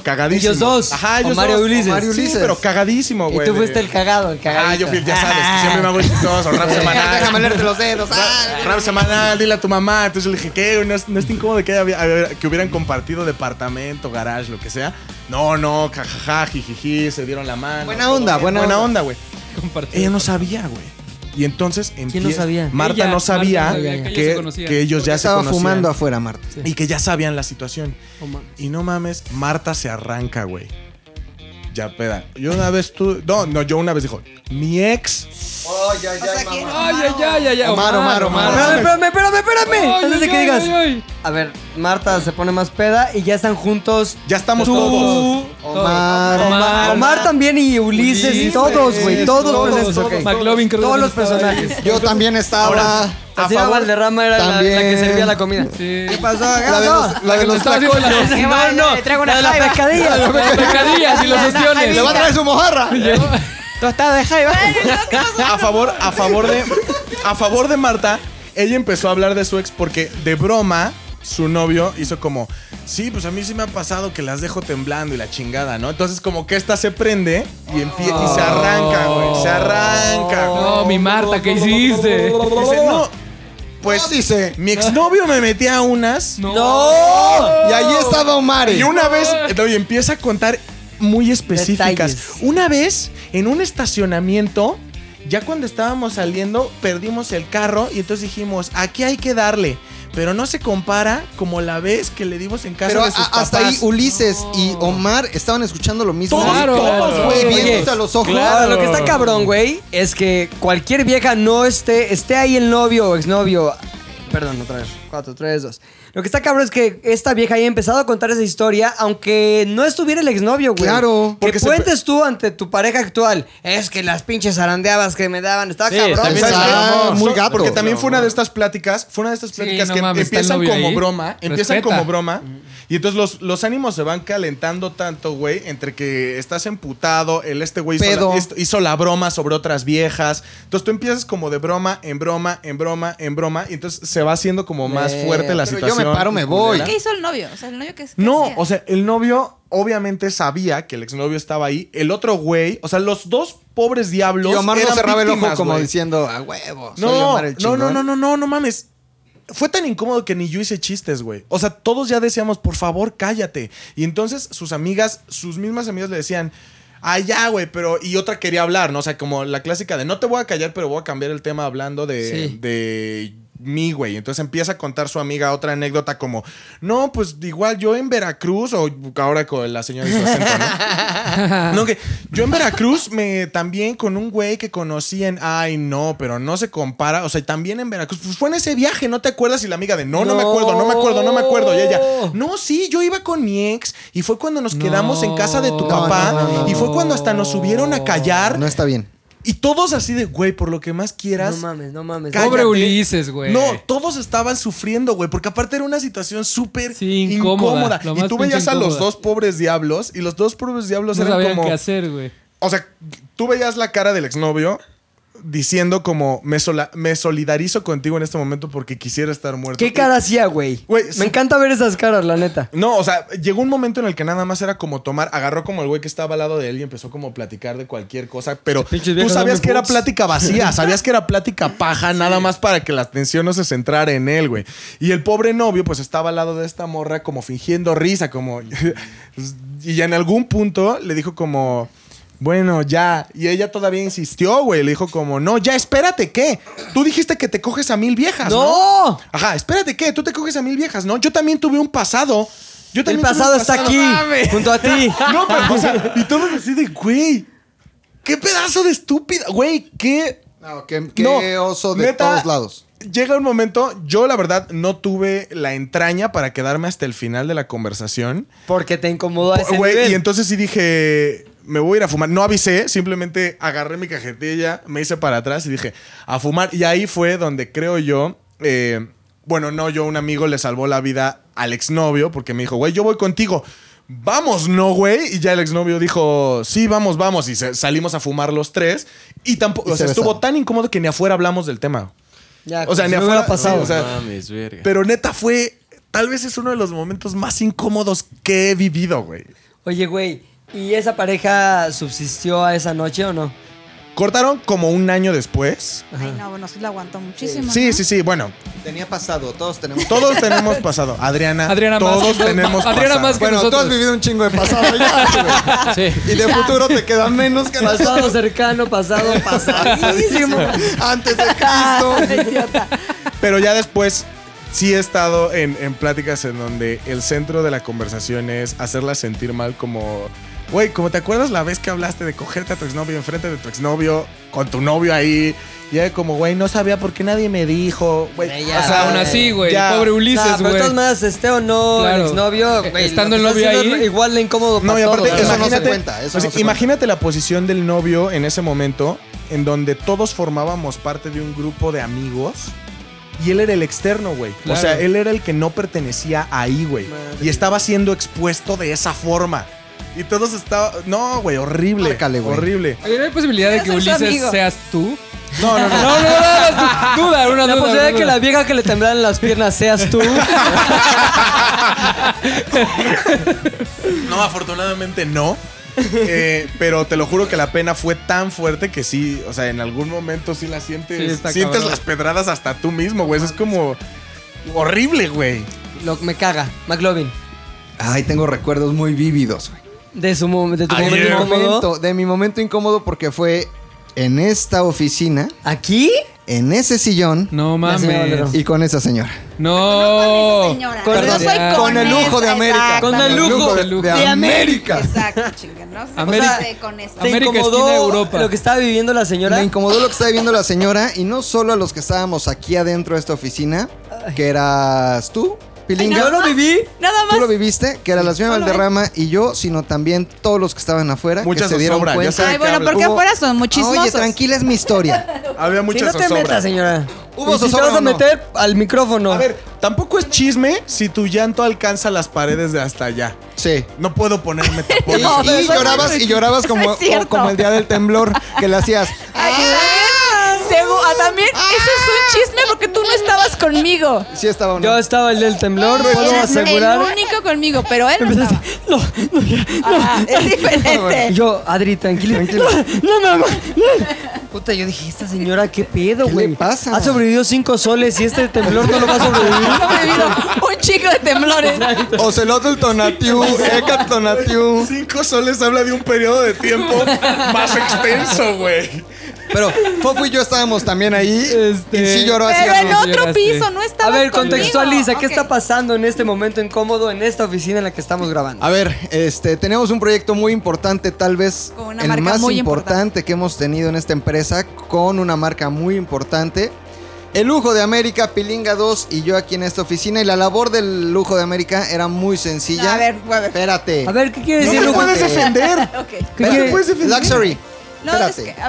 [SPEAKER 2] Ellos
[SPEAKER 7] cagadísimos.
[SPEAKER 2] dos,
[SPEAKER 7] Ajá, ellos
[SPEAKER 2] Omar y
[SPEAKER 7] dos.
[SPEAKER 2] Ulises.
[SPEAKER 7] Omar y Ulises. Sí, pero cagadísimo,
[SPEAKER 2] Y
[SPEAKER 7] güey.
[SPEAKER 2] tú
[SPEAKER 7] de-
[SPEAKER 2] fuiste el cagado, el cagado.
[SPEAKER 7] Ah, yo fui, ya sabes, que siempre me hago el chistoso, rap semanal.
[SPEAKER 3] Déjame leerte los dedos. Ah,
[SPEAKER 7] Rap semanal, dile a tu mamá. Entonces le dije, ¿qué? No, es- no está incómodo que, haya- haya- que hubieran compartido departamento, garage, lo que sea. No, no, jajaja, jijiji, se dieron la mano.
[SPEAKER 3] Buena
[SPEAKER 7] todo
[SPEAKER 3] onda,
[SPEAKER 7] bien,
[SPEAKER 3] buena
[SPEAKER 7] buena
[SPEAKER 3] onda.
[SPEAKER 7] onda, güey.
[SPEAKER 4] Compartido.
[SPEAKER 7] Ella no sabía, güey. Y entonces
[SPEAKER 2] no
[SPEAKER 7] empie-
[SPEAKER 2] sabía?
[SPEAKER 7] Marta
[SPEAKER 4] Ella,
[SPEAKER 7] no sabía,
[SPEAKER 4] Marta no sabía que ellos se
[SPEAKER 7] que,
[SPEAKER 4] conocían.
[SPEAKER 7] que ellos ya se
[SPEAKER 3] estaba
[SPEAKER 7] conocían.
[SPEAKER 3] fumando afuera, Marta.
[SPEAKER 7] Y que ya sabían la situación. y no mames, Marta se arranca, güey. Ya peda. Yo una vez tú. No, no, yo una vez dijo, mi ex.
[SPEAKER 8] Oh,
[SPEAKER 5] O sea, ¿quién?
[SPEAKER 4] Ay, ay, ay, ay, ay.
[SPEAKER 3] Omar, Omar, Omar.
[SPEAKER 2] Espérame, espérame, espérame,
[SPEAKER 4] Ay,
[SPEAKER 2] espérame.
[SPEAKER 4] ay,
[SPEAKER 2] Antes de que
[SPEAKER 4] ay,
[SPEAKER 2] digas.
[SPEAKER 4] ay, ay.
[SPEAKER 2] A ver, Marta se pone más peda y ya están juntos.
[SPEAKER 7] Ya estamos
[SPEAKER 2] Tú,
[SPEAKER 7] todos.
[SPEAKER 3] Omar,
[SPEAKER 2] Omar, Omar también y Ulises, y
[SPEAKER 4] Ulises,
[SPEAKER 2] todos, güey, todos,
[SPEAKER 4] todos,
[SPEAKER 2] presentes,
[SPEAKER 4] todos.
[SPEAKER 2] ok.
[SPEAKER 4] McLovin creo que
[SPEAKER 2] todos
[SPEAKER 4] también
[SPEAKER 2] los
[SPEAKER 4] estaba
[SPEAKER 2] personajes.
[SPEAKER 3] Yo también estaba.
[SPEAKER 2] A favor, Valderrama era la, la que
[SPEAKER 3] También.
[SPEAKER 2] servía la comida.
[SPEAKER 4] Sí.
[SPEAKER 2] ¿Qué pasó? ¿Qué
[SPEAKER 3] La de
[SPEAKER 2] pasó?
[SPEAKER 3] los, la de los tacos.
[SPEAKER 2] Sí,
[SPEAKER 5] vale,
[SPEAKER 2] no,
[SPEAKER 5] le traigo
[SPEAKER 2] la
[SPEAKER 5] una
[SPEAKER 2] de la
[SPEAKER 5] jaiba.
[SPEAKER 2] pescadilla.
[SPEAKER 4] Pecadillas y los ostiones.
[SPEAKER 3] Le va a traer su mojarra.
[SPEAKER 2] Tostada de jaiba.
[SPEAKER 7] a favor, a favor de. A favor de Marta, ella empezó a hablar de su ex porque de broma. Su novio hizo como, sí, pues a mí sí me ha pasado que las dejo temblando y la chingada, ¿no? Entonces como que esta se prende y, empie- y se arranca, güey, se arranca. güey.
[SPEAKER 4] No, oh, mi Marta, ¿qué hiciste?
[SPEAKER 7] Dice, no,
[SPEAKER 3] Pues dice.
[SPEAKER 7] mi exnovio me metía a unas
[SPEAKER 3] ¡No! Y ahí estaba Omar.
[SPEAKER 7] Y una vez, no, y empieza a contar muy específicas.
[SPEAKER 2] Detalles.
[SPEAKER 7] Una vez, en un estacionamiento, ya cuando estábamos saliendo, perdimos el carro y entonces dijimos, aquí hay que darle. Pero no se compara como la vez que le dimos en casa
[SPEAKER 3] Pero
[SPEAKER 7] de sus
[SPEAKER 3] a- hasta ahí
[SPEAKER 7] papás.
[SPEAKER 3] Ulises y Omar estaban escuchando lo mismo.
[SPEAKER 7] Todos,
[SPEAKER 4] Claro.
[SPEAKER 7] todos,
[SPEAKER 3] Güey,
[SPEAKER 7] güey.
[SPEAKER 3] viéndose a los ojos.
[SPEAKER 2] Claro, lo que está cabrón, güey, es que cualquier vieja no esté, esté ahí el novio o exnovio. Perdón, otra vez. 4, 3, 2. Lo que está cabrón es que esta vieja haya empezado a contar esa historia, aunque no estuviera el exnovio, güey.
[SPEAKER 3] Claro.
[SPEAKER 2] Que
[SPEAKER 7] Porque se-
[SPEAKER 2] cuentes tú ante tu pareja actual. Es que las pinches arandeabas que me daban. Está
[SPEAKER 8] Sí,
[SPEAKER 2] cabrón.
[SPEAKER 8] también
[SPEAKER 2] ¿sabes
[SPEAKER 3] está
[SPEAKER 2] qué?
[SPEAKER 3] cabrón.
[SPEAKER 7] Son-
[SPEAKER 3] muy gato.
[SPEAKER 7] Porque también fue una de estas pláticas, fue una de estas
[SPEAKER 4] Sí,
[SPEAKER 7] pláticas
[SPEAKER 4] no
[SPEAKER 7] que
[SPEAKER 4] mames, está el
[SPEAKER 7] empiezan
[SPEAKER 4] novio
[SPEAKER 7] como
[SPEAKER 4] ahí.
[SPEAKER 7] broma, empiezan
[SPEAKER 4] Respeta. Mm.
[SPEAKER 7] como broma. Y entonces los, los ánimos se van calentando tanto, güey, entre que estás emputado, el este güey hizo
[SPEAKER 3] Pedo.
[SPEAKER 7] la, hizo- hizo la broma sobre otras viejas. Entonces tú empiezas como de broma, en broma, en broma, en broma, y entonces se va haciendo como más
[SPEAKER 2] Ve,
[SPEAKER 7] fuerte la
[SPEAKER 3] pero yo me
[SPEAKER 7] situación.
[SPEAKER 3] paro, me voy.
[SPEAKER 7] culera.
[SPEAKER 5] ¿Qué hizo el novio? O sea, el novio que es.
[SPEAKER 7] No, o sea, el novio obviamente sabía que el exnovio estaba ahí. El otro güey, o sea, los dos pobres diablos.
[SPEAKER 3] Y Omar no
[SPEAKER 7] eran
[SPEAKER 3] cerraba el ojo
[SPEAKER 7] víctimas,
[SPEAKER 3] como
[SPEAKER 7] güey.
[SPEAKER 3] diciendo, a huevo. Soy
[SPEAKER 7] No,
[SPEAKER 3] Omar el
[SPEAKER 7] no,
[SPEAKER 3] chingón.
[SPEAKER 7] no, no, no, no, no mames. Fue tan incómodo que ni yo hice chistes, güey. O sea, todos ya decíamos, por favor, cállate. Y entonces sus amigas, sus mismas amigas le decían, ay, ya, güey, pero. Y otra quería hablar, ¿no? O sea, como la clásica de no te voy a callar, pero voy a cambiar el tema hablando de.
[SPEAKER 4] Sí.
[SPEAKER 7] de mí, güey. Entonces empieza a contar su amiga otra anécdota como, no, pues igual yo en Veracruz, o ahora con la señora y su acento, ¿no?
[SPEAKER 4] Ah.
[SPEAKER 7] No, que yo en Veracruz me también con un güey que conocí en. Ay, no, pero no se compara. O sea, también en Veracruz. Pues fue en ese viaje, ¿no te acuerdas? Y la amiga de no, no, me acuerdo, no me acuerdo, no me acuerdo. Y ella, no, sí, yo iba con mi ex y fue cuando nos quedamos en casa de tu
[SPEAKER 4] No,
[SPEAKER 7] papá
[SPEAKER 3] no, no, no,
[SPEAKER 7] y fue cuando hasta nos subieron a callar.
[SPEAKER 3] No está bien.
[SPEAKER 7] Y todos así de, güey, por lo que más
[SPEAKER 2] No
[SPEAKER 7] quieras.
[SPEAKER 2] mames, no mames.
[SPEAKER 7] Cállate.
[SPEAKER 4] Pobre Ulises, güey.
[SPEAKER 7] No, todos estaban sufriendo, güey, porque aparte era una situación súper
[SPEAKER 4] Sí, incómoda,
[SPEAKER 7] incómoda.
[SPEAKER 4] lo
[SPEAKER 7] Y
[SPEAKER 4] más
[SPEAKER 7] tú
[SPEAKER 4] pinche
[SPEAKER 7] veías a los
[SPEAKER 4] incómoda.
[SPEAKER 7] dos pobres diablos y los dos pobres diablos
[SPEAKER 4] no
[SPEAKER 7] eran
[SPEAKER 4] sabían
[SPEAKER 7] como
[SPEAKER 4] qué hacer, güey.
[SPEAKER 7] o sea, tú veías la cara del exnovio diciendo como me, sola- me solidarizo contigo en este momento porque quisiera estar muerto.
[SPEAKER 2] ¿Qué cara hacía, güey?
[SPEAKER 7] Güey,
[SPEAKER 2] Me
[SPEAKER 7] sí.
[SPEAKER 2] encanta ver esas caras, la neta.
[SPEAKER 7] No, o sea, llegó un momento en el que nada más era como tomar, agarró como el güey que estaba al lado de él y empezó como a platicar de cualquier cosa, pero
[SPEAKER 2] Pinches
[SPEAKER 7] tú
[SPEAKER 2] viejas
[SPEAKER 7] sabías
[SPEAKER 2] dame
[SPEAKER 7] que era
[SPEAKER 2] puts.
[SPEAKER 7] plática vacía, sabías que era plática paja, nada más para que la atención no se centrara en él, güey. Y el pobre novio pues estaba al lado de esta morra como fingiendo risa, como... y en algún punto le dijo como... Bueno, ya. Y ella todavía insistió, güey. Le dijo como, no, ya, espérate, ¿qué? Tú dijiste que te coges a mil viejas, ¿no?
[SPEAKER 2] ¡No!
[SPEAKER 7] Ajá, espérate, ¿qué? Tú te coges a mil viejas, ¿no? Yo también tuve un pasado. Yo
[SPEAKER 2] El
[SPEAKER 7] también
[SPEAKER 2] pasado
[SPEAKER 7] tuve un
[SPEAKER 2] está aquí, junto a ti.
[SPEAKER 7] No, pero, o sea, y todos así de, güey, qué pedazo de estúpida, güey, qué...
[SPEAKER 3] No, qué, qué
[SPEAKER 7] No,
[SPEAKER 3] oso de
[SPEAKER 7] neta,
[SPEAKER 3] todos lados.
[SPEAKER 7] llega un momento, yo la verdad no tuve la entraña para quedarme hasta el final de la conversación.
[SPEAKER 2] Porque te incomodó a ese
[SPEAKER 7] Güey,
[SPEAKER 2] nivel.
[SPEAKER 7] y entonces sí dije, me voy a ir a fumar. No avisé, simplemente agarré mi cajetilla, me hice para atrás y dije, a fumar. Y ahí fue donde creo yo, eh, bueno, no, yo un amigo le salvó la vida al exnovio porque me dijo, güey, yo voy contigo. Vamos, no, güey. Y ya el exnovio dijo, sí, vamos, vamos. Y se- salimos a fumar los tres. Y tampoco,
[SPEAKER 3] Y
[SPEAKER 7] o sea,
[SPEAKER 3] se
[SPEAKER 7] estuvo
[SPEAKER 3] besaron.
[SPEAKER 7] tan incómodo que ni afuera hablamos del tema.
[SPEAKER 2] Ya,
[SPEAKER 7] O sea,
[SPEAKER 2] Ah, si
[SPEAKER 7] ni
[SPEAKER 2] no
[SPEAKER 7] afuera
[SPEAKER 2] hubiera pasado.
[SPEAKER 7] sí, o sea,
[SPEAKER 8] Mames, verga.
[SPEAKER 7] pero neta fue, tal vez es uno de los momentos más incómodos que he vivido, güey.
[SPEAKER 2] Oye, güey, ¿y esa pareja subsistió a esa noche o no?
[SPEAKER 7] Cortaron como un año después.
[SPEAKER 5] Ay, no, bueno, sí la aguantó muchísimo.
[SPEAKER 7] Sí,
[SPEAKER 5] ¿no?
[SPEAKER 7] sí, sí, bueno,
[SPEAKER 3] Tenía pasado, todos tenemos.
[SPEAKER 7] todos tenemos pasado. Adriana,
[SPEAKER 4] Adriana más,
[SPEAKER 7] todos
[SPEAKER 4] todos-
[SPEAKER 7] tenemos
[SPEAKER 4] Adriana
[SPEAKER 7] pasado.
[SPEAKER 4] más que
[SPEAKER 3] bueno, tú
[SPEAKER 4] nosotros.
[SPEAKER 3] has vivido un chingo de pasado ya, güey.
[SPEAKER 4] Sí.
[SPEAKER 3] Y de futuro te queda menos que las
[SPEAKER 2] Pasado cercano, pasado pasadísimo.
[SPEAKER 3] antes de
[SPEAKER 5] Ah,
[SPEAKER 3] Cristo.
[SPEAKER 5] idiota.
[SPEAKER 7] Pero ya después sí he estado en, en pláticas en donde el centro de la conversación es hacerla sentir mal como... Güey, como te acuerdas la vez que hablaste de cogerte a tu exnovio enfrente de tu exnovio, con tu novio ahí, y era como, güey, no sabía por qué nadie me dijo. Güey,
[SPEAKER 2] Eh, ya,
[SPEAKER 7] o sea,
[SPEAKER 4] Aún así, güey.
[SPEAKER 7] ya.
[SPEAKER 4] Pobre
[SPEAKER 2] Nah,
[SPEAKER 4] Ulises,
[SPEAKER 2] pero de
[SPEAKER 4] güey.
[SPEAKER 2] todas maneras, esté o no
[SPEAKER 4] Claro.
[SPEAKER 2] el exnovio,
[SPEAKER 4] Eh,
[SPEAKER 2] güey, lo
[SPEAKER 4] estando el
[SPEAKER 2] que
[SPEAKER 4] novio
[SPEAKER 2] está haciendo
[SPEAKER 4] ahí-
[SPEAKER 2] es igual de incómodo
[SPEAKER 7] No,
[SPEAKER 2] para
[SPEAKER 7] y aparte,
[SPEAKER 2] todos,
[SPEAKER 7] eso
[SPEAKER 2] ¿verdad?
[SPEAKER 7] no
[SPEAKER 3] Imagínate-
[SPEAKER 7] se cuenta.
[SPEAKER 3] eso no se
[SPEAKER 7] imagínate la posición del novio en ese momento, en donde todos formábamos parte de un grupo de amigos. Y él era el externo, güey.
[SPEAKER 4] Claro.
[SPEAKER 7] O sea, él era el que no pertenecía ahí, güey. Y estaba siendo expuesto de esa forma. Y todos estaban... No, güey, horrible.
[SPEAKER 3] Márcale, güey.
[SPEAKER 7] Horrible.
[SPEAKER 4] Oye, ¿no hay posibilidad de que
[SPEAKER 5] Quiero ser su
[SPEAKER 4] Ulises
[SPEAKER 5] amigo.
[SPEAKER 4] seas tú?
[SPEAKER 7] No, no, no.
[SPEAKER 4] No, no, no, no, no, duda, una duda.
[SPEAKER 2] La
[SPEAKER 4] una
[SPEAKER 2] posibilidad de que
[SPEAKER 4] duda.
[SPEAKER 2] la vieja que le temblaran las piernas seas tú.
[SPEAKER 7] No, afortunadamente no. Eh, pero te lo juro que la pena fue tan fuerte que sí, o sea, en algún momento sí la sientes,
[SPEAKER 4] Sí, está
[SPEAKER 7] sientes
[SPEAKER 4] cabrón.
[SPEAKER 7] las pedradas hasta tú mismo, güey. Eso es como horrible, güey.
[SPEAKER 2] Lo me caga, McLovin.
[SPEAKER 3] Ay, tengo recuerdos muy vívidos, güey.
[SPEAKER 2] De, su mom- de tu momento
[SPEAKER 3] De mi
[SPEAKER 2] incómodo.
[SPEAKER 3] momento- de mi momento incómodo porque fue en esta oficina,
[SPEAKER 2] ¿Aquí?
[SPEAKER 3] en ese sillón
[SPEAKER 4] No
[SPEAKER 2] Ya se me
[SPEAKER 4] mames.
[SPEAKER 2] olvidó.
[SPEAKER 3] y con esa señora.
[SPEAKER 4] No.
[SPEAKER 5] Señora,
[SPEAKER 2] Con
[SPEAKER 5] no
[SPEAKER 2] el-
[SPEAKER 5] soy
[SPEAKER 4] con
[SPEAKER 3] el lujo de
[SPEAKER 5] esa,
[SPEAKER 3] América.
[SPEAKER 2] Con el
[SPEAKER 5] exactamente.
[SPEAKER 2] lujo
[SPEAKER 3] de-
[SPEAKER 2] de,
[SPEAKER 3] de
[SPEAKER 2] América.
[SPEAKER 5] Exacto, chinga, no sé.
[SPEAKER 4] América.
[SPEAKER 5] O sea, con este.
[SPEAKER 2] ¿Te
[SPEAKER 5] esa.
[SPEAKER 4] América, esquina de
[SPEAKER 2] incomodó
[SPEAKER 4] Europa.
[SPEAKER 2] lo que estaba viviendo la señora?
[SPEAKER 3] Me incomodó lo que estaba viendo la señora y no solo a los que estábamos aquí adentro de esta oficina, que eras tú, Pilinga.
[SPEAKER 2] Yo lo viví.
[SPEAKER 5] Nada más.
[SPEAKER 3] Tú lo viviste, que era la señora
[SPEAKER 5] Solo
[SPEAKER 3] Valderrama y yo, sino también todos los que estaban afuera
[SPEAKER 7] Mucha
[SPEAKER 3] que se dieron
[SPEAKER 7] zozobra, ya
[SPEAKER 3] cuenta.
[SPEAKER 7] sé de
[SPEAKER 5] Ay,
[SPEAKER 7] qué
[SPEAKER 5] bueno,
[SPEAKER 7] hablas.
[SPEAKER 5] porque
[SPEAKER 3] Hubo- Ah,
[SPEAKER 5] afuera son muy chismosos.
[SPEAKER 3] Oye, tranquila, es mi historia.
[SPEAKER 7] Había
[SPEAKER 2] Si no
[SPEAKER 7] muchas
[SPEAKER 2] te
[SPEAKER 7] zozobra.
[SPEAKER 2] metas, señora.
[SPEAKER 3] ¿Hubo
[SPEAKER 2] Y si te
[SPEAKER 3] zozobra
[SPEAKER 2] vas
[SPEAKER 3] o
[SPEAKER 2] a
[SPEAKER 3] no?
[SPEAKER 2] meter al micrófono.
[SPEAKER 7] A ver, tampoco es chisme si tu llanto alcanza las paredes de hasta allá.
[SPEAKER 3] Sí.
[SPEAKER 7] No puedo
[SPEAKER 3] Y,
[SPEAKER 7] ponerme tapones.
[SPEAKER 5] No,
[SPEAKER 3] y
[SPEAKER 5] pero eso
[SPEAKER 3] llorabas
[SPEAKER 5] no es-
[SPEAKER 3] y llorabas
[SPEAKER 5] eso
[SPEAKER 3] como,
[SPEAKER 5] es cierto.
[SPEAKER 3] como el Ah. día del temblor que le hacías.
[SPEAKER 5] Ay, también, segu- ah, también, eso es un chisme porque tú no estabas conmigo.
[SPEAKER 3] Sí estaba una.
[SPEAKER 2] Yo estaba el del temblor, puedo
[SPEAKER 5] Eras
[SPEAKER 2] asegurar.
[SPEAKER 5] el único conmigo, pero él no
[SPEAKER 2] Empezaste,
[SPEAKER 5] estaba.
[SPEAKER 2] No, no, ya, no.
[SPEAKER 5] Ah, es diferente.
[SPEAKER 3] Este.
[SPEAKER 2] Y Yo, Adri, tranquila.
[SPEAKER 3] Tranquila.
[SPEAKER 2] No, no, no. Puta, yo dije, esta señora, qué pedo,
[SPEAKER 3] ¿Qué
[SPEAKER 2] güey.
[SPEAKER 3] le pasa?
[SPEAKER 2] Ha sobrevivido cinco soles y este temblor no lo va a sobrevivir.
[SPEAKER 5] Ha sobrevivido un chico de temblores.
[SPEAKER 3] Ocelote el Tonatiu, Eka Tonatiu.
[SPEAKER 7] Cinco soles habla de un periodo de tiempo más extenso, güey.
[SPEAKER 3] Pero Fofo y yo estábamos también ahí.
[SPEAKER 4] Este-
[SPEAKER 3] Y sí lloró así.
[SPEAKER 5] Pero en
[SPEAKER 4] no
[SPEAKER 5] otro
[SPEAKER 4] lloraste.
[SPEAKER 5] piso no
[SPEAKER 2] A
[SPEAKER 5] estabas
[SPEAKER 2] ver,
[SPEAKER 5] conmigo.
[SPEAKER 2] contextualiza, ¿qué
[SPEAKER 5] Ok.
[SPEAKER 2] está pasando en este momento incómodo en esta oficina en la que estamos grabando?
[SPEAKER 3] A ver, este, tenemos un proyecto muy importante, tal vez
[SPEAKER 5] Con una
[SPEAKER 3] el
[SPEAKER 5] marca
[SPEAKER 3] más
[SPEAKER 5] muy
[SPEAKER 3] importante, que hemos tenido en esta empresa, con una marca muy importante. El Lujo de América, Pilinga 2 y yo aquí en esta oficina. Y la labor del Lujo de América era muy sencilla.
[SPEAKER 5] A ver, a ver.
[SPEAKER 3] Espérate.
[SPEAKER 2] A ver, ¿qué quiere
[SPEAKER 3] No
[SPEAKER 2] decir?
[SPEAKER 3] me
[SPEAKER 2] Lujo?
[SPEAKER 3] puedes defender.
[SPEAKER 5] Ok.
[SPEAKER 2] ¿Qué quiere-
[SPEAKER 3] pues, Luxury.
[SPEAKER 5] No, es
[SPEAKER 3] Espérate.
[SPEAKER 5] que, a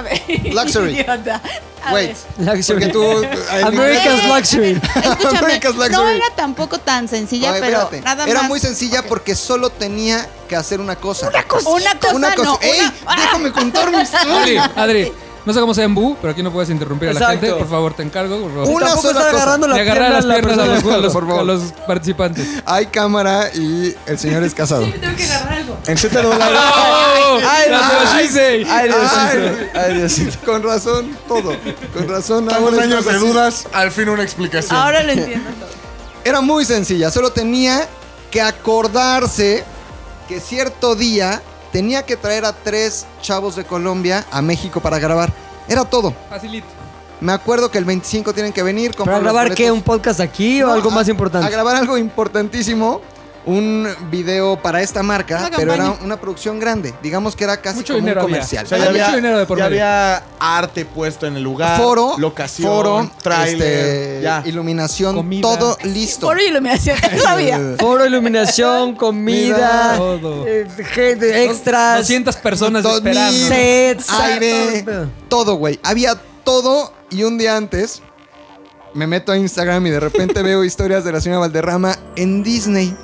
[SPEAKER 5] ver.
[SPEAKER 3] Luxury.
[SPEAKER 5] Idiota. A ver.
[SPEAKER 3] Wait.
[SPEAKER 2] Luxury.
[SPEAKER 3] Porque tú. eh,
[SPEAKER 2] America's Luxury.
[SPEAKER 5] Escúchame,
[SPEAKER 3] America's Luxury.
[SPEAKER 5] no era tampoco tan sencilla,
[SPEAKER 3] Ay,
[SPEAKER 5] pero
[SPEAKER 3] espérate.
[SPEAKER 5] nada más.
[SPEAKER 3] Era muy sencilla porque solo tenía que hacer una cosa. Una
[SPEAKER 5] Una cosa,
[SPEAKER 3] Una cosa.
[SPEAKER 5] no,
[SPEAKER 3] ¡Ey!
[SPEAKER 5] una- ¡Ah!
[SPEAKER 3] Déjame contar mi
[SPEAKER 4] Adri,
[SPEAKER 3] historia.
[SPEAKER 4] Adri, no sé cómo sea en Bu, pero aquí no puedes interrumpir a la
[SPEAKER 2] Exacto.
[SPEAKER 4] gente. Por favor, te encargo. Por favor.
[SPEAKER 3] Una
[SPEAKER 2] Tampoco
[SPEAKER 3] sola
[SPEAKER 2] está
[SPEAKER 3] cosa.
[SPEAKER 2] agarrando la
[SPEAKER 4] Le agarrar
[SPEAKER 2] pierna a
[SPEAKER 4] las
[SPEAKER 2] la
[SPEAKER 4] piernas a los, a
[SPEAKER 2] persona.
[SPEAKER 4] los-
[SPEAKER 3] Por favor.
[SPEAKER 4] a los participantes.
[SPEAKER 3] Hay cámara y el señor es casado.
[SPEAKER 5] Tengo que agarrar algo.
[SPEAKER 7] En 7 dólares.
[SPEAKER 4] ¡Ay,
[SPEAKER 3] no,
[SPEAKER 2] Ay, Dios mío.
[SPEAKER 3] Ay, con razón, todo. Con razón, hago
[SPEAKER 7] Tantos
[SPEAKER 3] las
[SPEAKER 7] años de
[SPEAKER 3] cosas
[SPEAKER 7] dudas, al fin una explicación.
[SPEAKER 5] Ahora lo entiendo todo.
[SPEAKER 3] así. Era muy sencilla, solo tenía que acordarse que cierto día tenía que traer a tres chavos de Colombia a México para grabar. Era todo.
[SPEAKER 4] Ah, Facilito.
[SPEAKER 3] Me acuerdo que el 25 tienen que venir.
[SPEAKER 2] ¿Para
[SPEAKER 3] comprar los
[SPEAKER 2] grabar
[SPEAKER 3] boletos.
[SPEAKER 2] qué? ¿Un podcast aquí o
[SPEAKER 3] No,
[SPEAKER 2] algo
[SPEAKER 3] Ah, a-
[SPEAKER 2] más
[SPEAKER 3] A
[SPEAKER 2] importante?
[SPEAKER 3] grabar algo importantísimo. un video para esta marca,
[SPEAKER 4] Una
[SPEAKER 3] pero era
[SPEAKER 4] campaña.
[SPEAKER 3] una producción grande. Digamos que era casi
[SPEAKER 4] Mucho
[SPEAKER 3] como
[SPEAKER 4] dinero
[SPEAKER 3] un
[SPEAKER 4] había.
[SPEAKER 3] comercial.
[SPEAKER 7] O sea, ya
[SPEAKER 3] Había
[SPEAKER 7] había, ya
[SPEAKER 3] medio.
[SPEAKER 7] había arte puesto en el lugar,
[SPEAKER 3] foro,
[SPEAKER 7] locación,
[SPEAKER 3] foro,
[SPEAKER 7] trailer,
[SPEAKER 3] este,
[SPEAKER 7] ya.
[SPEAKER 3] iluminación, todo listo.
[SPEAKER 5] Por iluminación todavía.
[SPEAKER 3] Eh,
[SPEAKER 2] Foro, iluminación, comida,
[SPEAKER 4] Todo.
[SPEAKER 2] eh, gente, extras,
[SPEAKER 4] 200 personas
[SPEAKER 3] Dos
[SPEAKER 4] esperando.
[SPEAKER 3] mil.
[SPEAKER 2] sets,
[SPEAKER 3] Ah, aire,
[SPEAKER 2] todo.
[SPEAKER 3] todo, güey. Había todo y un día antes me meto a Instagram y de repente veo historias de la señora Valderrama en Disney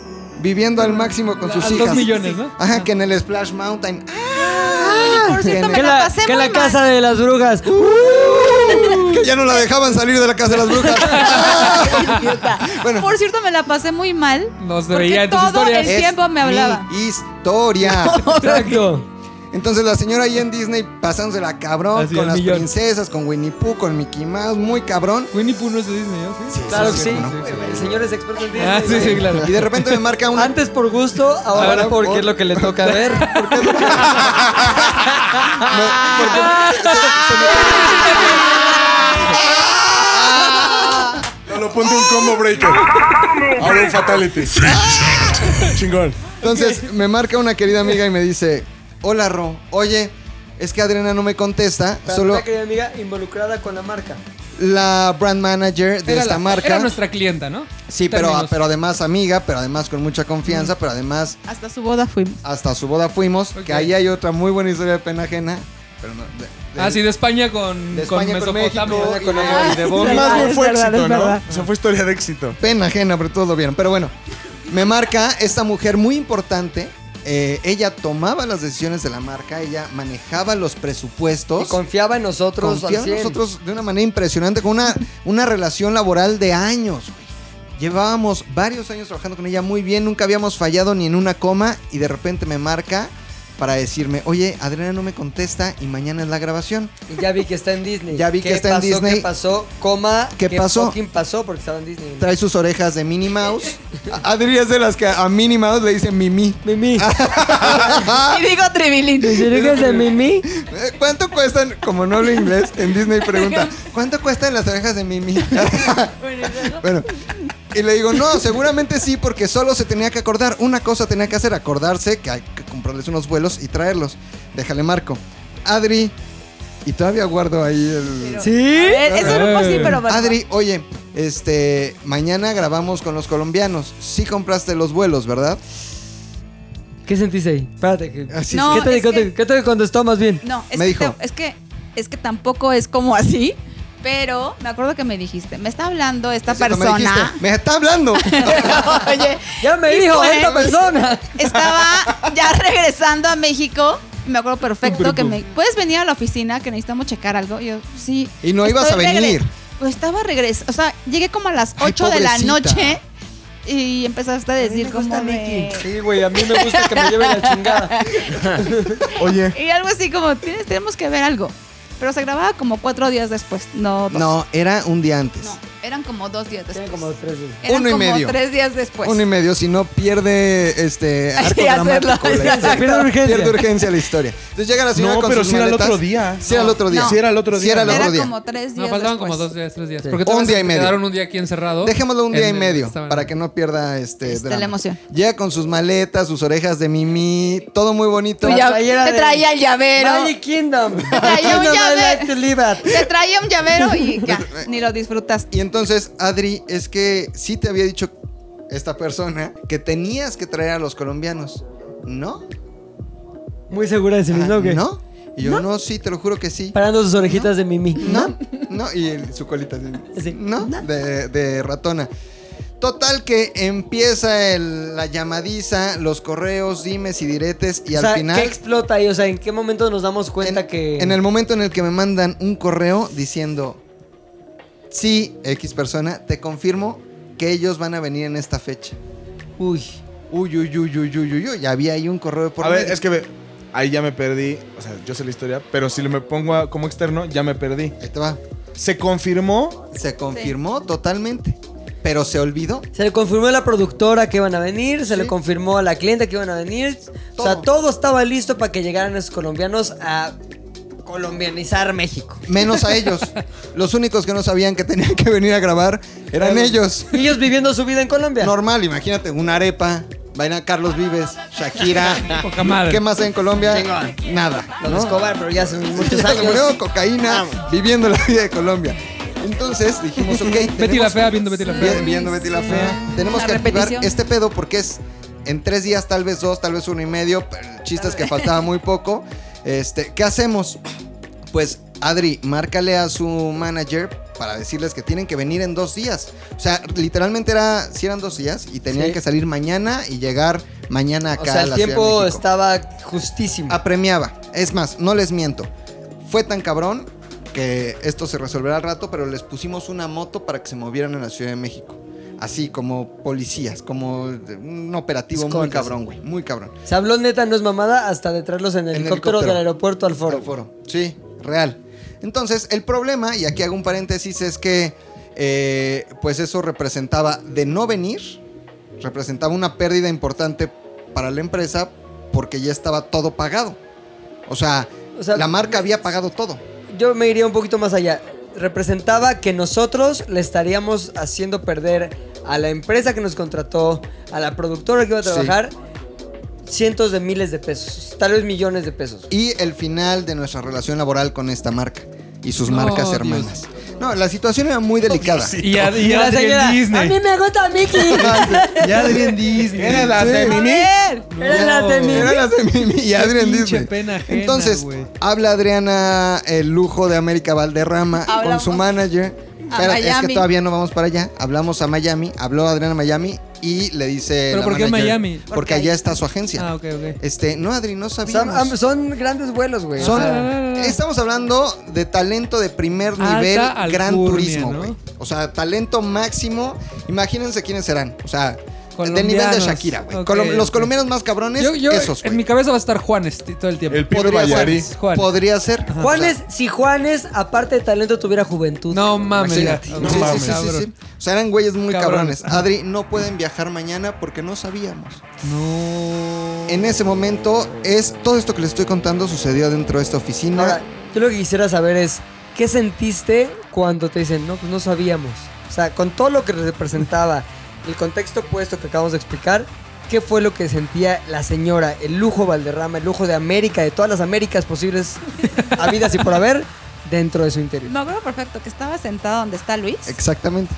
[SPEAKER 3] viviendo al máximo con sus
[SPEAKER 4] A
[SPEAKER 3] hijas.
[SPEAKER 4] dos millones, ¿no?
[SPEAKER 3] Ajá, que en el Splash Mountain.
[SPEAKER 5] Oye, por
[SPEAKER 3] que
[SPEAKER 5] cierto,
[SPEAKER 3] no.
[SPEAKER 5] me
[SPEAKER 2] Que
[SPEAKER 5] la
[SPEAKER 2] la,
[SPEAKER 5] pasé
[SPEAKER 2] Ah, que
[SPEAKER 5] muy
[SPEAKER 2] la
[SPEAKER 5] mal.
[SPEAKER 2] casa de las brujas.
[SPEAKER 3] Que ya no la dejaban salir de la casa de las brujas.
[SPEAKER 5] Idiota.
[SPEAKER 3] Bueno.
[SPEAKER 5] Por cierto, me la pasé muy mal.
[SPEAKER 4] Nos
[SPEAKER 5] Porque
[SPEAKER 4] veía en tus
[SPEAKER 5] todo el
[SPEAKER 4] historias.
[SPEAKER 3] Es
[SPEAKER 5] tiempo me hablaba.
[SPEAKER 3] mi historia.
[SPEAKER 2] Exacto.
[SPEAKER 3] Entonces la señora ahí en Disney pasándosela cabrón
[SPEAKER 4] Así
[SPEAKER 3] con
[SPEAKER 4] al
[SPEAKER 3] las
[SPEAKER 4] millón.
[SPEAKER 3] princesas, con Winnie Pooh, con Mickey Mouse, muy cabrón.
[SPEAKER 4] Winnie Pooh no es de Disney, ¿no? Sí.
[SPEAKER 2] Claro que sí.
[SPEAKER 3] ¿no?
[SPEAKER 2] El señor es experto en
[SPEAKER 4] Ah, sí,
[SPEAKER 2] Disney.
[SPEAKER 4] sí, claro.
[SPEAKER 3] Y de repente me marca una
[SPEAKER 2] Antes por gusto, ahora,
[SPEAKER 3] Ahora
[SPEAKER 2] porque
[SPEAKER 3] por-
[SPEAKER 2] es lo que le toca ver. Ah.
[SPEAKER 3] Ah.
[SPEAKER 7] No lo ponte un combo breaker. Ahora un fatality. Chingón.
[SPEAKER 3] Entonces me marca una querida amiga y me dice, hola Ro, oye, es que Adriana no me contesta, solo
[SPEAKER 2] Una querida amiga involucrada con la marca.
[SPEAKER 3] la brand manager de
[SPEAKER 4] Era
[SPEAKER 3] esta
[SPEAKER 4] la-
[SPEAKER 3] marca.
[SPEAKER 4] Era nuestra clienta, ¿no?
[SPEAKER 3] Sí, pero,
[SPEAKER 4] Términos.
[SPEAKER 3] pero además amiga, pero además con mucha confianza, pero además
[SPEAKER 5] Hasta su boda fuimos.
[SPEAKER 3] hasta su boda fuimos,
[SPEAKER 4] Ok.
[SPEAKER 3] que ahí hay otra muy buena historia de pena ajena. Pero no, de- de-
[SPEAKER 4] Ah, sí, de España con,
[SPEAKER 3] de
[SPEAKER 4] con
[SPEAKER 3] España con
[SPEAKER 4] Mesopotamia.
[SPEAKER 3] México,
[SPEAKER 4] ¿no?
[SPEAKER 3] con
[SPEAKER 5] Ah,
[SPEAKER 3] amor y de
[SPEAKER 5] es
[SPEAKER 3] vómito.
[SPEAKER 5] verdad,
[SPEAKER 7] Más bien
[SPEAKER 5] es
[SPEAKER 7] fue
[SPEAKER 5] verdad,
[SPEAKER 7] éxito,
[SPEAKER 5] es
[SPEAKER 7] ¿no?
[SPEAKER 5] verdad.
[SPEAKER 7] O sea, fue historia de éxito.
[SPEAKER 3] pena ajena, pero todos lo vieron. Pero bueno, me marca esta mujer muy importante. eh, ella tomaba las decisiones de la marca, ella manejaba los presupuestos.
[SPEAKER 2] Y confiaba en nosotros.
[SPEAKER 3] Confiaba
[SPEAKER 2] al 100.
[SPEAKER 3] en nosotros de una manera impresionante, con una, una relación laboral de años. güey. Llevábamos varios años trabajando con ella muy bien, nunca habíamos fallado ni en una coma y de repente me marca para decirme, oye, Adriana no me contesta y mañana es la grabación.
[SPEAKER 2] Y ya vi que está en Disney.
[SPEAKER 3] Ya vi que
[SPEAKER 2] ¿Qué
[SPEAKER 3] está en
[SPEAKER 2] pasó,
[SPEAKER 3] Disney.
[SPEAKER 2] ¿Qué pasó? Coma.
[SPEAKER 3] ¿Qué pasó?
[SPEAKER 2] fucking pasó? Porque estaba en Disney.
[SPEAKER 3] Trae sus orejas de Minnie Mouse. A- Adri es de las que a Minnie Mouse le dicen Mimi.
[SPEAKER 2] Mimi.
[SPEAKER 4] Ah,
[SPEAKER 3] Ah.
[SPEAKER 5] Y digo trivilín.
[SPEAKER 2] ¿Orejas de Mimi?
[SPEAKER 3] Eh, ¿Cuánto cuestan? Como no hablo inglés, en Disney pregunta, ¿cuánto cuestan las orejas de Mimi?
[SPEAKER 5] Bueno, y luego-
[SPEAKER 3] Bueno, y le digo, no, seguramente sí, porque solo se tenía que acordar. Una cosa tenía que hacer, acordarse que hay que comprarles unos vuelos y traerlos. Déjale marco. Adri, y todavía guardo ahí el...
[SPEAKER 5] Pero-
[SPEAKER 2] ¿Sí?
[SPEAKER 5] A ver, Ese grupo
[SPEAKER 2] Eh.
[SPEAKER 5] sí, pero bueno.
[SPEAKER 3] Adri, oye, este, mañana grabamos con los colombianos. Sí compraste los vuelos, ¿verdad?
[SPEAKER 2] ¿Qué sentiste ahí? Espérate. que-
[SPEAKER 3] Así
[SPEAKER 5] No,
[SPEAKER 2] ¿Qué, te,
[SPEAKER 5] es
[SPEAKER 2] qué te-
[SPEAKER 5] que-
[SPEAKER 2] qué te contestó más bien?
[SPEAKER 5] No, es,
[SPEAKER 3] Me
[SPEAKER 5] que
[SPEAKER 3] dijo.
[SPEAKER 5] te- es que es que tampoco es como así, pero me acuerdo que me dijiste, me está hablando esta
[SPEAKER 3] Cierto, me
[SPEAKER 5] persona.
[SPEAKER 3] dijiste, Me, está hablando.
[SPEAKER 5] Oye,
[SPEAKER 2] Ya me
[SPEAKER 5] y
[SPEAKER 2] dijo
[SPEAKER 5] fue-
[SPEAKER 2] esta persona.
[SPEAKER 5] Estaba ya regresando a México. y Me acuerdo perfecto que
[SPEAKER 3] pues.
[SPEAKER 5] me. ¿Puedes venir a la oficina que necesitamos checar algo? Y yo, sí.
[SPEAKER 3] Y no ibas
[SPEAKER 5] estoy
[SPEAKER 3] a
[SPEAKER 5] regre-
[SPEAKER 3] venir.
[SPEAKER 5] Pues estaba regresando. O sea, llegué como a las
[SPEAKER 3] Ay,
[SPEAKER 5] 8 de la
[SPEAKER 3] pobrecita.
[SPEAKER 5] noche y empezaste a decir como. de-
[SPEAKER 2] Sí, güey, a mí me gusta que me lleve la chingada.
[SPEAKER 7] Oye,
[SPEAKER 5] Y algo así como, "Tienes- tenemos que ver algo. Pero se grababa como cuatro días después. No, dos.
[SPEAKER 3] No, era un día antes.
[SPEAKER 5] No, eran como dos días
[SPEAKER 2] Tiene
[SPEAKER 5] después.
[SPEAKER 2] como tres días.
[SPEAKER 5] Eran
[SPEAKER 3] Uno y
[SPEAKER 5] como
[SPEAKER 3] medio.
[SPEAKER 5] tres días después.
[SPEAKER 2] Pues.
[SPEAKER 3] Uno y medio, si no pierde este arco
[SPEAKER 5] Sí, hacerlo,
[SPEAKER 3] dramático. ¿eh? la historia.
[SPEAKER 2] Se pierde urgencia.
[SPEAKER 3] Pierde urgencia la historia. Entonces llega la señora
[SPEAKER 7] no,
[SPEAKER 3] con
[SPEAKER 7] pero
[SPEAKER 3] sus
[SPEAKER 7] si era el
[SPEAKER 3] maletas.
[SPEAKER 7] otro día.
[SPEAKER 3] Sí era el otro día.
[SPEAKER 5] No.
[SPEAKER 7] Sí era el otro
[SPEAKER 3] Sí
[SPEAKER 7] día.
[SPEAKER 3] era el
[SPEAKER 5] Era
[SPEAKER 3] otro día.
[SPEAKER 5] como tres
[SPEAKER 4] No,
[SPEAKER 5] días
[SPEAKER 4] faltaban
[SPEAKER 5] después.
[SPEAKER 4] como dos días, tres días.
[SPEAKER 2] Sí.
[SPEAKER 4] Porque
[SPEAKER 3] Un
[SPEAKER 4] todavía
[SPEAKER 3] día
[SPEAKER 4] se
[SPEAKER 3] y medio.
[SPEAKER 4] Quedaron un día aquí encerrado.
[SPEAKER 3] Dejémoslo un día y
[SPEAKER 4] ¿Oh? En el-
[SPEAKER 3] medio
[SPEAKER 4] estaban-
[SPEAKER 3] para que no pierda este,
[SPEAKER 5] Este,
[SPEAKER 3] drama.
[SPEAKER 5] la emoción.
[SPEAKER 3] Llega con sus maletas, sus orejas de Mimi, todo muy bonito.
[SPEAKER 5] Tu
[SPEAKER 2] La
[SPEAKER 5] lla-
[SPEAKER 2] playera
[SPEAKER 5] te
[SPEAKER 2] de-
[SPEAKER 5] traía el llavero.
[SPEAKER 2] Magic Kingdom.
[SPEAKER 5] traía
[SPEAKER 2] Kingdom,
[SPEAKER 5] un
[SPEAKER 2] I
[SPEAKER 5] llave.
[SPEAKER 2] like to live at.
[SPEAKER 5] Te traía un llavero y ya, ni lo disfrutaste.
[SPEAKER 3] Y entonces, Adri, es que sí te había dicho esta persona que tenías que traer a los colombianos. ¿No?
[SPEAKER 2] Muy segura de sí misma,
[SPEAKER 3] Ah,
[SPEAKER 2] ¿o qué?
[SPEAKER 3] ¿No? Y yo, no, sí, te lo juro que sí.
[SPEAKER 2] Parando sus orejitas de Mimi.
[SPEAKER 3] No, no, y el- su colita. así.
[SPEAKER 2] Sí.
[SPEAKER 3] No, de, de ratona. Total que empieza el- la llamadiza, los correos, dimes y diretes y
[SPEAKER 2] o
[SPEAKER 3] al
[SPEAKER 2] sea,
[SPEAKER 3] final...
[SPEAKER 2] ¿qué explota ahí? O sea, ¿en qué momento nos damos cuenta
[SPEAKER 3] en,
[SPEAKER 2] que...?
[SPEAKER 3] en el momento en el que me mandan un correo diciendo, sí, X persona, te confirmo que ellos van a venir en esta fecha.
[SPEAKER 2] Uy.
[SPEAKER 3] Uy, uy, uy, uy, uy, uy, uy, ya había ahí un correo de por
[SPEAKER 7] a ver,
[SPEAKER 3] medio.
[SPEAKER 7] es que ve, ahí ya me perdí. O sea, yo sé la historia, pero si lo me pongo a- como externo, ya me perdí.
[SPEAKER 3] Ahí te va.
[SPEAKER 7] Se confirmó.
[SPEAKER 3] Se confirmó totalmente, pero se olvidó.
[SPEAKER 2] Se le confirmó a la productora que iban a venir, se le
[SPEAKER 3] Sí.
[SPEAKER 2] confirmó a la clienta que iban a venir. O sea,
[SPEAKER 3] Todo.
[SPEAKER 2] todo estaba listo para que llegaran esos colombianos a colombianizar México.
[SPEAKER 3] Menos a ellos. Los únicos que no sabían que tenían que venir a grabar eran ellos.
[SPEAKER 2] Y ellos viviendo su vida en Colombia.
[SPEAKER 3] Normal, imagínate, una arepa. Vayan a Carlos Vives, Shakira.
[SPEAKER 2] Poca madre.
[SPEAKER 3] ¿Qué más hay en Colombia?
[SPEAKER 2] Chingón.
[SPEAKER 3] Nada.
[SPEAKER 2] Los Escobar, pero ya hace muchos
[SPEAKER 3] Ya se
[SPEAKER 2] años.
[SPEAKER 3] murió, cocaína, viviendo la vida de Colombia. Entonces dijimos, ok.
[SPEAKER 4] Betty la
[SPEAKER 3] tenemos-
[SPEAKER 4] Fea, viendo Betty la Fea.
[SPEAKER 3] Vi- Viendo Betty la Fea. Tenemos
[SPEAKER 5] La
[SPEAKER 3] que activar
[SPEAKER 5] repetición.
[SPEAKER 3] este pedo porque es en tres días, tal vez dos, tal vez uno y medio. Pero el chiste es que faltaba muy poco. Este, ¿Qué hacemos? Pues Adri, márcale a su manager para decirles que tienen que venir en dos días. O sea, literalmente era, si eran dos días y tenían
[SPEAKER 2] Sí.
[SPEAKER 3] que salir mañana y llegar mañana acá.
[SPEAKER 2] O sea,
[SPEAKER 3] a
[SPEAKER 2] el
[SPEAKER 3] la Ciudad de
[SPEAKER 2] tiempo
[SPEAKER 3] México Ah.
[SPEAKER 2] estaba justísimo.
[SPEAKER 3] apremiaba. Es más, no les miento. Fue tan cabrón que esto se resolverá al rato, pero les pusimos una moto para que se movieran en la Ciudad de México. Así como policías, como un operativo muy
[SPEAKER 2] Escoltas.
[SPEAKER 3] cabrón, güey. Muy cabrón.
[SPEAKER 2] Se habló neta, no es mamada, hasta de traerlos en helicóptero,
[SPEAKER 3] helicóptero.
[SPEAKER 2] del aeropuerto al foro.
[SPEAKER 3] Al foro. Sí, real. Entonces, el problema, y aquí hago un paréntesis, es que eh, pues eso representaba de no venir, representaba una pérdida importante para la empresa porque ya estaba todo pagado. O sea,
[SPEAKER 2] O sea,
[SPEAKER 3] la marca había pagado todo.
[SPEAKER 2] Yo me iría un poquito más allá. Representaba que nosotros le estaríamos haciendo perder a la empresa que nos contrató, a la productora que iba a
[SPEAKER 3] Sí.
[SPEAKER 2] trabajar, cientos de miles de pesos, tal vez millones de pesos.
[SPEAKER 3] y el final de nuestra relación laboral con esta marca y sus
[SPEAKER 4] No,
[SPEAKER 3] marcas
[SPEAKER 4] Oh, Dios. Oh,
[SPEAKER 3] hermanas. No, la situación era muy delicada.
[SPEAKER 4] Y, a, y Adri en
[SPEAKER 2] a mí
[SPEAKER 4] Disney.
[SPEAKER 2] me gusta Mickey.
[SPEAKER 4] Y Adri en Disney.
[SPEAKER 3] Era la de
[SPEAKER 5] A
[SPEAKER 3] Mimi.
[SPEAKER 5] ver.
[SPEAKER 2] Era la de Mimi.
[SPEAKER 3] Era la de Mimi y Adrián
[SPEAKER 4] pinche
[SPEAKER 3] Disney.
[SPEAKER 4] pena ajena,
[SPEAKER 3] Entonces,
[SPEAKER 4] güey.
[SPEAKER 3] habla Adriana el lujo de América Valderrama con
[SPEAKER 5] Hablamos
[SPEAKER 3] su manager.
[SPEAKER 5] a
[SPEAKER 3] Pero es que
[SPEAKER 5] Miami.
[SPEAKER 3] todavía no vamos para allá. Hablamos a Miami, habló Adriana a Miami y le dice.
[SPEAKER 4] ¿Pero
[SPEAKER 3] la
[SPEAKER 4] por qué
[SPEAKER 3] manager,
[SPEAKER 4] Miami?
[SPEAKER 3] Porque
[SPEAKER 5] Porque
[SPEAKER 3] allá
[SPEAKER 5] ahí-
[SPEAKER 3] está su agencia.
[SPEAKER 4] Ah, ok, ok.
[SPEAKER 3] Este, no, Adri, no
[SPEAKER 2] Son,
[SPEAKER 3] sabíamos.
[SPEAKER 2] am- son grandes vuelos, güey.
[SPEAKER 3] Son-
[SPEAKER 2] O
[SPEAKER 4] Ah,
[SPEAKER 2] sea,
[SPEAKER 3] estamos hablando de talento de primer
[SPEAKER 4] Alta
[SPEAKER 3] nivel,
[SPEAKER 4] alcurnia,
[SPEAKER 3] gran turismo,
[SPEAKER 4] ¿no?
[SPEAKER 3] güey. O sea, talento máximo. Imagínense quiénes serán. O sea, del nivel de
[SPEAKER 4] Colombianos.
[SPEAKER 3] Shakira, güey.
[SPEAKER 4] Ok,
[SPEAKER 3] Colom- Los
[SPEAKER 4] ok.
[SPEAKER 3] colombianos más cabrones,
[SPEAKER 4] Yo, yo,
[SPEAKER 3] esos,
[SPEAKER 4] en
[SPEAKER 3] güey.
[SPEAKER 4] mi cabeza va a estar Juanes t- todo el tiempo.
[SPEAKER 7] El Pipe
[SPEAKER 3] Podría ser.
[SPEAKER 7] Bayari.
[SPEAKER 4] Juan.
[SPEAKER 3] Podría ser. O sea,
[SPEAKER 2] Juanes, si Juanes, aparte de talento, tuviera juventud.
[SPEAKER 4] No mames.
[SPEAKER 3] imagínate.
[SPEAKER 4] ya.
[SPEAKER 3] Sí,
[SPEAKER 4] No
[SPEAKER 3] sí,
[SPEAKER 4] mames.
[SPEAKER 3] sí, sí, sí.
[SPEAKER 4] ah, Cabrón.
[SPEAKER 3] O sea, eran güeyes muy
[SPEAKER 4] Cabrón.
[SPEAKER 3] cabrones. Adri, no pueden viajar mañana porque no sabíamos. No. En ese momento, es, todo esto que les estoy contando sucedió dentro de esta oficina.
[SPEAKER 2] Ahora, yo lo que quisiera saber es, ¿qué sentiste cuando te dicen, no, pues no sabíamos? O sea, con todo lo que representaba, el contexto puesto que acabamos de explicar, ¿qué fue lo que sentía la señora, el lujo Valderrama, el lujo de América, de todas las Américas posibles, habidas y por haber, dentro de su interior?
[SPEAKER 5] Me acuerdo perfecto que estaba sentado donde está Luis
[SPEAKER 3] Exactamente.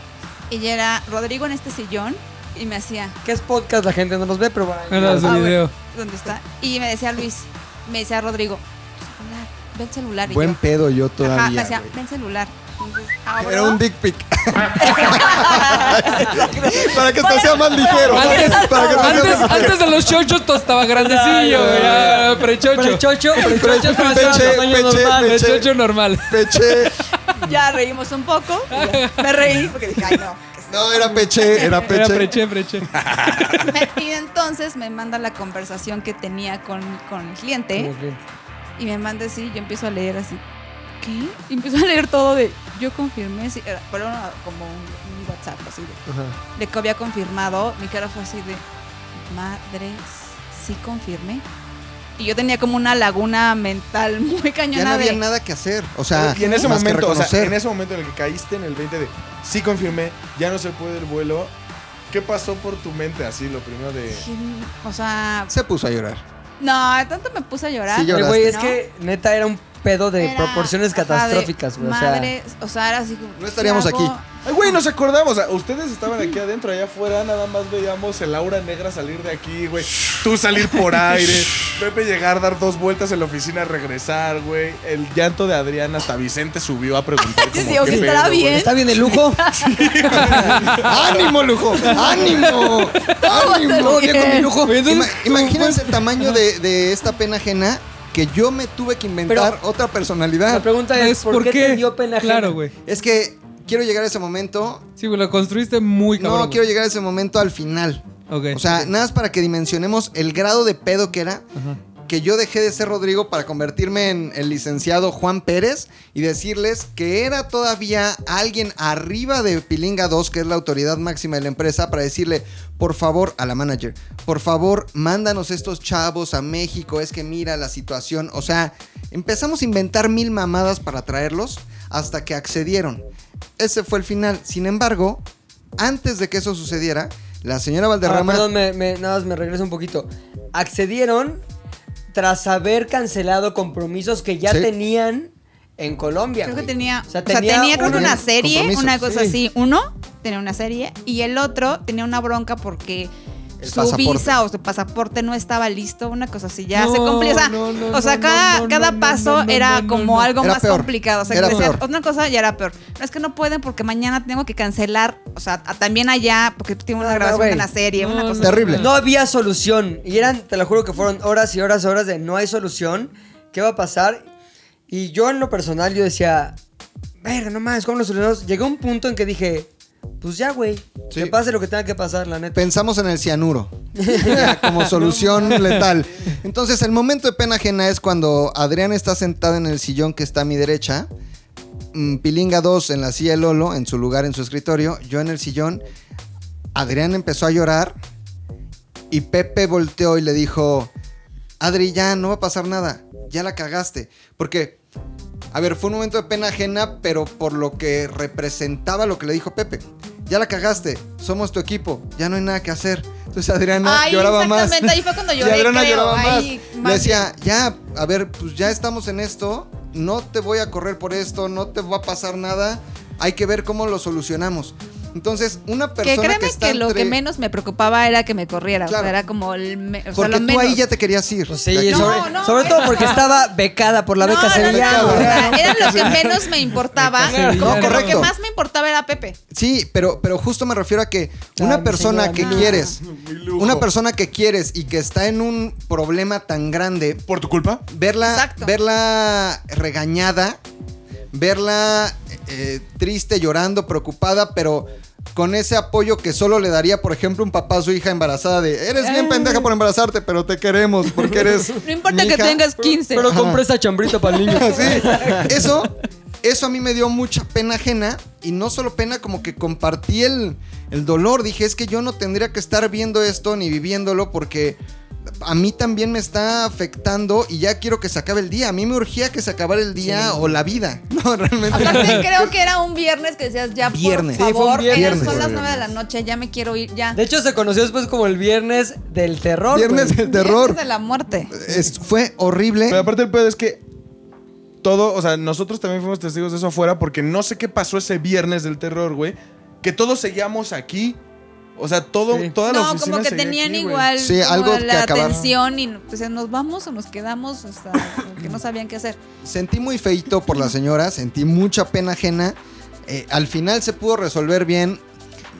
[SPEAKER 5] y ya era Rodrigo en este sillón y me hacía
[SPEAKER 2] ¿Qué es podcast? La gente no nos ve, pero bueno,
[SPEAKER 4] No, no,
[SPEAKER 2] ahí-
[SPEAKER 4] su
[SPEAKER 5] Ah, bueno.
[SPEAKER 4] video.
[SPEAKER 5] ¿Dónde está? Y me decía Luis, me decía Rodrigo, "Tu celular, ven celular. Y
[SPEAKER 3] Buen
[SPEAKER 5] yo,
[SPEAKER 3] pedo yo
[SPEAKER 5] ajá, me
[SPEAKER 3] todavía.
[SPEAKER 5] decía,
[SPEAKER 3] güey.
[SPEAKER 5] ven celular. Entonces, ah, abro.
[SPEAKER 3] Era un dick pic. para que esto sea más ligero.
[SPEAKER 4] Antes-
[SPEAKER 3] para que esto sea
[SPEAKER 4] Antes,
[SPEAKER 3] más ligero.
[SPEAKER 4] antes de los chochos todo estaba grandecillo, ya, prechocho.
[SPEAKER 2] Prechocho, prechocho,
[SPEAKER 3] Prechocho,
[SPEAKER 2] prechocho,
[SPEAKER 3] peche,
[SPEAKER 2] tamaño
[SPEAKER 3] peche,
[SPEAKER 2] normal.
[SPEAKER 3] peche.
[SPEAKER 4] Prechocho normal.
[SPEAKER 3] Peche.
[SPEAKER 5] Ya reímos un poco. y ya. Me reí porque dije, ay, no. que
[SPEAKER 3] No, era peche, era
[SPEAKER 4] Era
[SPEAKER 3] peche.
[SPEAKER 4] preche, preche.
[SPEAKER 5] se-". Y entonces me manda la conversación que tenía con, con el cliente
[SPEAKER 2] Como que-
[SPEAKER 5] y me manda así. Yo empiezo a leer así, ¿qué? Y empiezo a leer todo de, yo confirmé, sí, era- pero era como un, un WhatsApp así de,
[SPEAKER 2] ajá.
[SPEAKER 5] de que había confirmado, mi cara fue así de, madre, sí confirmé. Y yo tenía como una laguna mental muy
[SPEAKER 3] Ya no
[SPEAKER 5] cañona
[SPEAKER 3] había
[SPEAKER 5] de,
[SPEAKER 3] nada que hacer. O sea,
[SPEAKER 7] y en ese
[SPEAKER 3] más que
[SPEAKER 7] momento, o sea,
[SPEAKER 3] reconocer.
[SPEAKER 7] en ese momento en el que caíste en el 20 de sí confirmé, ya no se puede el vuelo. ¿Qué pasó por tu mente así lo primero de
[SPEAKER 5] "Jim", o sea,
[SPEAKER 3] se puso a llorar.
[SPEAKER 5] no, tanto me puse a llorar.
[SPEAKER 3] Sí,
[SPEAKER 2] Pero,
[SPEAKER 3] lloraste,
[SPEAKER 2] güey, es
[SPEAKER 5] ¿no?
[SPEAKER 2] que neta era un pedo de
[SPEAKER 5] Era,
[SPEAKER 2] proporciones
[SPEAKER 5] ajá, de
[SPEAKER 2] catastróficas, güey. O sea,
[SPEAKER 5] Madre, o sea, era así.
[SPEAKER 3] No estaríamos
[SPEAKER 5] ¿qué hago?
[SPEAKER 3] aquí.
[SPEAKER 7] Ay, güey, nos acordamos. ah, Ustedes estaban aquí adentro, allá afuera. Nada más veíamos el aura negra salir de aquí, güey. Tú salir por aire. Pepe llegar, dar dos vueltas en la oficina, regresar, güey. El llanto de Adrián hasta Vicente subió a preguntar.
[SPEAKER 5] Sí,
[SPEAKER 7] Como,
[SPEAKER 5] sí, o
[SPEAKER 7] ¿qué
[SPEAKER 5] si estará
[SPEAKER 7] pedo, güey?
[SPEAKER 5] bien.
[SPEAKER 2] ¿Está bien el lujo?
[SPEAKER 3] ¡Ánimo, lujo! Oh, ¡Ánimo! ¡Ánimo!
[SPEAKER 5] bien con mi
[SPEAKER 3] lujo. imagínense el tamaño de, de esta pena ajena que yo me tuve que inventar otra personalidad.
[SPEAKER 2] La pregunta es, ¿por, qué, te dio pena ajena?
[SPEAKER 4] Claro, güey.
[SPEAKER 3] Es que quiero llegar a ese momento.
[SPEAKER 4] Sí, güey, lo construiste muy
[SPEAKER 3] No,
[SPEAKER 4] cabrón.
[SPEAKER 3] quiero llegar a ese momento al final.
[SPEAKER 4] Ok.
[SPEAKER 3] O sea, nada más para que dimensionemos el grado de pedo que era. Que yo dejé de ser Rodrigo para convertirme en el licenciado Juan Pérez y decirles que era todavía alguien arriba de Pilinga 2, que es la autoridad máxima de la empresa, para decirle, por favor, a la manager, por favor, mándanos estos chavos a México, es que mira la situación. O sea, empezamos a inventar mil mamadas para traerlos hasta que accedieron. Ese fue el final. Sin embargo, antes de que eso sucediera, La señora Valderrama.
[SPEAKER 2] Ah, perdón, me- me- nada más me regreso un poquito. Accedieron tras haber cancelado compromisos que ya
[SPEAKER 3] Sí.
[SPEAKER 2] tenían en Colombia.
[SPEAKER 5] Creo que
[SPEAKER 2] güey.
[SPEAKER 5] tenía,
[SPEAKER 2] O
[SPEAKER 5] o
[SPEAKER 2] sea,
[SPEAKER 5] sea,
[SPEAKER 2] tenía
[SPEAKER 5] tenía, creo que
[SPEAKER 2] un
[SPEAKER 5] una serie,
[SPEAKER 2] compromiso.
[SPEAKER 5] una cosa
[SPEAKER 2] Sí.
[SPEAKER 5] así. Uno tenía una serie y el otro tenía una bronca porque
[SPEAKER 3] El
[SPEAKER 5] su
[SPEAKER 3] pasaporte.
[SPEAKER 5] visa o su pasaporte no estaba listo, una cosa así. Ya
[SPEAKER 2] No,
[SPEAKER 5] se cumplía. O sea,
[SPEAKER 2] no, no,
[SPEAKER 5] o sea,
[SPEAKER 2] no,
[SPEAKER 5] cada,
[SPEAKER 2] no, no,
[SPEAKER 5] cada
[SPEAKER 2] no,
[SPEAKER 5] paso
[SPEAKER 2] no, no,
[SPEAKER 5] era
[SPEAKER 2] no,
[SPEAKER 5] como
[SPEAKER 2] no.
[SPEAKER 5] algo
[SPEAKER 3] Era
[SPEAKER 5] más
[SPEAKER 3] peor.
[SPEAKER 5] complicado. O sea,
[SPEAKER 3] Era
[SPEAKER 5] que decían,
[SPEAKER 3] peor.
[SPEAKER 5] una cosa ya era peor. No es que no pueden porque mañana tengo que cancelar, o sea, a- también allá porque tiene una
[SPEAKER 2] No, no,
[SPEAKER 5] grabación
[SPEAKER 2] güey.
[SPEAKER 5] de una serie,
[SPEAKER 4] No,
[SPEAKER 5] una cosa
[SPEAKER 3] Terrible.
[SPEAKER 2] No había solución. Y eran, te lo juro que fueron horas y horas y horas de no hay solución. ¿Qué va a pasar? Y yo en lo personal, yo decía, verga, no mames, ¿cómo lo solucionamos? Llegué a un punto en que dije, pues ya, güey.
[SPEAKER 3] Sí.
[SPEAKER 2] Que pase lo que tenga que pasar, la neta.
[SPEAKER 3] Pensamos en el cianuro Ya, como solución letal. Entonces, el momento de pena ajena es cuando Adrián está sentada en el sillón que está a mi derecha, mm, Pilinga 2 en la silla de Lolo, en su lugar en su escritorio, yo en el sillón. Adrián empezó a llorar y Pepe volteó y le dijo: Adri, ya no va a pasar nada, ya la cagaste. Porque, a ver, fue un momento de pena ajena, pero por lo que representaba lo que le dijo Pepe. Ya la cagaste, somos tu equipo, ya no hay nada que hacer. Entonces Adriana
[SPEAKER 5] Ay,
[SPEAKER 3] lloraba más.
[SPEAKER 5] exactamente, ahí fue cuando
[SPEAKER 3] Y
[SPEAKER 5] lloré,
[SPEAKER 3] Adriana
[SPEAKER 5] creo,
[SPEAKER 3] lloraba
[SPEAKER 5] ahí,
[SPEAKER 3] más. Le
[SPEAKER 5] más
[SPEAKER 3] decía, ya, a ver, pues ya estamos en esto, no te voy a correr por esto, no te va a pasar nada, hay que ver cómo lo solucionamos. Entonces, una
[SPEAKER 5] Que
[SPEAKER 3] persona que,
[SPEAKER 5] créeme que,
[SPEAKER 3] está
[SPEAKER 5] lo
[SPEAKER 3] entre-
[SPEAKER 5] que menos me preocupaba era que me corriera. O
[SPEAKER 3] Claro.
[SPEAKER 5] sea, era como el. me- o sea,
[SPEAKER 3] Porque
[SPEAKER 5] lo
[SPEAKER 3] tú
[SPEAKER 5] menos.
[SPEAKER 3] ahí ya te querías ir.
[SPEAKER 2] Pues
[SPEAKER 3] De
[SPEAKER 2] sí,
[SPEAKER 3] aquí.
[SPEAKER 5] No,
[SPEAKER 2] sobre,
[SPEAKER 5] no,
[SPEAKER 2] sobre todo
[SPEAKER 5] no.
[SPEAKER 2] porque estaba becada por la
[SPEAKER 5] No,
[SPEAKER 2] beca
[SPEAKER 5] no,
[SPEAKER 2] sevillana.
[SPEAKER 5] no,
[SPEAKER 2] güey.
[SPEAKER 5] era- era lo que menos me importaba.
[SPEAKER 2] Claro.
[SPEAKER 3] No,
[SPEAKER 5] Lo que
[SPEAKER 3] correcto.
[SPEAKER 5] más me importaba era Pepe.
[SPEAKER 3] Sí, pero, pero justo me refiero a que una
[SPEAKER 2] Ah, mi
[SPEAKER 3] persona
[SPEAKER 2] señora,
[SPEAKER 3] que
[SPEAKER 2] mi lujo.
[SPEAKER 3] quieres,
[SPEAKER 7] Mi lujo.
[SPEAKER 3] una persona que quieres y que está en un problema tan grande,
[SPEAKER 7] ¿Por tu culpa?
[SPEAKER 3] verla,
[SPEAKER 5] Exacto.
[SPEAKER 3] verla regañada, verla eh, triste, llorando, preocupada, pero con ese apoyo que solo le daría, por ejemplo, un papá a su hija embarazada de, eres bien pendeja por embarazarte, pero te queremos porque eres...
[SPEAKER 5] Eh. No importa
[SPEAKER 3] mi
[SPEAKER 5] que
[SPEAKER 3] hija".
[SPEAKER 5] tengas 15.
[SPEAKER 2] Pero compré esta chambrita para el niño.
[SPEAKER 3] Sí, eso, eso a mí me dio mucha pena ajena y no solo pena, como que compartí el, el dolor. Dije, es que yo no tendría que estar viendo esto ni viviéndolo porque a mí también me está afectando y ya quiero que se acabe el día. A mí me urgía que se acabara el día o la vida. No, realmente.
[SPEAKER 5] Aparte, creo que era un viernes que decías, ya,
[SPEAKER 3] Viernes. Sí,
[SPEAKER 5] por
[SPEAKER 3] fue
[SPEAKER 5] favor,
[SPEAKER 2] un viernes.
[SPEAKER 5] eran- son las
[SPEAKER 3] Viernes.
[SPEAKER 5] 9 de la noche, ya me quiero ir, ya.
[SPEAKER 2] De hecho, se conoció después como el viernes del terror.
[SPEAKER 3] Viernes
[SPEAKER 2] güey.
[SPEAKER 3] del terror.
[SPEAKER 5] Viernes de la muerte.
[SPEAKER 3] Es- fue horrible.
[SPEAKER 7] Pero aparte el pedo es que todo, o sea, nosotros también fuimos testigos de eso afuera porque no sé qué pasó ese viernes del terror, güey, que todos seguíamos aquí. O sea, todo,
[SPEAKER 2] Sí.
[SPEAKER 7] toda la
[SPEAKER 5] No,
[SPEAKER 7] oficina
[SPEAKER 5] como que
[SPEAKER 7] seguía
[SPEAKER 5] tenían
[SPEAKER 7] aquí, güey.
[SPEAKER 5] igual
[SPEAKER 3] Sí,
[SPEAKER 5] como
[SPEAKER 3] algo que
[SPEAKER 5] la
[SPEAKER 3] acabar.
[SPEAKER 5] tensión y pues, nos vamos o nos quedamos, o sea, como que no sabían qué hacer.
[SPEAKER 3] Sentí muy feito por la señora, sentí mucha pena ajena. Eh, al final se pudo resolver bien,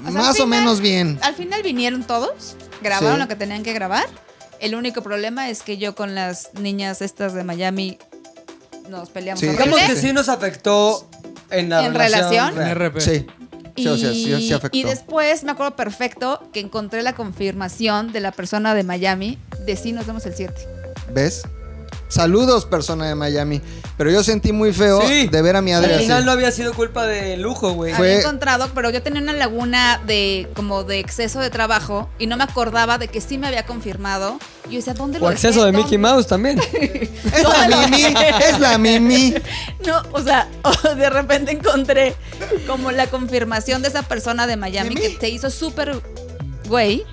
[SPEAKER 5] O sea, al
[SPEAKER 3] más o
[SPEAKER 5] final-
[SPEAKER 3] menos bien.
[SPEAKER 5] Al final vinieron todos, grabaron
[SPEAKER 3] Sí.
[SPEAKER 5] lo que tenían que grabar. El único problema es que yo con las niñas estas de Miami nos peleamos.
[SPEAKER 3] Sí.
[SPEAKER 5] horrible.
[SPEAKER 2] Digamos que sí nos afectó en la
[SPEAKER 5] ¿En relación?
[SPEAKER 2] relación. real.
[SPEAKER 4] En RP.
[SPEAKER 3] Sí.
[SPEAKER 5] Ah, Y,
[SPEAKER 3] Sí, o sea, sí- sí afectó.
[SPEAKER 5] y después me acuerdo perfecto que encontré la confirmación de la persona de Miami de sí nos vemos el 7.
[SPEAKER 3] ¿Ves? Saludos, persona de Miami. Pero yo sentí muy feo
[SPEAKER 2] Sí.
[SPEAKER 3] de ver a mi Adri
[SPEAKER 2] Al
[SPEAKER 3] así.
[SPEAKER 2] final no había sido culpa de lujo, güey.
[SPEAKER 3] Fue-
[SPEAKER 5] Había encontrado, pero yo tenía una laguna de como de exceso de trabajo y no me acordaba de que sí me había confirmado. Y yo decía, ¿dónde lo
[SPEAKER 2] O
[SPEAKER 5] dejé?
[SPEAKER 2] acceso de
[SPEAKER 5] ¿Dónde?
[SPEAKER 2] Mickey Mouse también.
[SPEAKER 3] Es la Mimi, es la Mimi.
[SPEAKER 5] No, o sea, de repente encontré como la confirmación de esa persona de Miami que te hizo súper güey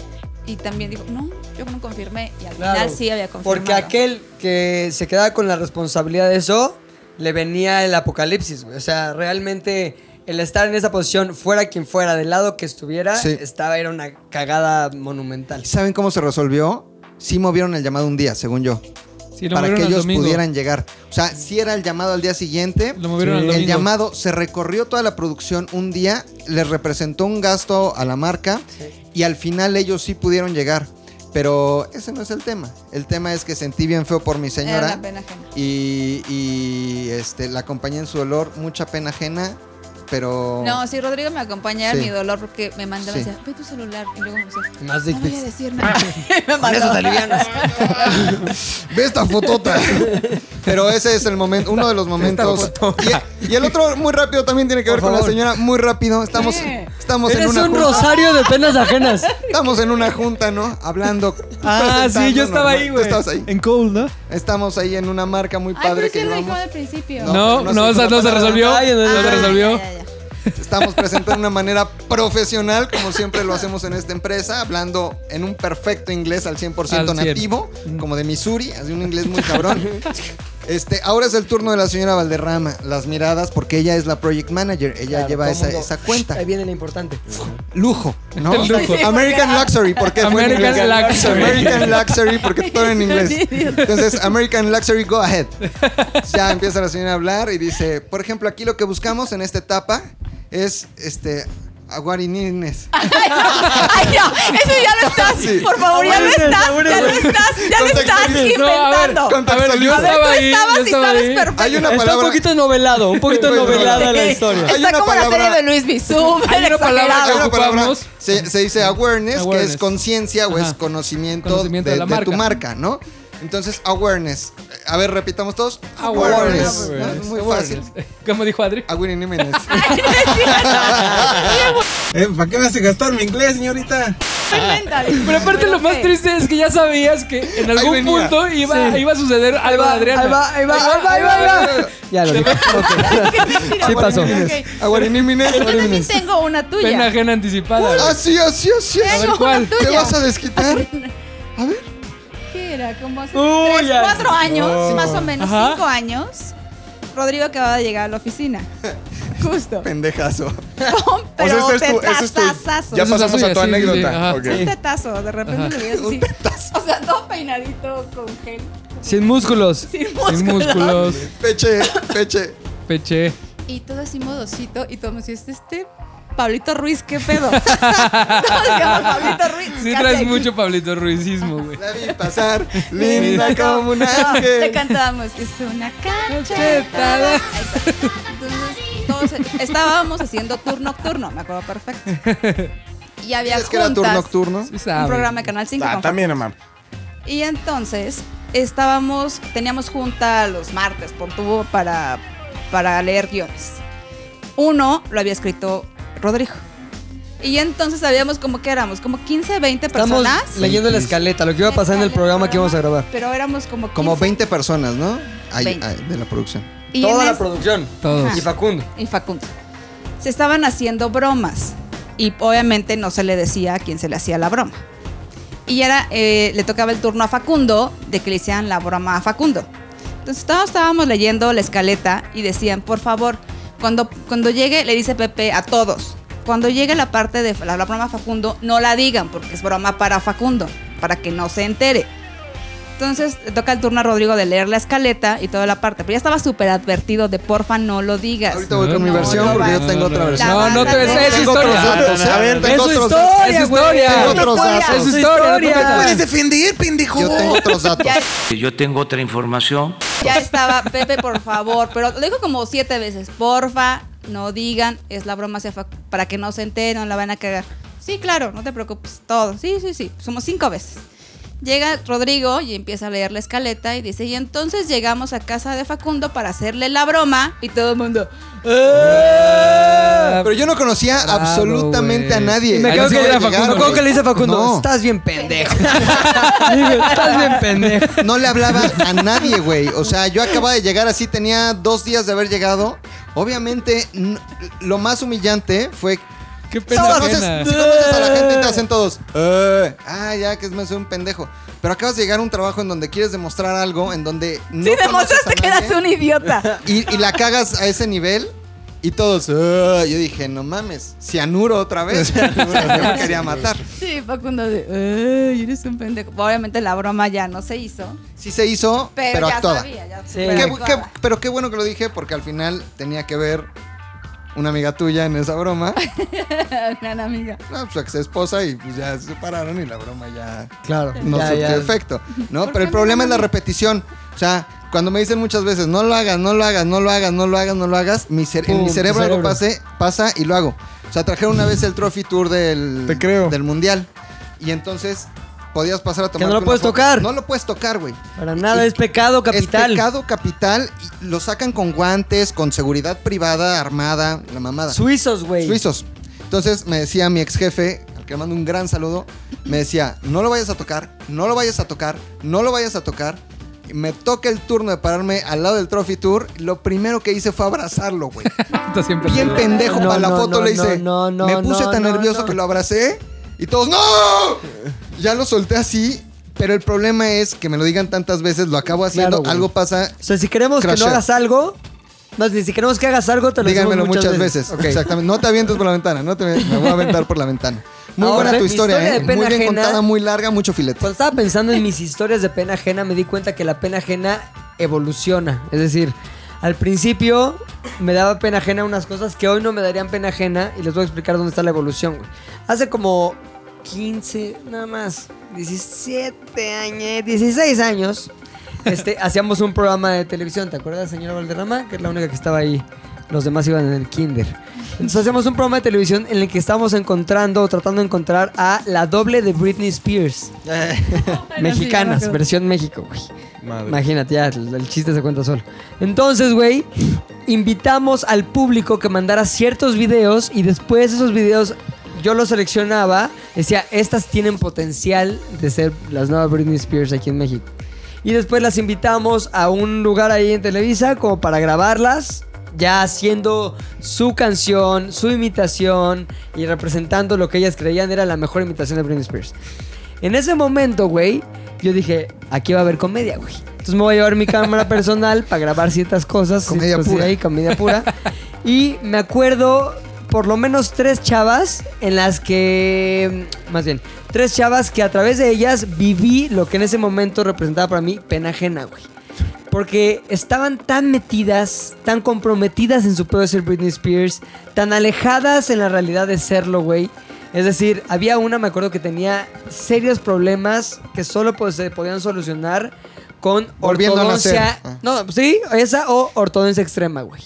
[SPEAKER 5] y también dijo, no, yo no confirmé y al final sí había confirmado.
[SPEAKER 2] Porque aquel que se quedaba con la responsabilidad de eso, le venía el apocalipsis, güey. O sea, realmente el estar en esa posición, fuera quien fuera, del lado que estuviera,
[SPEAKER 3] Sí.
[SPEAKER 2] estaba, era una cagada monumental.
[SPEAKER 3] ¿Saben cómo se resolvió? Sí movieron el llamado un día, según yo.
[SPEAKER 4] Sí, lo
[SPEAKER 3] para que
[SPEAKER 4] movieron al
[SPEAKER 3] ellos
[SPEAKER 4] domingo.
[SPEAKER 3] pudieran llegar. O sea, si era el llamado al día siguiente.
[SPEAKER 4] Lo movieron al
[SPEAKER 3] El
[SPEAKER 4] domingo.
[SPEAKER 3] llamado se recorrió toda la producción un día, les representó un gasto a la marca y al final ellos sí pudieron llegar. Pero ese no es el tema. El tema es que sentí bien feo por mi
[SPEAKER 5] Era
[SPEAKER 3] señora.
[SPEAKER 5] la pena ajena.
[SPEAKER 3] y, y, este, la acompañé en su dolor, mucha pena ajena, pero...
[SPEAKER 5] No, si Rodrigo me acompañara
[SPEAKER 3] Oh. Sí.
[SPEAKER 5] mi dolor porque me mandaba
[SPEAKER 3] Sí.
[SPEAKER 5] y decía, ve tu celular. Y luego me decía,
[SPEAKER 2] Más
[SPEAKER 5] no voy a decir nada. me
[SPEAKER 2] eso
[SPEAKER 5] mandaba.
[SPEAKER 2] te alivianas.
[SPEAKER 3] Ve esta fotota. Pero ese es el momento, uno de los momentos. Y, y el otro muy rápido también tiene que ver con la
[SPEAKER 2] favor.
[SPEAKER 3] señora, muy rápido. Estamos,
[SPEAKER 5] ¿Qué?
[SPEAKER 3] estamos en
[SPEAKER 2] Eres
[SPEAKER 3] una
[SPEAKER 2] un
[SPEAKER 3] junta.
[SPEAKER 2] rosario de penas ajenas.
[SPEAKER 3] Estamos en una junta, ¿no? Hablando.
[SPEAKER 9] Ah, sí, yo
[SPEAKER 3] presentándonos,
[SPEAKER 9] estaba
[SPEAKER 3] ¿no?
[SPEAKER 9] ahí,
[SPEAKER 3] Tú
[SPEAKER 9] güey.
[SPEAKER 3] estabas ahí.
[SPEAKER 9] En Cold, ¿no?
[SPEAKER 3] Estamos ahí en una marca muy
[SPEAKER 5] Ay,
[SPEAKER 3] padre
[SPEAKER 5] pero
[SPEAKER 3] que
[SPEAKER 5] sí lo dijo
[SPEAKER 3] llevamos.
[SPEAKER 5] al principio.
[SPEAKER 4] No,
[SPEAKER 3] No,
[SPEAKER 4] no,
[SPEAKER 3] no se
[SPEAKER 4] esa no se
[SPEAKER 3] resolvió
[SPEAKER 4] resolvió.
[SPEAKER 2] nada. Ay, no,
[SPEAKER 4] no
[SPEAKER 5] Ah,
[SPEAKER 4] se
[SPEAKER 5] ya,
[SPEAKER 4] resolvió.
[SPEAKER 5] ya, ya.
[SPEAKER 3] estamos presentando de una manera profesional, como siempre lo hacemos en esta empresa, hablando en un perfecto inglés al 100%
[SPEAKER 11] Al cien. Mm.
[SPEAKER 3] nativo, como de Missouri, así un inglés muy cabrón. Este, ahora es el turno de la señora Valderrama, las miradas, porque ella es la project manager, ella
[SPEAKER 2] Claro,
[SPEAKER 3] lleva
[SPEAKER 2] todo
[SPEAKER 3] esa,
[SPEAKER 2] mundo.
[SPEAKER 3] esa cuenta.
[SPEAKER 2] Ahí viene lo importante.
[SPEAKER 3] Lujo, ¿no?
[SPEAKER 2] El lujo.
[SPEAKER 3] American Luxury, porque fue en
[SPEAKER 2] American
[SPEAKER 3] inglés?
[SPEAKER 2] Luxury.
[SPEAKER 3] American Luxury, porque todo en inglés. Entonces, American Luxury, go ahead. Ya empieza la señora a hablar y dice, por ejemplo, aquí lo que buscamos en esta etapa es este aguarinines.
[SPEAKER 2] Ah,
[SPEAKER 5] Ay, no, eso ya lo estás.
[SPEAKER 3] Sí.
[SPEAKER 5] Por favor, ya lo
[SPEAKER 3] Aguántate,
[SPEAKER 5] estás. Ya lo
[SPEAKER 3] aguántate.
[SPEAKER 5] estás. Ya lo estás
[SPEAKER 2] Contextualiza. No, a ver,
[SPEAKER 5] inventando.
[SPEAKER 2] contextualiza.
[SPEAKER 5] A ver, tú estabas y sabes perfecto.
[SPEAKER 3] Hay una
[SPEAKER 2] Está un
[SPEAKER 3] palabra
[SPEAKER 2] poquito novelado, un poquito
[SPEAKER 3] Bueno,
[SPEAKER 2] novelada la
[SPEAKER 3] sí.
[SPEAKER 2] historia.
[SPEAKER 3] Hay
[SPEAKER 5] Está
[SPEAKER 3] una
[SPEAKER 5] como la serie
[SPEAKER 3] palabra-
[SPEAKER 5] de Luis Bisú.
[SPEAKER 4] Hay una palabra
[SPEAKER 3] Hay
[SPEAKER 4] que
[SPEAKER 3] una palabra,
[SPEAKER 4] ocupamos.
[SPEAKER 3] se, se dice awareness, que
[SPEAKER 4] Awareness.
[SPEAKER 3] es conciencia o es
[SPEAKER 4] Ajá.
[SPEAKER 3] conocimiento,
[SPEAKER 4] Conocimiento
[SPEAKER 3] de,
[SPEAKER 4] de la
[SPEAKER 3] de tu marca,
[SPEAKER 4] marca.
[SPEAKER 3] ¿no? Entonces, awareness. A ver, repitamos todos.
[SPEAKER 4] Awareness.
[SPEAKER 3] Awareness.
[SPEAKER 4] Awareness.
[SPEAKER 3] Muy
[SPEAKER 4] Awareness.
[SPEAKER 3] fácil.
[SPEAKER 4] Como dijo Adri.
[SPEAKER 3] Ah, Awareness.
[SPEAKER 7] Eh,
[SPEAKER 11] ¿Para qué me hace gastar mi inglés, señorita?
[SPEAKER 4] Pero aparte lo más triste es que ya sabías que en algún
[SPEAKER 11] venía.
[SPEAKER 4] punto iba, iba a suceder algo de Adriana.
[SPEAKER 2] ahí va, ahí va, ahí va, ahí va, ahí va. Ya lo dije. Ok. Sí pasó.
[SPEAKER 3] Aguarinimines.
[SPEAKER 5] Yo también tengo una tuya.
[SPEAKER 4] Pena ajena anticipada.
[SPEAKER 3] Ah, sí, así, así,
[SPEAKER 5] Tengo
[SPEAKER 3] así.
[SPEAKER 5] una
[SPEAKER 4] ¿cuál?
[SPEAKER 5] tuya.
[SPEAKER 3] ¿Te vas a desquitar? A ver.
[SPEAKER 5] ¿Qué era? Como hace
[SPEAKER 2] Uy,
[SPEAKER 5] tres,
[SPEAKER 2] ya.
[SPEAKER 5] cuatro años,
[SPEAKER 2] Oh.
[SPEAKER 5] más o menos
[SPEAKER 2] Ajá.
[SPEAKER 5] cinco años, Rodrigo acababa de llegar a la oficina. Justo.
[SPEAKER 3] Pendejazo.
[SPEAKER 5] Pero
[SPEAKER 7] o sea, esto es tu- eso es tu-
[SPEAKER 5] tetazazazo.
[SPEAKER 7] Ya
[SPEAKER 4] Eso es
[SPEAKER 7] pasamos
[SPEAKER 4] así,
[SPEAKER 7] a tu
[SPEAKER 4] sí, sí, sí,
[SPEAKER 7] anécdota.
[SPEAKER 4] ajá.
[SPEAKER 7] Ok.
[SPEAKER 5] Un tetazo, de repente
[SPEAKER 4] Ajá.
[SPEAKER 5] lo veías así. O sea, todo peinadito con gel.
[SPEAKER 2] Sin músculos.
[SPEAKER 5] Sin
[SPEAKER 4] Sin
[SPEAKER 5] músculos.
[SPEAKER 4] músculos.
[SPEAKER 3] Peche, peche.
[SPEAKER 4] Peche.
[SPEAKER 5] Y todo así modosito. Y todo me decía, este, este Pablito Ruiz, ¿qué pedo? no, decíamos, Pablito Ruiz.
[SPEAKER 4] Sí
[SPEAKER 5] ¿qué
[SPEAKER 4] traes
[SPEAKER 5] hace aquí?".
[SPEAKER 4] mucho Pablito Ruizismo, güey.
[SPEAKER 3] La vi pasar, linda como un
[SPEAKER 5] Le
[SPEAKER 3] ángel.
[SPEAKER 5] cantábamos, es una cachetada. Ahí está. Entonces, todos estábamos haciendo tour nocturno, me acuerdo perfecto. Y había
[SPEAKER 3] ¿Sabes que era tour
[SPEAKER 5] juntas,
[SPEAKER 3] nocturno?
[SPEAKER 4] Sí
[SPEAKER 5] un
[SPEAKER 4] sabe.
[SPEAKER 5] programa de Canal 5.
[SPEAKER 7] Ah,
[SPEAKER 5] con-
[SPEAKER 7] también, mamá.
[SPEAKER 5] Y entonces estábamos, teníamos junta los martes por tubo para, para leer guiones. Uno lo había escrito Rodrigo. Y entonces sabíamos como que éramos, como 15, 20
[SPEAKER 2] Estamos
[SPEAKER 5] personas.
[SPEAKER 2] leyendo la escaleta, lo que iba a pasar en el programa que íbamos a grabar.
[SPEAKER 5] Pero éramos como 15.
[SPEAKER 3] Como 20 personas, ¿no? Ahí-
[SPEAKER 5] 20.
[SPEAKER 3] ahí, de la producción.
[SPEAKER 5] Y en
[SPEAKER 2] Toda la
[SPEAKER 5] es-
[SPEAKER 2] producción.
[SPEAKER 4] Todos.
[SPEAKER 2] Y Facundo.
[SPEAKER 5] y Facundo. Se estaban haciendo bromas y obviamente no se le decía a quién se le hacía la broma. Y era, eh, le tocaba el turno a Facundo de que le hicieran la broma a Facundo. Entonces todos estábamos leyendo la escaleta y decían, por favor, cuando, cuando llegue, le dice Pepe a todos, cuando llegue la parte de la, la broma a Facundo, no la digan porque es broma para Facundo, para que no se entere. Entonces le toca el turno a Rodrigo de leer la escaleta y toda la parte, pero ya estaba súper advertido de porfa no lo digas.
[SPEAKER 3] Ahorita voy con mi
[SPEAKER 5] No,
[SPEAKER 3] versión
[SPEAKER 5] no,
[SPEAKER 3] porque
[SPEAKER 5] no,
[SPEAKER 3] yo tengo otra versión.
[SPEAKER 4] No, no te esa es
[SPEAKER 3] Tengo
[SPEAKER 4] historia.
[SPEAKER 3] otros datos, a ver,
[SPEAKER 4] Es
[SPEAKER 3] tengo
[SPEAKER 4] su
[SPEAKER 3] otros
[SPEAKER 4] historia,
[SPEAKER 3] datos.
[SPEAKER 4] es su historia.
[SPEAKER 3] Tengo otros
[SPEAKER 4] Es
[SPEAKER 3] datos.
[SPEAKER 4] su historia.
[SPEAKER 7] defender, pendejo?
[SPEAKER 3] Yo tengo otros datos.
[SPEAKER 5] Ya,
[SPEAKER 11] Yo tengo otra información.
[SPEAKER 5] ya estaba, Pepe, por favor. Pero lo dijo como siete veces. Porfa, no digan, es la broma hacia Fac- para que no se enteren, la van a cagar. Sí, claro, no te preocupes, todo. Sí, sí, sí. Somos cinco veces. Llega Rodrigo y empieza a leer la escaleta y dice, y entonces llegamos a casa de Facundo para hacerle la broma y todo el mundo... "Eh".
[SPEAKER 4] Ah,
[SPEAKER 3] Pero yo no conocía
[SPEAKER 4] Bravo,
[SPEAKER 3] absolutamente
[SPEAKER 4] güey.
[SPEAKER 3] a nadie.
[SPEAKER 4] Y
[SPEAKER 2] Me
[SPEAKER 4] Ahí
[SPEAKER 2] acuerdo
[SPEAKER 4] sí
[SPEAKER 2] que,
[SPEAKER 4] voy
[SPEAKER 2] le-
[SPEAKER 4] a llegar,
[SPEAKER 2] me acuerdo
[SPEAKER 4] güey.
[SPEAKER 2] que le dice a Facundo,
[SPEAKER 3] No.
[SPEAKER 2] estás bien pendejo. Digo, estás bien pendejo.
[SPEAKER 3] No le hablaba a nadie, güey. O sea, yo acababa de llegar así, tenía dos días de haber llegado. Obviamente, n- lo más humillante fue.
[SPEAKER 4] Qué
[SPEAKER 3] Si
[SPEAKER 4] pena
[SPEAKER 3] conoces,
[SPEAKER 4] ajena.
[SPEAKER 3] si conoces a la gente y te hacen todos. "Eh, ah, ya que es más un pendejo. Pero acabas de llegar a un trabajo en donde quieres demostrar algo, en donde. No
[SPEAKER 5] sí,
[SPEAKER 3] conoces
[SPEAKER 5] demostraste
[SPEAKER 3] a
[SPEAKER 5] que
[SPEAKER 3] nadie.
[SPEAKER 5] eras un idiota.
[SPEAKER 3] y, y la cagas a ese nivel y todos. "Ah", yo dije, no mames, cianuro otra vez. yo me quería matar.
[SPEAKER 5] Sí, Facundo de... "Ay, eres un pendejo. Obviamente la broma ya no se hizo,
[SPEAKER 3] Sí se hizo,
[SPEAKER 5] pero,
[SPEAKER 3] pero,
[SPEAKER 5] ya
[SPEAKER 3] actuada.
[SPEAKER 5] sabía. Ya
[SPEAKER 2] Sí.
[SPEAKER 5] pero
[SPEAKER 3] Qué bu-
[SPEAKER 5] actuada.
[SPEAKER 3] qué- pero qué bueno que lo dije porque al final tenía que ver una amiga tuya en esa broma.
[SPEAKER 5] Gran amiga.
[SPEAKER 3] No, pues su ex esposa y pues ya se separaron y la broma ya
[SPEAKER 2] Claro.
[SPEAKER 3] no
[SPEAKER 2] ya,
[SPEAKER 3] surtió
[SPEAKER 2] ya.
[SPEAKER 3] efecto. ¿no?
[SPEAKER 5] ¿Por
[SPEAKER 3] Pero el
[SPEAKER 5] qué
[SPEAKER 3] problema
[SPEAKER 5] me
[SPEAKER 3] es la
[SPEAKER 5] llaman?
[SPEAKER 3] repetición. O sea, cuando me dicen muchas veces, no lo hagas, no lo hagas, no lo hagas, no lo hagas, no lo hagas, mi cere- en
[SPEAKER 2] Pum,
[SPEAKER 3] mi
[SPEAKER 2] tu
[SPEAKER 3] cerebro algo
[SPEAKER 2] cerebro.
[SPEAKER 3] pase, pasa y lo hago. O sea, trajeron una vez el Trophy Tour del,
[SPEAKER 7] Te creo.
[SPEAKER 3] del Mundial. Y entonces podías pasar a tomar.
[SPEAKER 2] no lo puedes tocar.
[SPEAKER 3] No lo puedes tocar, güey.
[SPEAKER 2] Para nada, es pecado capital.
[SPEAKER 3] Es pecado capital. y lo sacan con guantes, con seguridad privada, armada, la mamada.
[SPEAKER 2] Suizos, güey.
[SPEAKER 3] Suizos. Entonces me decía mi ex jefe, al que le mando un gran saludo, me decía, no lo vayas a tocar, no lo vayas a tocar, no lo vayas a tocar. me toca el turno de pararme al lado del Trophy Tour, lo primero que hice fue abrazarlo, güey. Bien pendejo
[SPEAKER 2] No,
[SPEAKER 3] para la
[SPEAKER 2] no,
[SPEAKER 3] foto
[SPEAKER 2] no,
[SPEAKER 3] le hice.
[SPEAKER 2] no, no,
[SPEAKER 3] me
[SPEAKER 2] no,
[SPEAKER 3] puse
[SPEAKER 2] no,
[SPEAKER 3] tan
[SPEAKER 2] no,
[SPEAKER 3] nervioso
[SPEAKER 2] no.
[SPEAKER 3] que lo abracé y todos ¡No! Ya lo solté así, pero el problema es que me lo digan tantas veces, lo acabo haciendo,
[SPEAKER 2] Claro, güey.
[SPEAKER 3] algo pasa.
[SPEAKER 2] O sea, si queremos que no hagas algo, más bien, si queremos que hagas algo, te lo decimos
[SPEAKER 3] Díganmelo muchas, veces.
[SPEAKER 2] Ok.
[SPEAKER 3] Exactamente. No te avientes por la ventana, no te me voy a aventar por la ventana. Muy
[SPEAKER 2] Ahora,
[SPEAKER 3] buena tu
[SPEAKER 2] mi
[SPEAKER 3] historia,
[SPEAKER 2] historia
[SPEAKER 3] ¿eh?
[SPEAKER 2] de pena
[SPEAKER 3] Muy bien
[SPEAKER 2] ajena. Pues,
[SPEAKER 3] contada, muy larga, mucho filete.
[SPEAKER 2] Cuando estaba pensando en mis historias de pena ajena, me di cuenta que la pena ajena evoluciona. Es decir, al principio me daba pena ajena unas cosas que hoy no me darían pena ajena y les voy a explicar dónde está la evolución. güey. Hace como 15, nada más, 17 años, 16 años, este, hacíamos un programa de televisión, ¿te acuerdas, señora Valderrama? Que es la única que estaba ahí. Los demás iban en el kinder. Entonces hacíamos un programa de televisión en el que estábamos encontrando o tratando de encontrar a la doble de Britney Spears. Mexicanas, versión México, güey. Imagínate, ya, el, el chiste se cuenta solo. Entonces, güey, invitamos al público que mandara ciertos videos y después esos videos yo los seleccionaba. Decía, estas tienen potencial de ser las nuevas Britney Spears aquí en México. Y después las invitamos a un lugar ahí en Televisa como para grabarlas. Ya haciendo su canción, su imitación y representando lo que ellas creían era la mejor imitación de Britney Spears. En ese momento, güey, yo dije, aquí va a haber comedia, güey. Entonces me voy a llevar mi cámara personal para grabar ciertas cosas.
[SPEAKER 3] Comedia
[SPEAKER 2] cosas
[SPEAKER 3] pura.
[SPEAKER 2] Ahí, comedia pura. y me acuerdo por lo menos tres chavas en las que... Más bien, tres chavas que a través de ellas viví lo que en ese momento representaba para mí pena ajena, güey. Porque estaban tan metidas, tan comprometidas en su pedo de ser Britney Spears, tan alejadas en la realidad de serlo, güey. Es decir, había una, me acuerdo que tenía serios problemas que solo pues, se podían solucionar con
[SPEAKER 3] Volviendo a nacer.
[SPEAKER 2] ortodoncia.
[SPEAKER 3] Ah.
[SPEAKER 2] No, sí, esa o ortodoncia extrema, güey.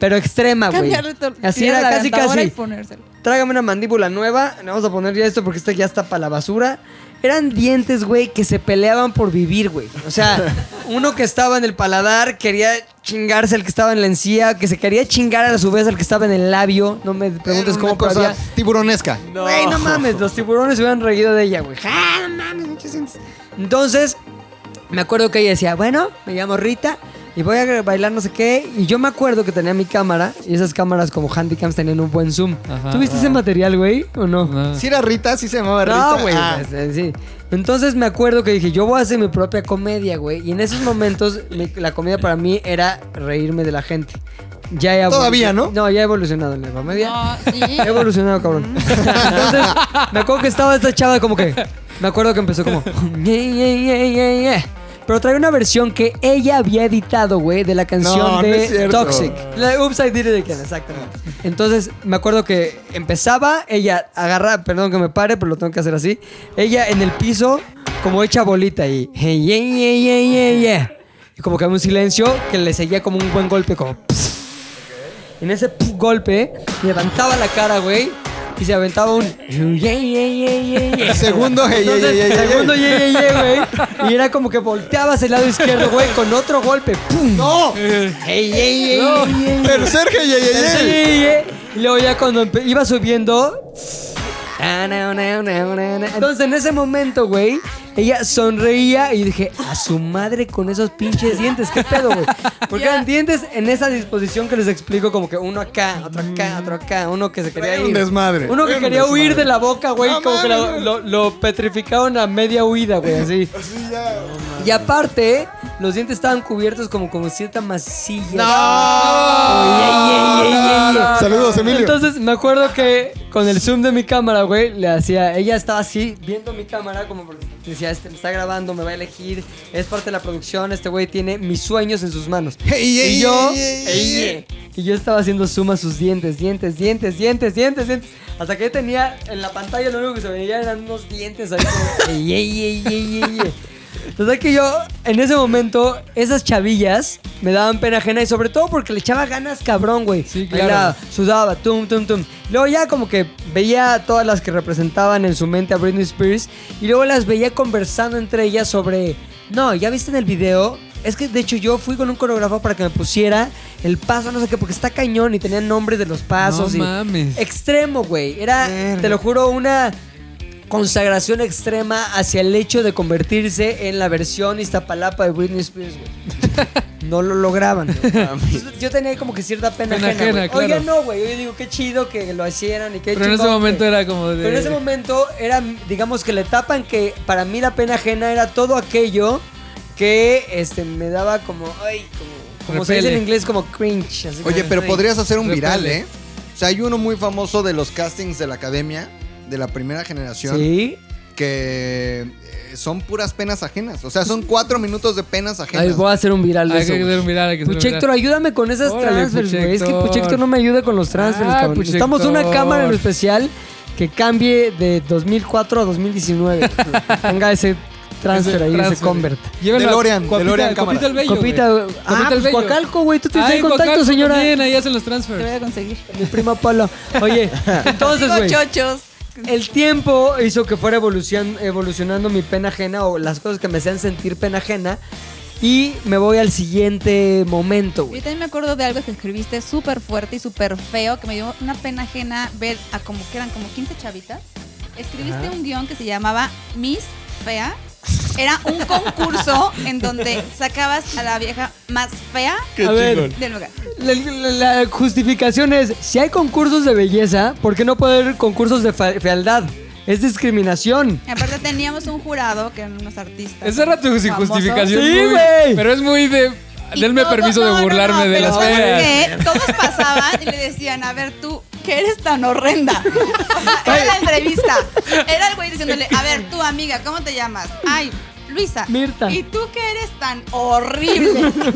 [SPEAKER 2] Pero extrema, güey.
[SPEAKER 5] Cambiarle to-
[SPEAKER 2] Ah, Así
[SPEAKER 5] tirar
[SPEAKER 2] era,
[SPEAKER 5] la
[SPEAKER 2] casi,
[SPEAKER 5] dentadura
[SPEAKER 2] casi
[SPEAKER 5] y ponérselo.
[SPEAKER 2] trágame una mandíbula nueva, le vamos a poner ya esto porque esta ya está para la basura. Eran dientes, güey, que se peleaban por vivir, güey. O sea, uno que estaba en el paladar quería chingarse al que estaba en la encía, que se quería chingar a su vez al que estaba en el labio. Eh, No me preguntes
[SPEAKER 3] Era
[SPEAKER 2] cómo
[SPEAKER 3] una cosa
[SPEAKER 2] pasaba.
[SPEAKER 3] tiburonesca.
[SPEAKER 2] Güey, no mames, los tiburones se hubieran reído de ella, güey. Ja, no mames, muchos dientes. Entonces, me acuerdo que ella decía, bueno, me llamo Rita y voy a bailar no sé qué. Y yo me acuerdo que tenía mi cámara y esas cámaras como handicaps tenían un buen zoom.
[SPEAKER 4] Ajá.
[SPEAKER 2] ¿Tuviste ese material, güey, o no?
[SPEAKER 3] Si era Rita, sí se llamaba Rita.
[SPEAKER 2] No, güey.
[SPEAKER 3] Ah.
[SPEAKER 2] pues, sí. Entonces me acuerdo que dije, yo voy a hacer mi propia comedia, güey. Y en esos momentos mi- la comedia para mí era reírme de la gente. Ya he evolu-
[SPEAKER 3] Todavía, ¿no?
[SPEAKER 2] No, ya he evolucionado en la comedia.
[SPEAKER 5] No, sí.
[SPEAKER 2] He evolucionado, cabrón. Entonces, me acuerdo que estaba esta chava como que. Me acuerdo que empezó como. "Yeah, yeah, yeah, yeah, yeah". Pero trae una versión que ella había editado, güey, de la canción
[SPEAKER 3] No, no es
[SPEAKER 2] de
[SPEAKER 3] cierto.
[SPEAKER 2] Toxic. La Oops, I Did It Again, exactamente. Entonces, me acuerdo que empezaba, ella agarra, perdón que me pare, pero lo tengo que hacer así. Ella en el piso, como hecha bolita y. "Hey, yeah, yeah, yeah, yeah, yeah". Y como que había un silencio que le seguía como un buen golpe, como. En ese pf, golpe, levantaba la cara, güey, y se aventaba un. "Yeah, yeah, yeah, yeah, yeah".
[SPEAKER 3] Segundo, hey, hey,
[SPEAKER 2] Entonces,
[SPEAKER 3] hey, hey, hey.
[SPEAKER 2] segundo, yeah, yeah, yeah, güey. Y era como que volteabas el lado izquierdo, güey, con otro golpe. ¡Pum!
[SPEAKER 3] ¡No!
[SPEAKER 2] Hey, hey, hey,
[SPEAKER 3] No.
[SPEAKER 2] hey, hey,
[SPEAKER 3] Pero Sergio, ye, ye, ye.
[SPEAKER 2] Tercer yeah, yeah, yeah. Y luego ya cuando empe- iba subiendo. na, na, na, na, na, na. Entonces en ese momento, güey, ella sonreía y dije, a su madre con esos pinches dientes, qué pedo, güey. Porque eran dientes en esa disposición que les explico, como que uno acá, otro acá, otro acá, uno que se quería
[SPEAKER 3] Era
[SPEAKER 2] ir.
[SPEAKER 3] un desmadre.
[SPEAKER 2] Uno que
[SPEAKER 3] Era un
[SPEAKER 2] quería
[SPEAKER 3] desmadre.
[SPEAKER 2] huir de la boca, güey,
[SPEAKER 3] No
[SPEAKER 2] como que lo,
[SPEAKER 3] mames.
[SPEAKER 2] lo- lo petrificaron a media huida, güey, así. Y aparte, los dientes estaban cubiertos como con cierta masilla. Ey, ey, ey, ey, ey.
[SPEAKER 3] Ah. Saludos, Emilio.
[SPEAKER 2] Entonces me acuerdo que con el zoom de mi cámara, güey, le hacía, ella estaba así viendo mi cámara como porque decía, este me está grabando, me va a elegir, es parte de la producción, este güey tiene mis sueños en sus manos.
[SPEAKER 3] Ey, ey,
[SPEAKER 2] y yo,
[SPEAKER 3] ey, ey,
[SPEAKER 2] ey,
[SPEAKER 3] ey.
[SPEAKER 2] y yo estaba haciendo zoom a sus dientes, dientes, dientes, dientes, dientes, dientes, hasta que tenía en la pantalla lo único que se veía eran unos dientes ahí como, ey, ey, ey, ey, ey, ey. Entonces que yo, en ese momento, esas chavillas me daban pena ajena y sobre todo porque le echaba ganas cabrón, güey.
[SPEAKER 4] Sí, claro.
[SPEAKER 2] Bailaba, sudaba, tum, tum, tum. Luego ya como que veía a todas las que representaban en su mente a Britney Spears y luego las veía conversando entre ellas sobre, no, ya viste en el video, es que de hecho yo fui con un coreógrafo para que me pusiera el paso, no sé qué, porque está cañón y tenían nombres de los pasos.
[SPEAKER 4] No
[SPEAKER 2] y
[SPEAKER 4] mames.
[SPEAKER 2] Extremo, güey. Era, te lo juro, una... consagración extrema hacia el hecho de convertirse en la versión Iztapalapa de Britney Spears, güey. No lo lograban. güey. Entonces, yo tenía como que cierta pena,
[SPEAKER 4] Pena
[SPEAKER 2] ajena,
[SPEAKER 4] ajena,
[SPEAKER 2] güey. Oiga,
[SPEAKER 4] claro.
[SPEAKER 2] no, güey. Yo digo, qué chido que lo hicieran y qué
[SPEAKER 4] Pero en ese
[SPEAKER 2] chingón
[SPEAKER 4] momento
[SPEAKER 2] que-
[SPEAKER 4] era como de.
[SPEAKER 2] Pero en ese momento era, digamos que la etapa en que para mí la pena ajena era todo aquello que este, me daba como, ay, como, como se dice en
[SPEAKER 3] Repele.
[SPEAKER 2] inglés, como cringe. así
[SPEAKER 3] Oye,
[SPEAKER 2] como,
[SPEAKER 3] pero
[SPEAKER 2] ay.
[SPEAKER 3] podrías hacer un viral,
[SPEAKER 2] Repele.
[SPEAKER 3] ¿eh? O sea, hay uno muy famoso de los castings de la academia, de la primera generación.
[SPEAKER 2] Sí.
[SPEAKER 3] Que eh, son puras penas ajenas. O sea, son cuatro minutos de penas ajenas.
[SPEAKER 2] Ay, voy a hacer un viral de
[SPEAKER 3] Hay
[SPEAKER 2] eso.
[SPEAKER 3] que
[SPEAKER 2] güey.
[SPEAKER 3] hacer un viral, hay que hacer un
[SPEAKER 2] Puchector,
[SPEAKER 3] viral.
[SPEAKER 2] ayúdame con esas
[SPEAKER 3] Órale,
[SPEAKER 2] transfers, güey. Es que
[SPEAKER 3] Puchector.
[SPEAKER 2] Puchector no me ayuda con los transfers,
[SPEAKER 4] Ah,
[SPEAKER 2] cabrón. Necesitamos una
[SPEAKER 4] Puchector.
[SPEAKER 2] cámara en especial que cambie de 2004 a 2019. Tenga ese transfer ahí, ese
[SPEAKER 4] transfer.
[SPEAKER 2] convert.
[SPEAKER 4] Llévenlo a DeLorean, Copita- DeLorean Copita cámara. el Bello,
[SPEAKER 2] Copita,
[SPEAKER 4] güey.
[SPEAKER 2] ah,
[SPEAKER 4] Copita el
[SPEAKER 2] pues,
[SPEAKER 4] Bello.
[SPEAKER 2] Coacalco, güey. Tú tienes
[SPEAKER 4] Ay,
[SPEAKER 2] ahí contacto,
[SPEAKER 4] Coacalco
[SPEAKER 2] señora.
[SPEAKER 4] también, ahí hacen los transfers.
[SPEAKER 5] Te voy a conseguir.
[SPEAKER 2] Mi prima Paula. Oye, entonces,
[SPEAKER 5] Digo,
[SPEAKER 2] güey.
[SPEAKER 5] chochos.
[SPEAKER 2] El tiempo hizo que fuera evolucion- evolucionando mi pena ajena o las cosas que me hacían sentir pena ajena. Y me voy al siguiente momento,
[SPEAKER 5] Yo
[SPEAKER 2] güey.
[SPEAKER 5] también me acuerdo de algo que escribiste súper fuerte y súper feo, que me dio una pena ajena ver a como que eran como 15 chavitas. Escribiste
[SPEAKER 12] Ajá.
[SPEAKER 5] un guión que se llamaba Miss Fea. Era un concurso en donde sacabas a la vieja más fea
[SPEAKER 2] Qué A ver. chingón.
[SPEAKER 5] del lugar.
[SPEAKER 2] La, la- la justificación es, si hay concursos de belleza, ¿por qué no puede haber concursos de fa- fealdad? Es discriminación.
[SPEAKER 5] Y aparte teníamos un jurado que eran unos artistas.
[SPEAKER 4] Esa era tu
[SPEAKER 5] famosos.
[SPEAKER 4] justificación.
[SPEAKER 2] Sí,
[SPEAKER 4] muy-
[SPEAKER 2] güey.
[SPEAKER 4] Pero es muy de.
[SPEAKER 5] Y
[SPEAKER 4] Denme
[SPEAKER 5] todo-
[SPEAKER 4] permiso
[SPEAKER 5] no, no,
[SPEAKER 4] de burlarme
[SPEAKER 5] no,
[SPEAKER 4] de
[SPEAKER 5] pero
[SPEAKER 4] las
[SPEAKER 5] ¿sabes
[SPEAKER 4] feas.
[SPEAKER 5] qué? Todos pasaban y le decían, a ver tú, que eres tan horrenda. O sea, era la entrevista. Era el güey diciéndole, a ver tú, amiga, ¿cómo te llamas? Ay, Luisa.
[SPEAKER 2] Mirta.
[SPEAKER 5] ¿Y tú que eres tan horrible?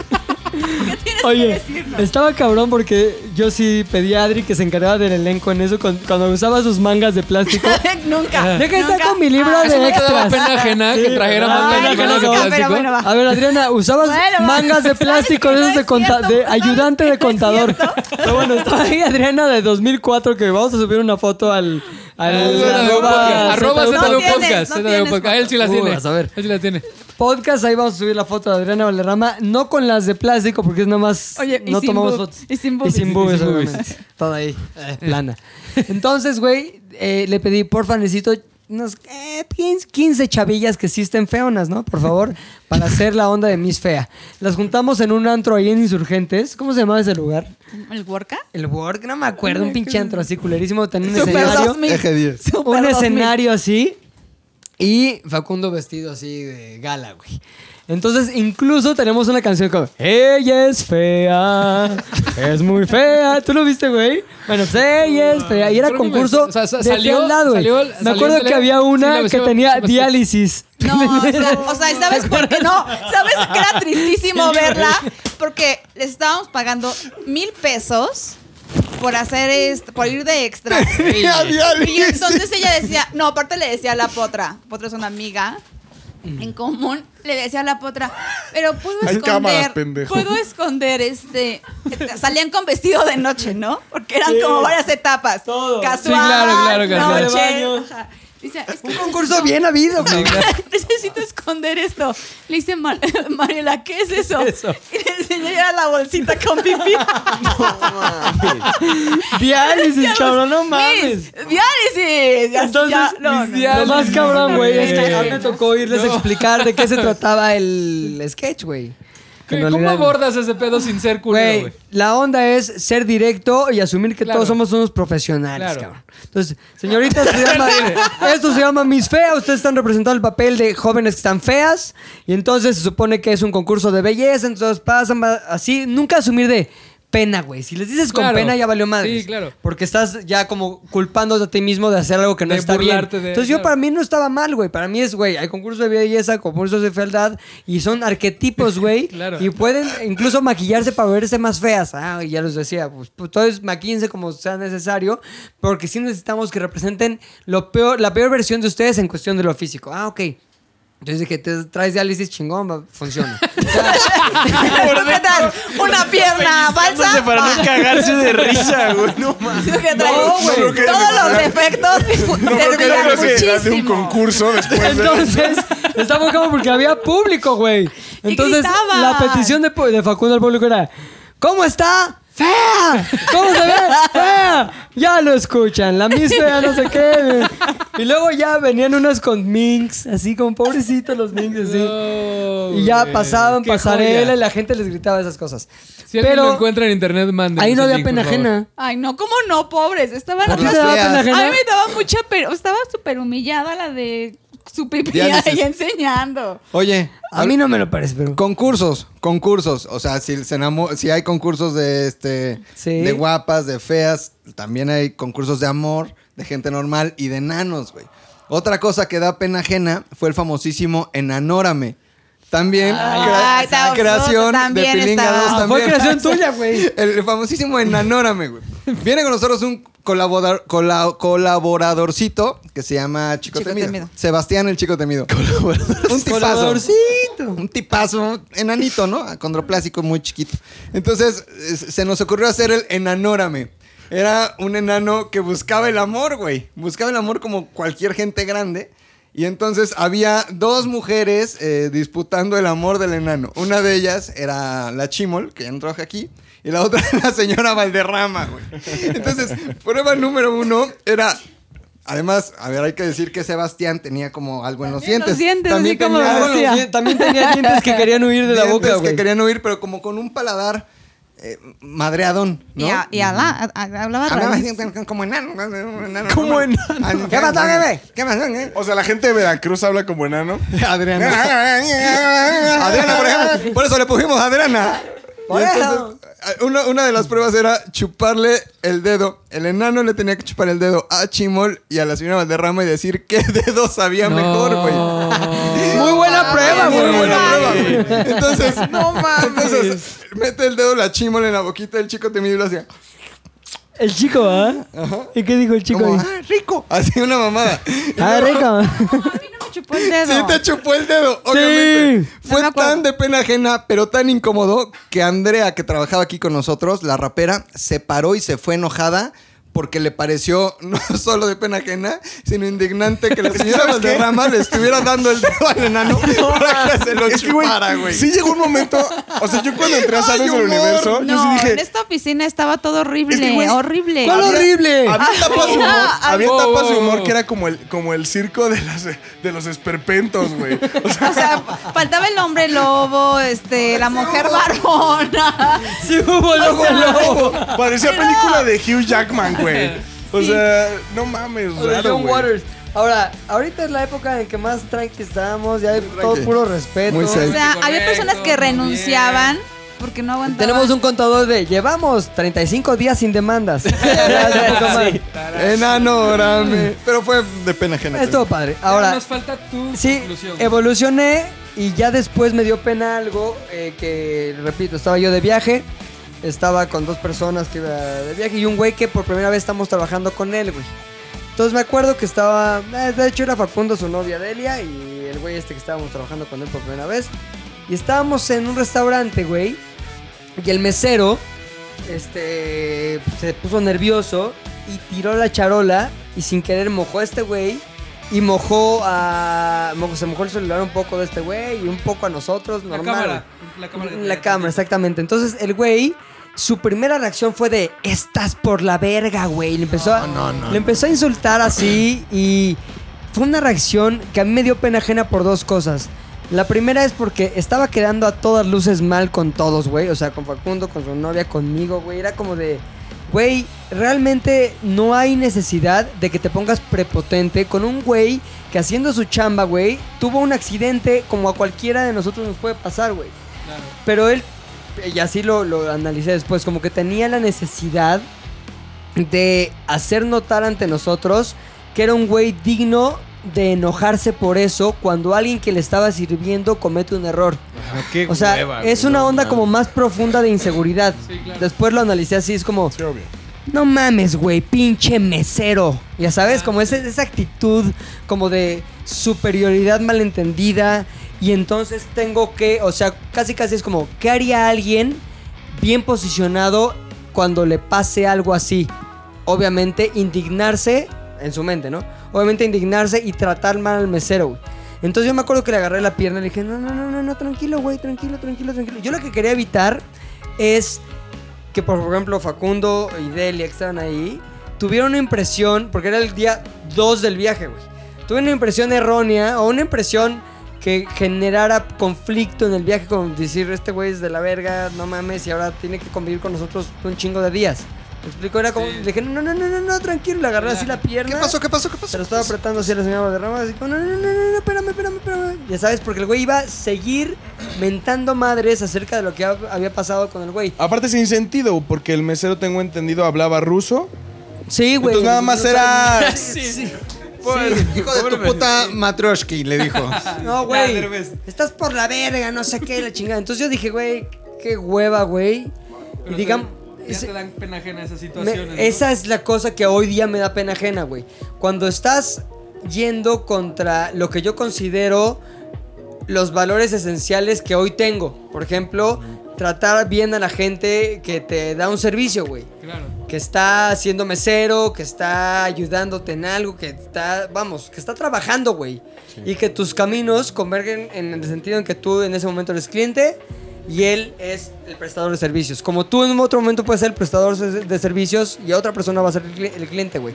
[SPEAKER 5] ¿Qué tienes que
[SPEAKER 2] Oye,
[SPEAKER 5] decirnos?
[SPEAKER 2] estaba cabrón porque yo sí pedí a Adri que se encargara del elenco en eso con- cuando usaba sus mangas de plástico. Deja
[SPEAKER 5] nunca.
[SPEAKER 2] de estar
[SPEAKER 5] nunca.
[SPEAKER 2] con mi libro
[SPEAKER 5] Ah,
[SPEAKER 2] de
[SPEAKER 5] eso no te daba
[SPEAKER 2] extras.
[SPEAKER 4] pena ajena que trajera
[SPEAKER 2] ¿verdad?
[SPEAKER 4] más Ay, mangas de nunca, plástico. pero bueno, va.
[SPEAKER 2] A ver, Adriana, usabas
[SPEAKER 4] Bueno, va.
[SPEAKER 2] mangas de
[SPEAKER 4] ¿Sabes
[SPEAKER 2] plástico
[SPEAKER 4] que
[SPEAKER 2] de
[SPEAKER 4] no
[SPEAKER 2] esos de,
[SPEAKER 4] es
[SPEAKER 2] conta-
[SPEAKER 4] cierto?
[SPEAKER 2] de ayudante de contador. Pero bueno, estaba ahí Adriana de 2004 que vamos a subir una foto al... al
[SPEAKER 4] Arroba, Eh, arroba
[SPEAKER 2] ZDU
[SPEAKER 4] ZDU Podcast. ZDU Podcast. Ah, Él sí la
[SPEAKER 2] Uy,
[SPEAKER 4] tiene.
[SPEAKER 2] vas a ver.
[SPEAKER 4] Él sí la tiene.
[SPEAKER 2] Podcast, ahí vamos a subir la foto de Adriana Valderrama, no con las de plástico, porque es nada más.
[SPEAKER 5] Oye, y
[SPEAKER 2] no
[SPEAKER 5] sin
[SPEAKER 2] tomamos
[SPEAKER 5] boob-
[SPEAKER 2] fotos.
[SPEAKER 5] y sin boobies.
[SPEAKER 2] Y sin boobies,
[SPEAKER 5] Y sin boobies.
[SPEAKER 2] obviamente. Todo ahí, eh, plana. Entonces, güey, eh, le pedí, porfa, necesito unas eh, 15 chavillas que existen feonas, ¿no? Por favor, para hacer la onda de Miss Fea. Las juntamos en un antro ahí en Insurgentes. ¿Cómo se llamaba ese lugar?
[SPEAKER 5] ¿El Worka?
[SPEAKER 2] El Work, no me acuerdo, un pinche antro así culerísimo, tenía un
[SPEAKER 5] Super
[SPEAKER 2] escenario.
[SPEAKER 5] 2000. Eje 10. Super
[SPEAKER 2] Un
[SPEAKER 5] 2000.
[SPEAKER 2] escenario así y Facundo vestido así de gala, güey. Entonces, incluso tenemos una canción como "Eh, Ella es fea, es muy fea. ¿Tú lo viste, güey? Bueno, pues, ella es fea. Y era
[SPEAKER 4] Creo que me-
[SPEAKER 2] concurso
[SPEAKER 4] o sea, sa-
[SPEAKER 2] de
[SPEAKER 4] salió-
[SPEAKER 2] fealdad, güey.
[SPEAKER 4] salió-
[SPEAKER 2] Me
[SPEAKER 4] salió
[SPEAKER 2] acuerdo
[SPEAKER 4] el
[SPEAKER 2] que
[SPEAKER 4] tele-
[SPEAKER 2] había
[SPEAKER 4] sí,
[SPEAKER 2] una
[SPEAKER 4] la
[SPEAKER 2] que
[SPEAKER 4] versión-
[SPEAKER 2] tenía
[SPEAKER 4] versión-
[SPEAKER 2] diálisis.
[SPEAKER 5] No, o sea, o sea, ¿sabes por qué no? ¿Sabes que era tristísimo verla? Porque les estábamos pagando mil pesos por hacer esto, por ir de extra.
[SPEAKER 12] Sí.
[SPEAKER 5] Y entonces ella decía, no, aparte le decía a la potra, potra es una amiga en común, le decía a la potra, pero puedo
[SPEAKER 7] Hay
[SPEAKER 5] esconder,
[SPEAKER 7] cámaras, pendejo.
[SPEAKER 5] puedo esconder este, salían con vestido de noche, ¿no? Porque eran como varias etapas, casual,
[SPEAKER 4] Sí, claro, claro, casual.
[SPEAKER 5] noche,
[SPEAKER 4] De baño.
[SPEAKER 5] ajá. Dice, es que
[SPEAKER 2] Un concurso bien habido, güey.
[SPEAKER 5] Necesito esconder esto. Le dice Mar- Mariela, ¿qué es eso? Y le enseñé ya la bolsita con pipí.
[SPEAKER 2] Diálisis, cabrón, no mames.
[SPEAKER 5] ¡Diálisis! Ya-
[SPEAKER 2] Entonces,
[SPEAKER 5] ya- no,
[SPEAKER 2] mis
[SPEAKER 5] no.
[SPEAKER 2] diálogos, lo más cabrón, güey, es que a mí me tocó irles
[SPEAKER 4] No.
[SPEAKER 2] a explicar de qué se trataba el sketch, güey. Que en
[SPEAKER 4] ¿Cómo
[SPEAKER 2] realidad-
[SPEAKER 4] abordas ese pedo sin ser culero,
[SPEAKER 2] Güey,
[SPEAKER 4] güey?
[SPEAKER 2] la onda es ser directo y asumir que
[SPEAKER 4] Claro.
[SPEAKER 2] todos somos unos profesionales,
[SPEAKER 4] Claro.
[SPEAKER 2] cabrón. Entonces, señorita, se llama- esto se llama Miss Fea. Ustedes están representando el papel de jóvenes que están feas. Y entonces se supone que es un concurso de belleza. Entonces pasan va- así. Nunca asumir de pena, güey. Si les dices con
[SPEAKER 4] Claro.
[SPEAKER 2] pena, ya valió madre.
[SPEAKER 4] Sí, claro.
[SPEAKER 2] Porque estás ya como culpándote a ti mismo de hacer algo que no
[SPEAKER 4] De
[SPEAKER 2] está bien.
[SPEAKER 4] burlarte de-
[SPEAKER 2] Entonces, yo
[SPEAKER 4] claro.
[SPEAKER 2] para mí no estaba mal, güey. Para mí es, güey, hay concursos de belleza, concursos de fealdad. Y son arquetipos, güey.
[SPEAKER 4] Claro.
[SPEAKER 2] Y pueden incluso maquillarse para verse más feas. Ah, y ya los decía, pues pues, entonces maquíense como sea necesario, porque sí necesitamos que representen lo peor, la peor versión de ustedes en cuestión de lo físico. Ah, ok. Entonces dije, te traes diálisis chingón, va, funciona.
[SPEAKER 5] ¿Qué tal? Una pierna balsa.
[SPEAKER 9] para no cagarse de risa, güey. No mames.
[SPEAKER 5] Digo que trae
[SPEAKER 9] No, güey. No creo que-
[SPEAKER 5] Todos los defectos servirán
[SPEAKER 7] de un
[SPEAKER 5] muchísimo.
[SPEAKER 7] concurso después de...
[SPEAKER 2] Entonces, está muy cabrón porque había público, güey. Entonces,
[SPEAKER 5] gritaban.
[SPEAKER 2] la petición de, pu- de Facundo al público era: ¿Cómo está? ¡Fea! ¿Cómo se ve? ¡Fea! Ya lo escuchan, la misma, no sé qué. Y luego ya venían unas con minks, así como pobrecitos los minks, así. y ya
[SPEAKER 4] güey,
[SPEAKER 2] pasaban
[SPEAKER 4] qué
[SPEAKER 2] pasarela
[SPEAKER 4] joya.
[SPEAKER 2] y la gente les gritaba esas cosas.
[SPEAKER 4] Si alguien
[SPEAKER 2] Pero-
[SPEAKER 4] lo encuentra en internet, manden.
[SPEAKER 2] Ahí no había pena ajena.
[SPEAKER 5] Ay, no, ¿cómo no, pobres? Estaban
[SPEAKER 2] ¿Por qué te daba pena ajena?
[SPEAKER 5] A mí me daba mucha pena. Estaba súper humillada la de su pipí
[SPEAKER 3] Diálisis.
[SPEAKER 5] ahí enseñando.
[SPEAKER 3] Oye,
[SPEAKER 2] a mí no me lo parece, pero.
[SPEAKER 3] Concursos, concursos. O sea, si, se enamo- si hay concursos de este de guapas, de feas, también hay concursos de amor, de gente normal y de enanos, güey. Otra cosa que da pena ajena fue el famosísimo Enanórame. También, crea- ah,
[SPEAKER 5] Ay, está
[SPEAKER 3] creación
[SPEAKER 5] absurdo, también
[SPEAKER 3] de Pilinga
[SPEAKER 5] está-
[SPEAKER 3] 2
[SPEAKER 5] Ah,
[SPEAKER 3] también.
[SPEAKER 5] fue creación
[SPEAKER 2] tuya, güey.
[SPEAKER 3] El famosísimo Enanórame, güey. Viene con nosotros un colaborador, cola- colaboradorcito que se llama Chico,
[SPEAKER 5] Chico
[SPEAKER 3] Temido.
[SPEAKER 5] Temido.
[SPEAKER 3] Sebastián el Chico Temido. un tipazo. Un tipazo, enanito, ¿no? Condroplásico muy chiquito. Entonces, es- se nos ocurrió hacer el enanórame. Era un enano que buscaba el amor, güey. Buscaba el amor como cualquier gente grande. Y entonces había dos mujeres eh, disputando el amor del enano. Una de ellas era la Chimol, que ya no trabaja aquí, y la otra era la señora Valderrama, güey. Entonces, prueba número uno era Además, a ver, hay que decir que Sebastián tenía como algo en los
[SPEAKER 2] También
[SPEAKER 3] dientes.
[SPEAKER 2] los dientes, así como decía. También tenía dientes que querían huir de la boca,
[SPEAKER 3] Dientes que
[SPEAKER 2] güey.
[SPEAKER 3] querían huir, pero como con un paladar eh, madreadón, ¿no?
[SPEAKER 5] Y, a- y ala- a- a- hablaba
[SPEAKER 3] Hablaba
[SPEAKER 5] rarísimo.
[SPEAKER 3] así, como enano.
[SPEAKER 5] Como
[SPEAKER 3] enano.
[SPEAKER 5] ¿Qué pasó, bebé?
[SPEAKER 3] ¿Qué pasó, eh? bebé?
[SPEAKER 7] O sea, la gente de Veracruz habla como enano.
[SPEAKER 3] Adriana, por ejemplo. Por eso le pusimos Adriana. Y
[SPEAKER 7] Por eso.
[SPEAKER 3] entonces, una, una de las pruebas era chuparle el dedo. El enano le tenía que chupar el dedo a Chimol y a la señora Valderrama y decir qué dedo sabía mejor, güey.
[SPEAKER 2] Muy buena prueba, güey.
[SPEAKER 3] Muy buena prueba, güey. Entonces, no mames. Ah, Entonces, mete el dedo la Chimol en la boquita del chico temido y lo hacía.
[SPEAKER 2] El chico, ¿ah? ¿Y qué dijo el chico
[SPEAKER 3] Como,
[SPEAKER 2] ahí?
[SPEAKER 3] ah, rico. Así una mamada.
[SPEAKER 2] Ah, rico.
[SPEAKER 5] Chupó el dedo.
[SPEAKER 3] Sí, te chupó el dedo, obviamente. Fue tan de pena ajena, pero tan incómodo, que Andrea, que trabajaba aquí con nosotros, la rapera, se paró y se fue enojada porque le pareció no solo de pena ajena, sino indignante que la señora
[SPEAKER 7] ¿Sabes qué?
[SPEAKER 3] Valderrama le estuviera dando el dedo al enano para que se lo
[SPEAKER 7] Es que, güey,
[SPEAKER 3] chupara, güey.
[SPEAKER 7] sí llegó un momento. O sea, yo cuando entré a Sabes
[SPEAKER 3] Ay,
[SPEAKER 7] del
[SPEAKER 3] humor.
[SPEAKER 7] Universo, yo sí
[SPEAKER 5] No, en
[SPEAKER 7] dije.
[SPEAKER 5] esta oficina estaba todo horrible, horrible.
[SPEAKER 7] ¿Cuál horrible? Había
[SPEAKER 5] Ah,
[SPEAKER 7] tapas de humor,
[SPEAKER 5] ah,
[SPEAKER 7] había
[SPEAKER 5] ah,
[SPEAKER 7] tapas de
[SPEAKER 5] wow.
[SPEAKER 7] humor que era como el, como el circo de, las, de los esperpentos, güey. O sea,
[SPEAKER 5] O sea, faltaba el hombre lobo, este, la mujer varona.
[SPEAKER 2] Sí hubo
[SPEAKER 7] lobo lobo. Parecía película de Hugh Jackman, güey. O sea, no mames,
[SPEAKER 2] O de
[SPEAKER 7] raro,
[SPEAKER 2] John
[SPEAKER 7] güey.
[SPEAKER 2] Waters. Ahora, ahorita es la época en que más tranqui estábamos, ya hay todo puro respeto.
[SPEAKER 3] Muy
[SPEAKER 5] O sea, había personas que renunciaban porque no aguantaban.
[SPEAKER 2] Tenemos un contador de llevamos 35 días sin demandas. Ya, ya, poca madre.
[SPEAKER 3] Enano, grame. Pero fue de pena ajena.
[SPEAKER 2] Estuvo padre.
[SPEAKER 4] Ahora.
[SPEAKER 2] Ahora,
[SPEAKER 4] Nos falta tu
[SPEAKER 2] sí,
[SPEAKER 4] conclusión.
[SPEAKER 2] evolucioné y ya después me dio pena algo eh, que, repito, estaba yo de viaje, estaba con dos personas que iba de viaje y un güey que por primera vez estamos trabajando con él, güey. Entonces me acuerdo que estaba, eh, de hecho era Facundo, su novia Delia, y el güey este que estábamos trabajando con él por primera vez. Y estábamos en un restaurante, güey, y el mesero este, se puso nervioso y tiró la charola y sin querer mojó a este güey y mojó a... mo- Se mojó el celular un poco de este güey y un poco a nosotros,
[SPEAKER 4] La
[SPEAKER 2] normal.
[SPEAKER 4] cámara. La
[SPEAKER 2] güey.
[SPEAKER 4] cámara. que
[SPEAKER 2] La
[SPEAKER 4] tenía.
[SPEAKER 2] cámara, exactamente. Entonces el güey, su primera reacción fue de, estás por la verga, güey. Le empezó, a, le empezó a insultar así y fue una reacción que a mí me dio pena ajena por dos cosas. La primera es porque estaba quedando a todas luces mal con todos, güey. O sea, con Facundo, con su novia, conmigo, güey. Era como de, güey, realmente no hay necesidad de que te pongas prepotente con un güey que haciendo su chamba, güey, tuvo un accidente como a cualquiera de nosotros nos puede pasar, güey. Pero él, eh, y así lo, lo analicé después, como que tenía la necesidad de hacer notar ante nosotros que era un güey digno de enojarse por eso cuando alguien que le estaba sirviendo comete un error. o sea,
[SPEAKER 8] Ah, hueva,
[SPEAKER 2] es
[SPEAKER 8] güey,
[SPEAKER 2] una
[SPEAKER 8] no
[SPEAKER 2] onda
[SPEAKER 8] mames.
[SPEAKER 2] como más profunda de inseguridad. Después lo analicé así, es como... No mames, güey, pinche mesero. Ya sabes, como ese- esa actitud como de superioridad malentendida. Y entonces tengo que, o sea, casi casi es como, ¿qué haría alguien bien posicionado cuando le pase algo así? Obviamente, indignarse en su mente, ¿no? Obviamente, indignarse y tratar mal al mesero, güey. Entonces yo me acuerdo que le agarré la pierna y le dije, no, no, no, no, no, tranquilo, güey, tranquilo, tranquilo, tranquilo. Yo lo que quería evitar es que por ejemplo Facundo y Delia que estaban ahí tuvieron una impresión, porque era el día 2 del viaje, güey. Tuvieron una impresión errónea o una impresión que generara conflicto en el viaje, como decir, este güey es de la verga, no mames, y ahora tiene que convivir con nosotros un chingo de días. ¿Me explico? Era como, le dije, no, no, no, no, no, tranquilo, le agarré así la pierna. ¿Qué pasó,
[SPEAKER 3] qué pasó, qué pasó?
[SPEAKER 2] Se lo estaba apretando así a la señora de ramas, así como, no, no, no, no, no, espérame, espérame, espérame. Ya sabes, porque el güey iba a seguir mentando madres acerca de lo que hab- había pasado con el güey.
[SPEAKER 7] Aparte sin sentido, porque el mesero, tengo entendido, hablaba ruso.
[SPEAKER 2] Sí, güey.
[SPEAKER 7] Entonces nada más
[SPEAKER 2] No
[SPEAKER 7] era...
[SPEAKER 2] sabes. Sí, sí.
[SPEAKER 3] Hijo de tu puta Matroshki, le dijo.
[SPEAKER 2] No, güey.
[SPEAKER 4] pues,
[SPEAKER 2] Estás por la verga, no sé qué, la chingada. Entonces yo dije, güey, qué hueva, güey. Y digamos.
[SPEAKER 4] Ya te dan pena ajena esas situaciones.
[SPEAKER 2] Me-
[SPEAKER 4] ¿no?
[SPEAKER 2] esa es la cosa que hoy día me da pena ajena, güey. Cuando estás yendo contra lo que yo considero los valores esenciales que hoy tengo. Por ejemplo, tratar bien a la gente que te da un servicio, güey.
[SPEAKER 4] Claro.
[SPEAKER 2] Que está siendo mesero, que está ayudándote en algo, que está, vamos, que está trabajando, güey. Y que tus caminos convergen en el sentido en que tú en ese momento eres cliente y él es el prestador de servicios. Como tú en otro momento puedes ser el prestador de de servicios y otra persona va a ser el cli- el cliente, güey.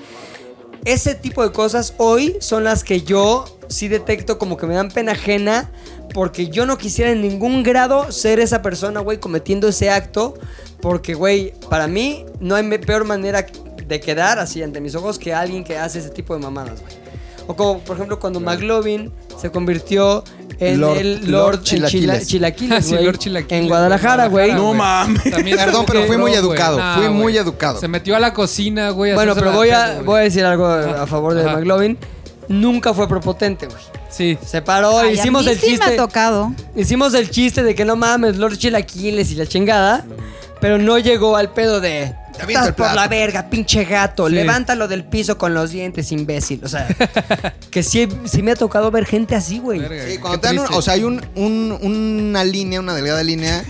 [SPEAKER 2] Ese tipo de cosas hoy son las que yo sí detecto como que me dan pena ajena porque yo no quisiera en ningún grado ser esa persona, güey, cometiendo ese acto porque, güey, para mí no hay me- peor manera de quedar así ante mis ojos que alguien que hace ese tipo de mamadas, güey. O como, por ejemplo, cuando McLovin se convirtió en
[SPEAKER 3] Lord-
[SPEAKER 2] el
[SPEAKER 3] Lord
[SPEAKER 2] Lord en Chila-
[SPEAKER 3] Chilaquiles.
[SPEAKER 4] Ah,
[SPEAKER 2] Chilaquiles,
[SPEAKER 4] sí,
[SPEAKER 2] güey,
[SPEAKER 4] Lord Chilaquiles,
[SPEAKER 2] en Guadalajara, güey.
[SPEAKER 4] Guadalajara, También
[SPEAKER 3] Perdón,
[SPEAKER 4] estuvo
[SPEAKER 3] pero fui
[SPEAKER 4] cabrón,
[SPEAKER 3] muy
[SPEAKER 4] güey.
[SPEAKER 3] educado.
[SPEAKER 4] Nah,
[SPEAKER 3] fui muy
[SPEAKER 4] güey.
[SPEAKER 3] educado.
[SPEAKER 4] Se metió a la cocina, güey. a
[SPEAKER 2] Bueno,
[SPEAKER 4] hacerse
[SPEAKER 2] pero
[SPEAKER 4] la
[SPEAKER 2] voy
[SPEAKER 4] casa,
[SPEAKER 2] a,
[SPEAKER 4] güey. Ah,
[SPEAKER 2] voy a decir algo a favor de
[SPEAKER 4] Ajá.
[SPEAKER 2] McLovin. Nunca fue prepotente, güey.
[SPEAKER 4] Sí.
[SPEAKER 2] Se paró,
[SPEAKER 5] Ay, a
[SPEAKER 2] hicimos
[SPEAKER 5] mí
[SPEAKER 2] el
[SPEAKER 5] sí me
[SPEAKER 2] chiste.
[SPEAKER 5] ha tocado.
[SPEAKER 2] Hicimos el chiste de que no mames, Lord Chilaquiles y la chingada. Pero no llegó al pedo de.
[SPEAKER 3] aviento el
[SPEAKER 2] Estás por
[SPEAKER 3] plato".
[SPEAKER 2] la verga, pinche gato.
[SPEAKER 4] Sí.
[SPEAKER 2] Levántalo del piso con los dientes, imbécil. O sea, que sí, sí me ha tocado ver gente así, güey.
[SPEAKER 4] Verga,
[SPEAKER 3] Sí,
[SPEAKER 4] qué
[SPEAKER 3] cuando te dan un-
[SPEAKER 4] triste.
[SPEAKER 3] o sea, hay un- un- una línea, una delgada línea.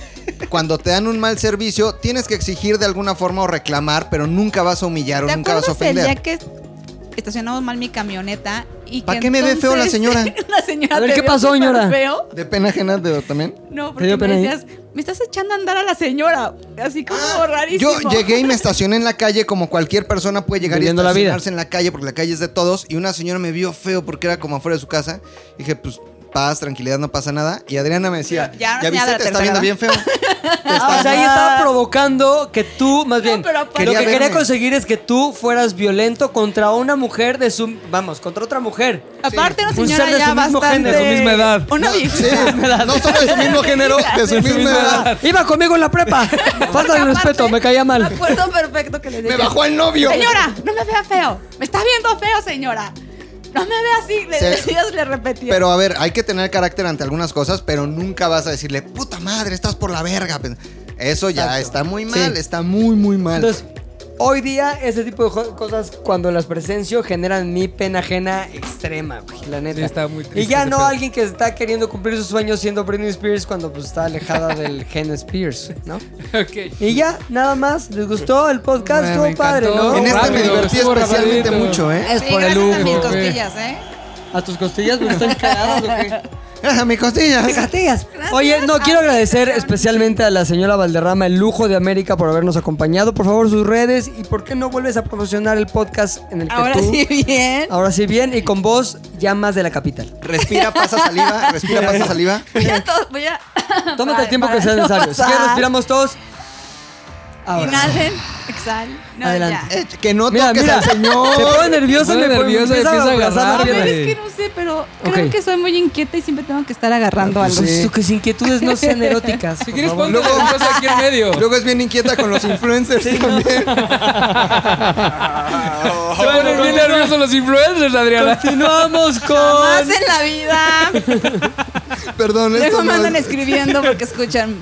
[SPEAKER 3] Cuando te dan un mal servicio, tienes que exigir de alguna forma o reclamar, pero nunca vas a humillar o
[SPEAKER 5] ¿Te
[SPEAKER 3] nunca vas a
[SPEAKER 5] acuerdas el
[SPEAKER 3] ofender.
[SPEAKER 5] día que estacionamos mal mi camioneta? y
[SPEAKER 3] ¿Para
[SPEAKER 5] que
[SPEAKER 3] qué me ve feo la
[SPEAKER 5] entonces
[SPEAKER 3] señora?
[SPEAKER 5] la señora
[SPEAKER 2] A ver,
[SPEAKER 5] te
[SPEAKER 2] ¿qué
[SPEAKER 5] vio
[SPEAKER 2] pasó,
[SPEAKER 5] súper
[SPEAKER 2] señora?
[SPEAKER 5] feo?
[SPEAKER 3] ¿De pena ajena de, también?
[SPEAKER 5] No,
[SPEAKER 2] dio
[SPEAKER 5] porque me
[SPEAKER 2] pena ahí?
[SPEAKER 5] decías, me estás echando a andar a la señora. Así como rarísimo.
[SPEAKER 3] Ah, Yo llegué y me estacioné en la calle como cualquier persona puede llegar
[SPEAKER 2] Viviendo
[SPEAKER 3] y
[SPEAKER 2] la vida.
[SPEAKER 3] estacionarse en la calle porque la calle es de todos. Y una señora me vio feo porque era como afuera de su casa. dije, pues paz, tranquilidad, no pasa nada. Y Adriana me decía,
[SPEAKER 5] Ya,
[SPEAKER 3] ya,
[SPEAKER 5] ya
[SPEAKER 3] viste,
[SPEAKER 5] la
[SPEAKER 3] te está viendo
[SPEAKER 5] tercera, ¿no?
[SPEAKER 3] bien feo.
[SPEAKER 2] Ah, o sea, ahí estaba provocando que tú, más bien,
[SPEAKER 5] pero aparte-
[SPEAKER 2] lo que
[SPEAKER 3] Quería
[SPEAKER 2] quería
[SPEAKER 3] verme.
[SPEAKER 2] conseguir es que tú fueras violento contra una mujer de su. Vamos, contra otra mujer.
[SPEAKER 5] Aparte, una
[SPEAKER 2] Un
[SPEAKER 5] señora
[SPEAKER 2] ser de
[SPEAKER 5] ya
[SPEAKER 2] su mismo
[SPEAKER 5] bastante...
[SPEAKER 2] género, de su misma
[SPEAKER 4] edad.
[SPEAKER 5] Una vieja.
[SPEAKER 3] Sí, no solo de su mismo género, de su misma edad.
[SPEAKER 2] Ah, Iba conmigo en la prepa. Falta de
[SPEAKER 5] Aparte,
[SPEAKER 2] respeto, me caía
[SPEAKER 5] Me
[SPEAKER 2] mal.
[SPEAKER 5] acuerdo perfecto que le dije.
[SPEAKER 3] Me bajó el novio.
[SPEAKER 5] Señora, no me vea feo. Me está viendo feo, señora. No me vea así. Le
[SPEAKER 3] Se-
[SPEAKER 5] decías, le repetía.
[SPEAKER 3] Pero a ver, hay que tener carácter ante algunas cosas, pero nunca vas a decirle, puta madre, estás por la verga. Eso ya
[SPEAKER 2] Exacto.
[SPEAKER 3] está muy mal,
[SPEAKER 2] Sí.
[SPEAKER 3] está muy, muy mal.
[SPEAKER 2] Entonces, hoy día ese tipo de jo- cosas cuando las presencio generan mi pena ajena extrema, güey, la neta.
[SPEAKER 4] Sí, está muy triste
[SPEAKER 2] y ya
[SPEAKER 4] ese
[SPEAKER 2] no
[SPEAKER 4] pedo.
[SPEAKER 2] alguien que está queriendo cumplir sus sueños siendo Britney Spears cuando pues está alejada del gen Spears, ¿no?
[SPEAKER 4] Ok.
[SPEAKER 2] Y ya, nada más, les gustó el podcast,
[SPEAKER 4] Bueno, me
[SPEAKER 2] estuvo padre,
[SPEAKER 4] encantó.
[SPEAKER 2] ¿no?
[SPEAKER 3] en este me
[SPEAKER 4] rápido,
[SPEAKER 3] divertí
[SPEAKER 4] estuvo
[SPEAKER 3] especialmente
[SPEAKER 4] rapidito.
[SPEAKER 3] mucho, ¿eh?
[SPEAKER 2] Es
[SPEAKER 5] Sí,
[SPEAKER 2] por el
[SPEAKER 5] gracias a mis
[SPEAKER 2] lujo.
[SPEAKER 5] costillas, ¿eh?
[SPEAKER 2] ¿A tus costillas me están cagadas o qué?
[SPEAKER 3] Gracias a mi costilla.
[SPEAKER 2] Mis costillas.
[SPEAKER 5] Gracias.
[SPEAKER 2] Oye, no, quiero
[SPEAKER 5] Ah,
[SPEAKER 2] agradecer
[SPEAKER 5] cabrón.
[SPEAKER 2] especialmente a la señora Valderrama, el lujo de América, por habernos acompañado. Por favor, sus redes. ¿Y por qué no vuelves a promocionar el podcast en el que
[SPEAKER 5] Ahora
[SPEAKER 2] tú...
[SPEAKER 5] sí, bien.
[SPEAKER 2] Ahora sí, bien. Y con vos, llamas de la capital.
[SPEAKER 3] Respira, pasa saliva, respira, pasa saliva.
[SPEAKER 5] Voy a to- voy a-
[SPEAKER 2] Tómate
[SPEAKER 5] para-
[SPEAKER 2] el tiempo
[SPEAKER 5] para
[SPEAKER 2] que sea
[SPEAKER 5] no
[SPEAKER 2] necesario. Si
[SPEAKER 5] pasar.
[SPEAKER 2] quieres, respiramos todos. Ahora.
[SPEAKER 5] Inhalen, exhalen. No,
[SPEAKER 2] Adelante.
[SPEAKER 5] ya.
[SPEAKER 3] Eh, que no
[SPEAKER 2] Mira,
[SPEAKER 3] toques
[SPEAKER 2] mira.
[SPEAKER 3] al señor.
[SPEAKER 2] Se pone nervioso,
[SPEAKER 4] Se pone
[SPEAKER 2] le pone-
[SPEAKER 4] nervioso y empieza a
[SPEAKER 2] abrazar la
[SPEAKER 4] agarrar,
[SPEAKER 5] A ver,
[SPEAKER 2] pierna.
[SPEAKER 5] es que no sé, pero creo
[SPEAKER 2] Ok.
[SPEAKER 5] que soy muy inquieta y siempre tengo que estar agarrando
[SPEAKER 2] Pues
[SPEAKER 5] algo.
[SPEAKER 2] sí, tus inquietudes no sean eróticas.
[SPEAKER 4] Si
[SPEAKER 2] por
[SPEAKER 4] quieres,
[SPEAKER 2] favor.
[SPEAKER 4] ponte la cosa aquí en medio.
[SPEAKER 3] Luego es bien inquieta con los influencers también.
[SPEAKER 4] Se ponen bien nerviosos los influencers, Adriana.
[SPEAKER 2] Continuamos con.
[SPEAKER 5] Más en la vida.
[SPEAKER 3] Perdón, esto
[SPEAKER 5] Luego
[SPEAKER 3] no
[SPEAKER 5] me andan
[SPEAKER 3] es-
[SPEAKER 5] escribiendo porque escuchan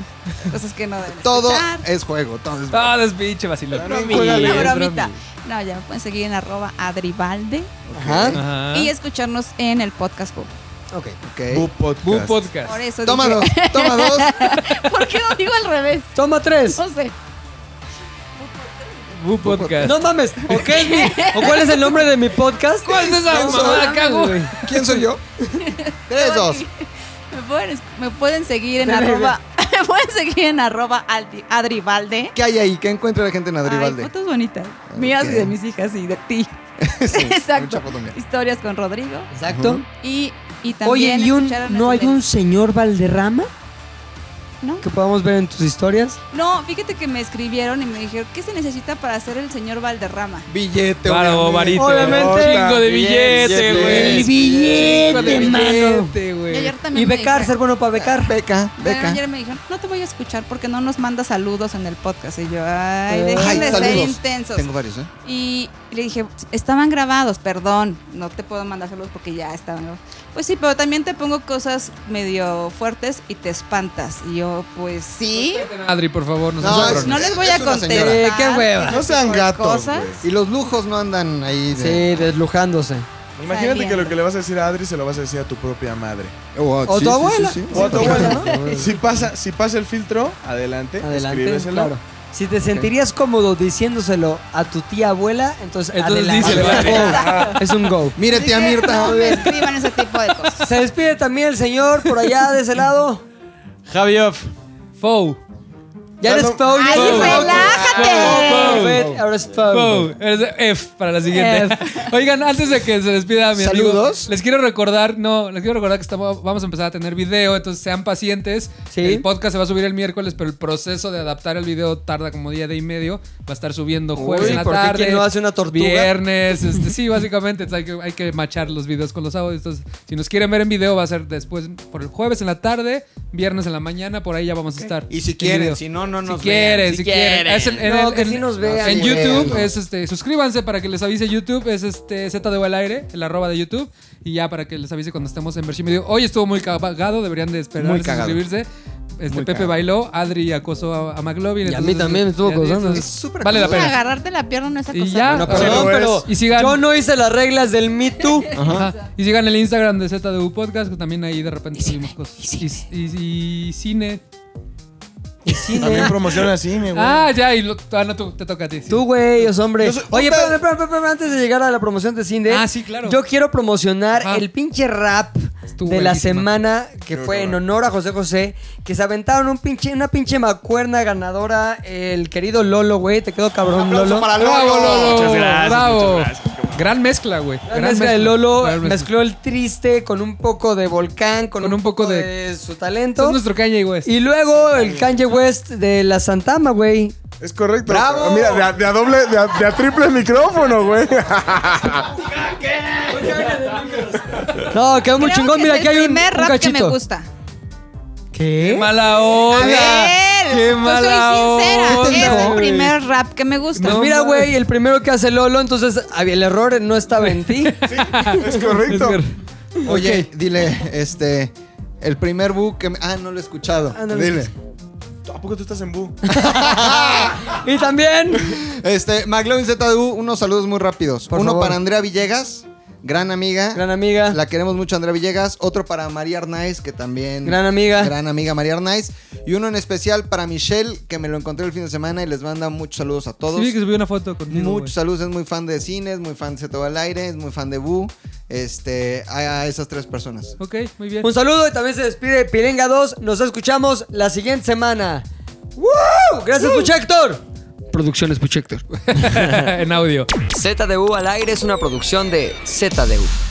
[SPEAKER 5] cosas que no deben.
[SPEAKER 3] Todo
[SPEAKER 5] escuchar.
[SPEAKER 3] es juego, todo es
[SPEAKER 4] Ah, despinche, vacilón.
[SPEAKER 5] Una
[SPEAKER 4] Bromi.
[SPEAKER 5] bromita. No, ya me pueden seguir en arroba adribalde
[SPEAKER 3] Ajá.
[SPEAKER 4] Ajá.
[SPEAKER 5] y escucharnos en el podcast Boop.
[SPEAKER 2] Ok.
[SPEAKER 3] Ok.
[SPEAKER 7] Bu podcast.
[SPEAKER 4] Bu podcast.
[SPEAKER 5] Por eso
[SPEAKER 3] Toma dos,
[SPEAKER 5] dije-
[SPEAKER 3] toma dos.
[SPEAKER 5] ¿Por qué lo digo al revés?
[SPEAKER 2] Toma tres.
[SPEAKER 5] No sé.
[SPEAKER 4] Bu podcast.
[SPEAKER 2] No mames, ¿o, qué es mi- ¿o cuál es el nombre de mi podcast?
[SPEAKER 4] ¿Cuál es esa
[SPEAKER 2] Eso,
[SPEAKER 4] mamada, cago?
[SPEAKER 2] güey.
[SPEAKER 3] ¿Quién soy yo? Tres, dos.
[SPEAKER 5] Me pueden, me pueden seguir en arroba Me pueden seguir en arroba Aldi- Adrivalde.
[SPEAKER 3] ¿Qué hay ahí? ¿Qué encuentra la gente en
[SPEAKER 5] Ay,
[SPEAKER 3] Adribalde?
[SPEAKER 5] fotos bonitas. Mías y de mis hijas y de ti. Exacto.
[SPEAKER 3] mucha foto mía.
[SPEAKER 5] Historias con Rodrigo.
[SPEAKER 2] Exacto. Ujú.
[SPEAKER 5] Y, y también.
[SPEAKER 2] Oye, ¿y un-
[SPEAKER 5] escucharon
[SPEAKER 2] no
[SPEAKER 5] eso
[SPEAKER 2] hay
[SPEAKER 5] de-
[SPEAKER 2] un señor Valderrama?
[SPEAKER 5] ¿No?
[SPEAKER 2] Que podamos ver en tus historias.
[SPEAKER 5] No, fíjate que me escribieron y me dijeron, ¿qué se necesita para ser el señor Valderrama?
[SPEAKER 3] Billete,
[SPEAKER 4] Claro, varito.
[SPEAKER 2] Obviamente.
[SPEAKER 4] Chingo de billete, güey.
[SPEAKER 2] El billete,
[SPEAKER 4] Chingo de
[SPEAKER 2] mano.
[SPEAKER 4] billete,
[SPEAKER 5] Y
[SPEAKER 4] güey.
[SPEAKER 5] ayer también
[SPEAKER 2] Y
[SPEAKER 5] me
[SPEAKER 2] becar, ser
[SPEAKER 5] dijeron-
[SPEAKER 2] bueno para becar. Eh,
[SPEAKER 3] Beca,
[SPEAKER 5] Pero
[SPEAKER 3] beca.
[SPEAKER 5] ayer me dijeron, no te voy a escuchar porque no nos manda saludos en el podcast. Y yo, ay, dejen de ser
[SPEAKER 3] saludos.
[SPEAKER 5] intensos.
[SPEAKER 3] Tengo varios, ¿eh?
[SPEAKER 5] Y le dije, estaban grabados, perdón, no te puedo mandar saludos porque ya estaban grabados. Pues sí, pero también te pongo cosas medio fuertes y te espantas. Y yo, pues sí.
[SPEAKER 4] Adri, por favor, no,
[SPEAKER 3] No,
[SPEAKER 4] seas
[SPEAKER 3] es-
[SPEAKER 4] cabrón.
[SPEAKER 5] No les voy a
[SPEAKER 3] Es una
[SPEAKER 5] contestar.
[SPEAKER 3] señora.
[SPEAKER 2] Eh, qué hueva.
[SPEAKER 7] No sean
[SPEAKER 5] por
[SPEAKER 7] gatos.
[SPEAKER 5] cosas.
[SPEAKER 7] güey.
[SPEAKER 3] Y los lujos no andan ahí.
[SPEAKER 2] Sí,
[SPEAKER 3] De...
[SPEAKER 2] deslujándose.
[SPEAKER 7] Imagínate que
[SPEAKER 5] Saliendo.
[SPEAKER 7] lo que le vas a decir a Adri se lo vas a decir a tu propia madre.
[SPEAKER 3] O,
[SPEAKER 2] tu abuela.
[SPEAKER 7] O a tu
[SPEAKER 2] Sí.
[SPEAKER 7] abuela,
[SPEAKER 2] Sí.
[SPEAKER 7] ¿no? Si pasa, si pasa el filtro, adelante,
[SPEAKER 2] Adelante,
[SPEAKER 7] escríbeselo.
[SPEAKER 2] claro. Si te sentirías cómodo diciéndoselo a tu tía abuela, entonces,
[SPEAKER 4] Entonces
[SPEAKER 2] adelante.
[SPEAKER 4] díselo,
[SPEAKER 2] Es un go. Es un go.
[SPEAKER 3] Mírate a Mirta.
[SPEAKER 5] No me escriban ese tipo de cosas.
[SPEAKER 2] Se despide también el señor por allá de ese lado.
[SPEAKER 8] Javi Off.
[SPEAKER 4] Fou.
[SPEAKER 2] Ya eres
[SPEAKER 7] Dando-
[SPEAKER 2] Pau.
[SPEAKER 5] ¡Ay, relájate!
[SPEAKER 2] Fer, Ahora es Pau.
[SPEAKER 4] Fou. Eres de F para la siguiente. Oigan, antes de que se despida mi amigo,
[SPEAKER 3] Saludos.
[SPEAKER 4] les quiero recordar, no, les quiero recordar que estamos, vamos a empezar a tener video, entonces sean pacientes.
[SPEAKER 2] Sí.
[SPEAKER 4] El podcast se va a subir el miércoles, pero el proceso de adaptar el video tarda como día, día y medio. Va a estar subiendo jueves
[SPEAKER 2] Uy,
[SPEAKER 4] en la
[SPEAKER 2] ¿por qué
[SPEAKER 4] tarde.
[SPEAKER 2] quién no hace una tortuga?
[SPEAKER 4] Viernes, este, sí, básicamente entonces hay que, hay que machar los videos con los audios. Entonces, si nos quieren ver en video, va a ser después, por el jueves en la tarde, viernes en la mañana, por ahí ya vamos a estar.
[SPEAKER 3] Y si
[SPEAKER 4] en
[SPEAKER 3] quieren,
[SPEAKER 4] video.
[SPEAKER 3] si no, no
[SPEAKER 4] Si
[SPEAKER 3] nos
[SPEAKER 4] quieren,
[SPEAKER 3] vean.
[SPEAKER 4] si quieren. Es en, en
[SPEAKER 2] No,
[SPEAKER 4] el-
[SPEAKER 2] que
[SPEAKER 4] en-
[SPEAKER 2] sí nos vean,
[SPEAKER 4] en
[SPEAKER 2] sí
[SPEAKER 4] YouTube
[SPEAKER 3] vean.
[SPEAKER 4] es este, suscríbanse para que les avise YouTube, es este ZDU al aire, el arroba de YouTube y ya para que les avise cuando estemos en versión video. Hoy estuvo muy cagado, deberían de esperar
[SPEAKER 8] Muy
[SPEAKER 4] y
[SPEAKER 8] cagado.
[SPEAKER 4] suscribirse. Este
[SPEAKER 8] Muy
[SPEAKER 4] Pepe
[SPEAKER 8] cagado.
[SPEAKER 4] bailó, Adri acosó a, a McLovin.
[SPEAKER 2] Y a mí también me estuvo
[SPEAKER 4] y a mí,
[SPEAKER 2] acosando.
[SPEAKER 4] entonces,
[SPEAKER 3] Es súper
[SPEAKER 4] Vale la
[SPEAKER 3] acosador.
[SPEAKER 4] pena.
[SPEAKER 5] Agarrarte la pierna no es
[SPEAKER 4] Y
[SPEAKER 5] acosar.
[SPEAKER 4] ya,
[SPEAKER 2] No,
[SPEAKER 4] pero-
[SPEAKER 2] perdón, pero
[SPEAKER 4] y sigan,
[SPEAKER 2] yo no hice las reglas del Me Too.
[SPEAKER 4] Ajá. Y sigan el Instagram de ZDU Podcast, que también ahí de repente subimos cosas. Y- y- y cine.
[SPEAKER 2] Y cine.
[SPEAKER 7] También promociona cine, güey.
[SPEAKER 4] Ah, ya, y lo- ah, no, tú, te toca a ti. sí.
[SPEAKER 2] Tú, güey, os hombre.
[SPEAKER 7] Yo soy-
[SPEAKER 2] Oye,
[SPEAKER 7] puta.
[SPEAKER 2] espérame, espérame, espérame, espérame, antes de llegar a la promoción de Cinde.
[SPEAKER 4] Ah, sí, claro.
[SPEAKER 2] Yo quiero promocionar
[SPEAKER 4] Ajá.
[SPEAKER 2] el pinche rap
[SPEAKER 4] Estuvo
[SPEAKER 2] de la
[SPEAKER 4] buenísima.
[SPEAKER 2] semana que fue en honor a José José, que se aventaron un pinche, una pinche macuerna ganadora, el querido Lolo, güey. Te quedó cabrón,
[SPEAKER 3] Aplauso
[SPEAKER 2] Lolo.
[SPEAKER 3] para
[SPEAKER 4] ¡Bravo, Lolo!
[SPEAKER 9] Muchas gracias,
[SPEAKER 4] ¡Bravo!
[SPEAKER 9] muchas gracias, qué bueno.
[SPEAKER 4] Gran mezcla, güey.
[SPEAKER 2] La mezcla de Lolo
[SPEAKER 4] Gran mezcla.
[SPEAKER 2] mezcló el triste con un poco de volcán, con, un, poco de, su
[SPEAKER 4] Esto es
[SPEAKER 2] talento.
[SPEAKER 4] nuestro Kanye West.
[SPEAKER 2] Y luego el Kanye West de la Santama, güey.
[SPEAKER 7] Es correcto.
[SPEAKER 3] ¡Bravo!
[SPEAKER 7] Ah, Mira, de a, de a doble, de a, de a triple micrófono, güey.
[SPEAKER 2] No, quedó muy
[SPEAKER 5] Creo
[SPEAKER 2] chingón.
[SPEAKER 5] que
[SPEAKER 2] Mira,
[SPEAKER 5] es
[SPEAKER 2] aquí hay
[SPEAKER 5] el
[SPEAKER 2] un,
[SPEAKER 5] primer
[SPEAKER 2] un
[SPEAKER 5] rap que
[SPEAKER 2] cachito.
[SPEAKER 5] me gusta.
[SPEAKER 2] ¿Qué?
[SPEAKER 4] ¡Qué mala
[SPEAKER 5] A ver,
[SPEAKER 4] onda! ¡Qué
[SPEAKER 5] pues
[SPEAKER 4] mala
[SPEAKER 5] soy
[SPEAKER 4] onda!
[SPEAKER 5] sincera. Es el
[SPEAKER 4] güey.
[SPEAKER 5] primer rap que me gusta.
[SPEAKER 2] Pues mira, güey, el primero que hace Lolo, entonces ah, el error no estaba en ti.
[SPEAKER 7] Es correcto.
[SPEAKER 3] Oye, dile, este. El primer book que. me- Ah, no lo he escuchado.
[SPEAKER 2] Ah, no lo he
[SPEAKER 3] dile.
[SPEAKER 7] ¿A poco tú estás en Bu?
[SPEAKER 2] Y también.
[SPEAKER 3] Este, McLovin ZDU, unos saludos muy rápidos.
[SPEAKER 2] Por
[SPEAKER 3] Uno
[SPEAKER 2] favor.
[SPEAKER 3] para Andrea Villegas, gran amiga.
[SPEAKER 2] Gran amiga.
[SPEAKER 3] La queremos mucho, Andrea Villegas. Otro para María Arnaiz, que también.
[SPEAKER 2] Gran amiga.
[SPEAKER 3] Gran amiga María Arnaiz. Y uno en especial para Michelle, que me lo encontré el fin de semana y les manda muchos saludos a todos.
[SPEAKER 4] Sí, vi que subí una foto contigo. güey.
[SPEAKER 3] Muchos saludos, es muy fan de cine, es muy fan de Zeto al aire, es muy fan de Bu. Este, a, a esas tres personas.
[SPEAKER 4] Ok, muy bien.
[SPEAKER 2] Un saludo y también se despide Pirenga 2. Nos escuchamos la siguiente semana. ¡Woo! Gracias, Puchector. Producciones Puchector.
[SPEAKER 4] en audio.
[SPEAKER 2] ZDU al aire es una producción de ZDU.